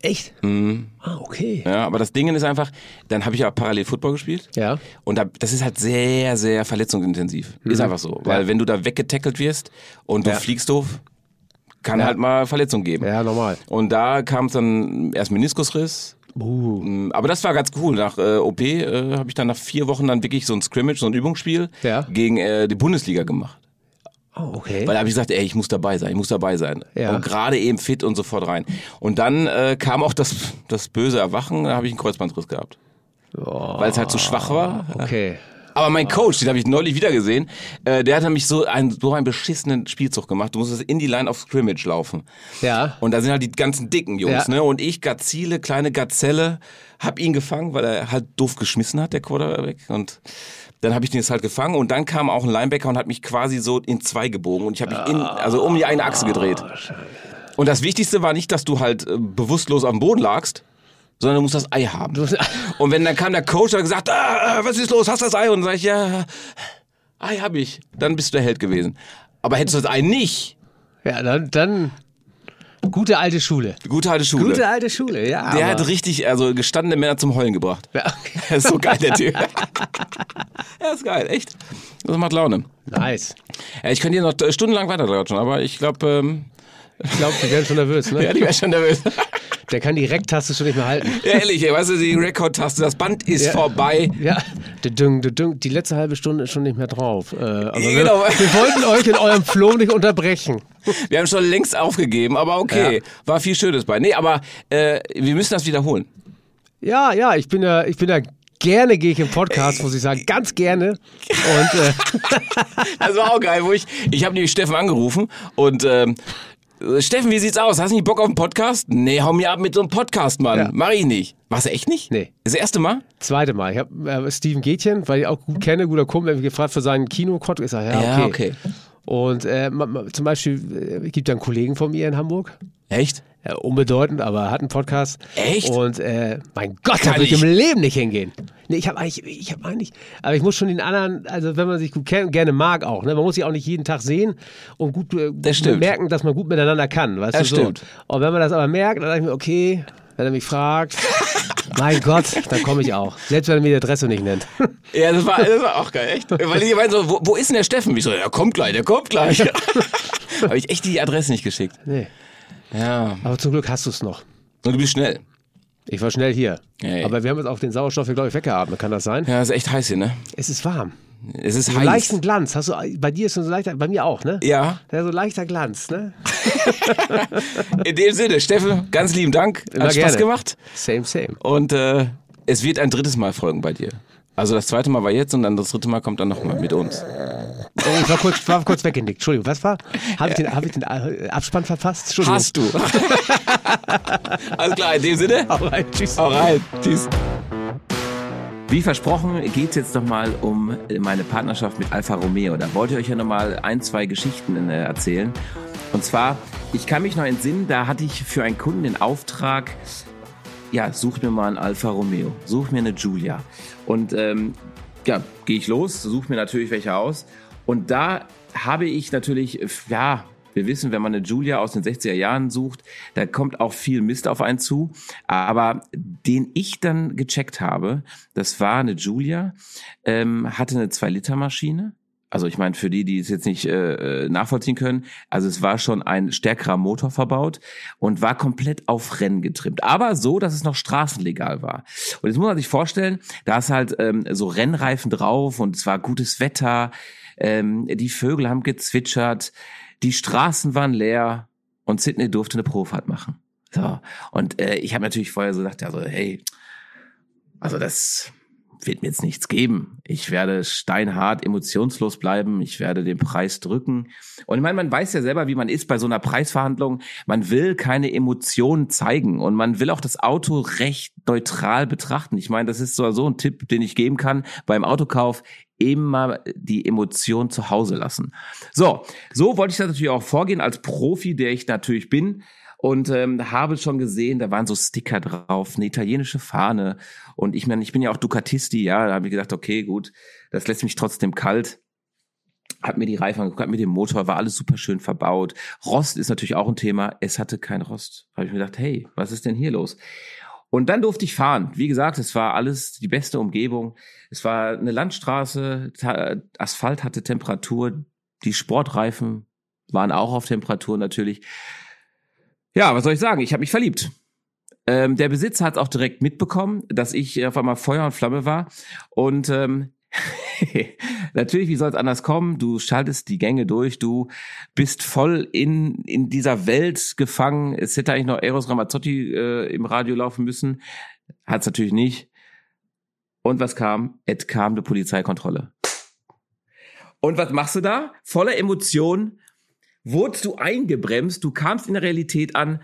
A: Echt?
B: Mhm.
A: Ah, okay.
B: Ja, aber das Ding ist einfach, dann habe ich ja parallel Football gespielt.
A: Ja.
B: Und da, das ist halt sehr, sehr verletzungsintensiv.
A: Mhm.
B: Ist einfach so. Weil wenn du da weggetackelt wirst und du fliegst doof, kann halt mal Verletzung geben.
A: Ja, normal.
B: Und da kam es dann erst
A: Uh,
B: Meniskusriss. Mm, Aber das war ganz cool. Nach äh, OP äh, habe ich dann nach vier Wochen dann wirklich so ein Scrimmage, so ein Übungsspiel
A: Ja.
B: gegen äh, die Bundesliga gemacht.
A: oh, okay.
B: Weil da habe ich gesagt, ey, ich muss dabei sein, ich muss dabei sein.
A: Ja.
B: Und gerade eben fit und sofort rein. Und dann äh, kam auch das, das böse Erwachen, da habe ich einen Kreuzbandriss gehabt. Weil es halt zu schwach war.
A: Okay.
B: Aber mein Coach, den habe ich neulich wieder gesehen, äh, der hat nämlich so einen, so einen beschissenen Spielzug gemacht. Du musstest in die Line of Scrimmage laufen.
A: Ja.
B: Und da sind halt die ganzen dicken Jungs,
A: Ja.
B: ne? Und ich, Gazile, kleine Gazelle, hab ihn gefangen, weil er halt doof geschmissen hat, der Quarterback. Und dann habe ich den jetzt halt gefangen und dann kam auch ein Linebacker und hat mich quasi so in zwei gebogen und ich habe mich in, also um die eine Achse gedreht. Und das Wichtigste war nicht, dass du halt äh, bewusstlos am Boden lagst, sondern du musst das Ei haben. Und wenn dann kam der Coach und hat gesagt, ah, ah, was ist los, hast du das Ei? Und dann sag ich, ja, Ei habe ich. Dann bist du der Held gewesen. Aber hättest du das Ei nicht,
A: Ja, dann, dann gute alte Schule.
B: gute alte Schule.
A: Gute alte Schule, ja.
B: Der
A: aber-
B: hat richtig, also gestandene Männer zum Heulen gebracht.
A: Ja, okay.
B: Er ist so geil, der Typ. Er ist geil, echt. Das macht Laune.
A: Nice.
B: Ja, ich könnte hier noch äh, stundenlang weiterlatschen, aber ich glaube, ähm,
A: Ich glaube, die werden schon nervös, ne?
B: ja, die wäre schon nervös.
A: Der kann die Rektaste schon nicht mehr halten.
B: ja, ehrlich, ey, weißt du, die Rekordtaste, das Band ist
A: Ja.
B: vorbei.
A: Ja, dedüng, dedüng. die letzte halbe Stunde ist schon nicht mehr drauf. Äh, aber
B: Ja, genau.
A: wir, wir wollten euch in eurem Floh nicht unterbrechen.
B: Wir haben schon längst aufgegeben, aber okay, war viel Schönes bei. Nee, aber äh, wir müssen das wiederholen.
A: Ja, ja, ich bin ja, ich bin ja gerne gehe ich im Podcast, muss ich sagen, ganz gerne. Und äh,
B: Das war auch geil, wo ich, ich habe nämlich Steffen angerufen und ähm, Steffen, wie sieht's aus? Hast du nicht Bock auf einen Podcast? Nee, hau mir ab mit so einem Podcast, Mann.
A: Ja.
B: Mach ich nicht. Warst du echt nicht?
A: Nee.
B: Das erste Mal?
A: zweite Mal, ich habe äh, Steven Gätchen, weil ich auch gut kenne, guter Kumpel, hab ich gefragt für seinen Kinokott. Ich sage, ja, okay.
B: Mhm. Ja, okay.
A: Und äh, ma- ma- zum Beispiel äh, gibt ja einen Kollegen von mir in Hamburg.
B: Echt?
A: Ja, unbedeutend, aber hat einen Podcast.
B: Echt?
A: Und äh, mein Gott, da
B: Kann
A: würde ich
B: ich.
A: im Leben nicht hingehen. Nee, ich habe eigentlich, ich habe eigentlich, aber ich muss schon den anderen, also wenn man sich gut kennt, gerne mag auch, ne? Man muss sich auch nicht jeden Tag sehen und gut äh,
B: stimmt.
A: merken, dass man gut miteinander kann, weißt
B: Das
A: du
B: stimmt.
A: so. Und wenn man das aber merkt, dann sage ich mir, okay, wenn er mich fragt, mein Gott, dann komme ich auch. Selbst wenn er mir die Adresse nicht nennt.
B: Ja, das war, das war auch geil, echt. Weil ich meine so, wo, wo ist denn der Steffen? Ich so, der kommt gleich, der kommt gleich. Habe ich echt die Adresse nicht geschickt.
A: Nee.
B: Ja.
A: Aber zum Glück hast du es noch.
B: Und du bist schnell.
A: Ich war schnell hier.
B: Ey.
A: Aber wir haben jetzt auch den Sauerstoff, glaube ich, weggeatmet. Kann das sein?
B: Ja, ist echt heiß hier, ne?
A: Es ist warm.
B: Es ist
A: So
B: heiß.
A: leichten Glanz. Hast du, bei dir ist so ein leichter, bei mir auch, ne?
B: Ja,
A: Ja, so leichter Glanz, ne?
B: in dem Sinne, Steffen, ganz lieben Dank. Hat
A: Immer
B: Spaß
A: gerne.
B: gemacht.
A: Same, same.
B: Und äh, es wird ein drittes Mal folgen bei dir. Also das zweite Mal war jetzt und dann das dritte Mal kommt dann nochmal mit uns.
A: Oh, ich war kurz, war kurz weggenickt. Entschuldigung, was war? Habe ich, den- hab ich den äh, Abspann verpasst? Entschuldigung.
B: Hast du. Alles klar, in dem Sinne.
A: Hau rein, tschüss.
B: Hau rein. Tschüss.
C: Wie versprochen geht es jetzt nochmal um meine Partnerschaft mit Alfa Romeo. Da wollte ich euch ja nochmal ein, zwei Geschichten äh, erzählen. Und zwar, ich kann mich noch entsinnen, da hatte ich für einen Kunden den Auftrag, ja, such mir mal einen Alfa Romeo, such mir eine Giulia. Und ähm, ja, gehe ich los, suche mir natürlich welche aus. Und da habe ich natürlich, äh, ja, wir wissen, wenn man eine Giulia aus den 60er Jahren sucht, da kommt auch viel Mist auf einen zu. Aber den ich dann gecheckt habe, das war eine Giulia, ähm, hatte eine 2-Liter-Maschine,
B: also ich meine, für die, die es jetzt nicht äh, nachvollziehen können, also es war schon ein stärkerer Motor verbaut und war komplett auf Rennen getrimmt. Aber so, dass es noch straßenlegal war. Und jetzt muss man sich vorstellen, da ist halt ähm, so Rennreifen drauf und es war gutes Wetter, ähm, die Vögel haben gezwitschert, die Straßen waren leer und Sydney durfte eine Profahrt machen. So. Und äh, ich habe natürlich vorher so gedacht, also, hey, also das wird mir jetzt nichts geben. Ich werde steinhart emotionslos bleiben. Ich werde den Preis drücken. Und ich meine, man weiß ja selber, wie man ist bei so einer Preisverhandlung. Man will keine Emotionen zeigen und man will auch das Auto recht neutral betrachten. Ich meine, das ist so, so ein Tipp, den ich geben kann beim Autokauf. Immer die Emotion zu Hause lassen. So, so wollte ich das natürlich auch vorgehen als Profi, der ich natürlich bin und ähm, habe schon gesehen, da waren so Sticker drauf, eine italienische Fahne und ich meine, ich bin ja auch Ducatisti, ja, da habe ich gedacht, okay, gut, das lässt mich trotzdem kalt. Hab mir die Reifen angeguckt, hab mir den Motor, war alles super schön verbaut. Rost ist natürlich auch ein Thema. Es hatte kein Rost. Habe ich mir gedacht, hey, was ist denn hier los? Und dann durfte ich fahren. Wie gesagt, es war alles die beste Umgebung. Es war eine Landstraße, Ta- Asphalt hatte Temperatur, die Sportreifen waren auch auf Temperatur natürlich. Ja, was soll ich sagen? Ich habe mich verliebt. Ähm, der Besitzer hat auch direkt mitbekommen, dass ich auf einmal Feuer und Flamme war. Und ähm, natürlich, wie soll es anders kommen? Du schaltest die Gänge durch, du bist voll in, in dieser Welt gefangen. Es hätte eigentlich noch Eros Ramazzotti äh, im Radio laufen müssen. Hat es natürlich nicht. Und was kam? Es kam eine Polizeikontrolle. Und was machst du da? Voller Emotionen wurdest du eingebremst, du kamst in der Realität an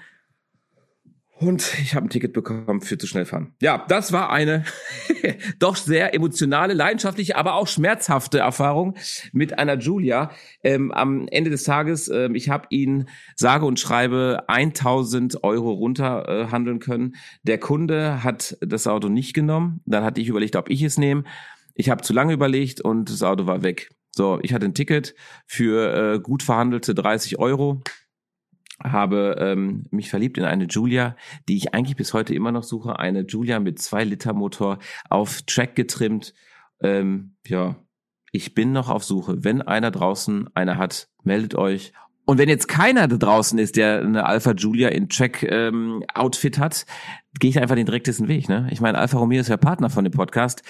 B: und ich habe ein Ticket bekommen für zu schnell fahren. Ja, das war eine doch sehr emotionale, leidenschaftliche, aber auch schmerzhafte Erfahrung mit einer Julia. Ähm, am Ende des Tages, ähm, ich habe ihn sage und schreibe 1000 Euro runter äh, handeln können. Der Kunde hat das Auto nicht genommen. Dann hatte ich überlegt, ob ich es nehme. Ich habe zu lange überlegt und das Auto war weg. So, ich hatte ein Ticket für äh, gut verhandelte 30 Euro, habe ähm, mich verliebt in eine Julia, die ich eigentlich bis heute immer noch suche. Eine Julia mit 2-Liter-Motor auf Track getrimmt. Ähm, ja, ich bin noch auf Suche. Wenn einer draußen eine hat, meldet euch. Und wenn jetzt keiner da draußen ist, der eine Alpha Julia in Track-Outfit hat, gehe ich einfach den direktesten Weg. Ne? Ich meine, Alpha Romeo ist ja Partner von dem Podcast.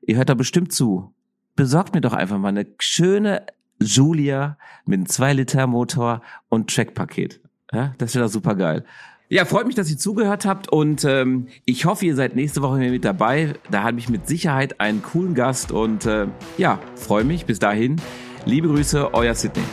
B: Ihr hört da bestimmt zu besorgt mir doch einfach mal eine schöne Julia mit einem 2-Liter-Motor und Trackpaket. Ja, das wäre doch super geil. Ja, freut mich, dass ihr zugehört habt und ähm, ich hoffe, ihr seid nächste Woche wieder mit dabei. Da habe ich mit Sicherheit einen coolen Gast und äh, ja, freue mich. Bis dahin, liebe Grüße, euer Sydney.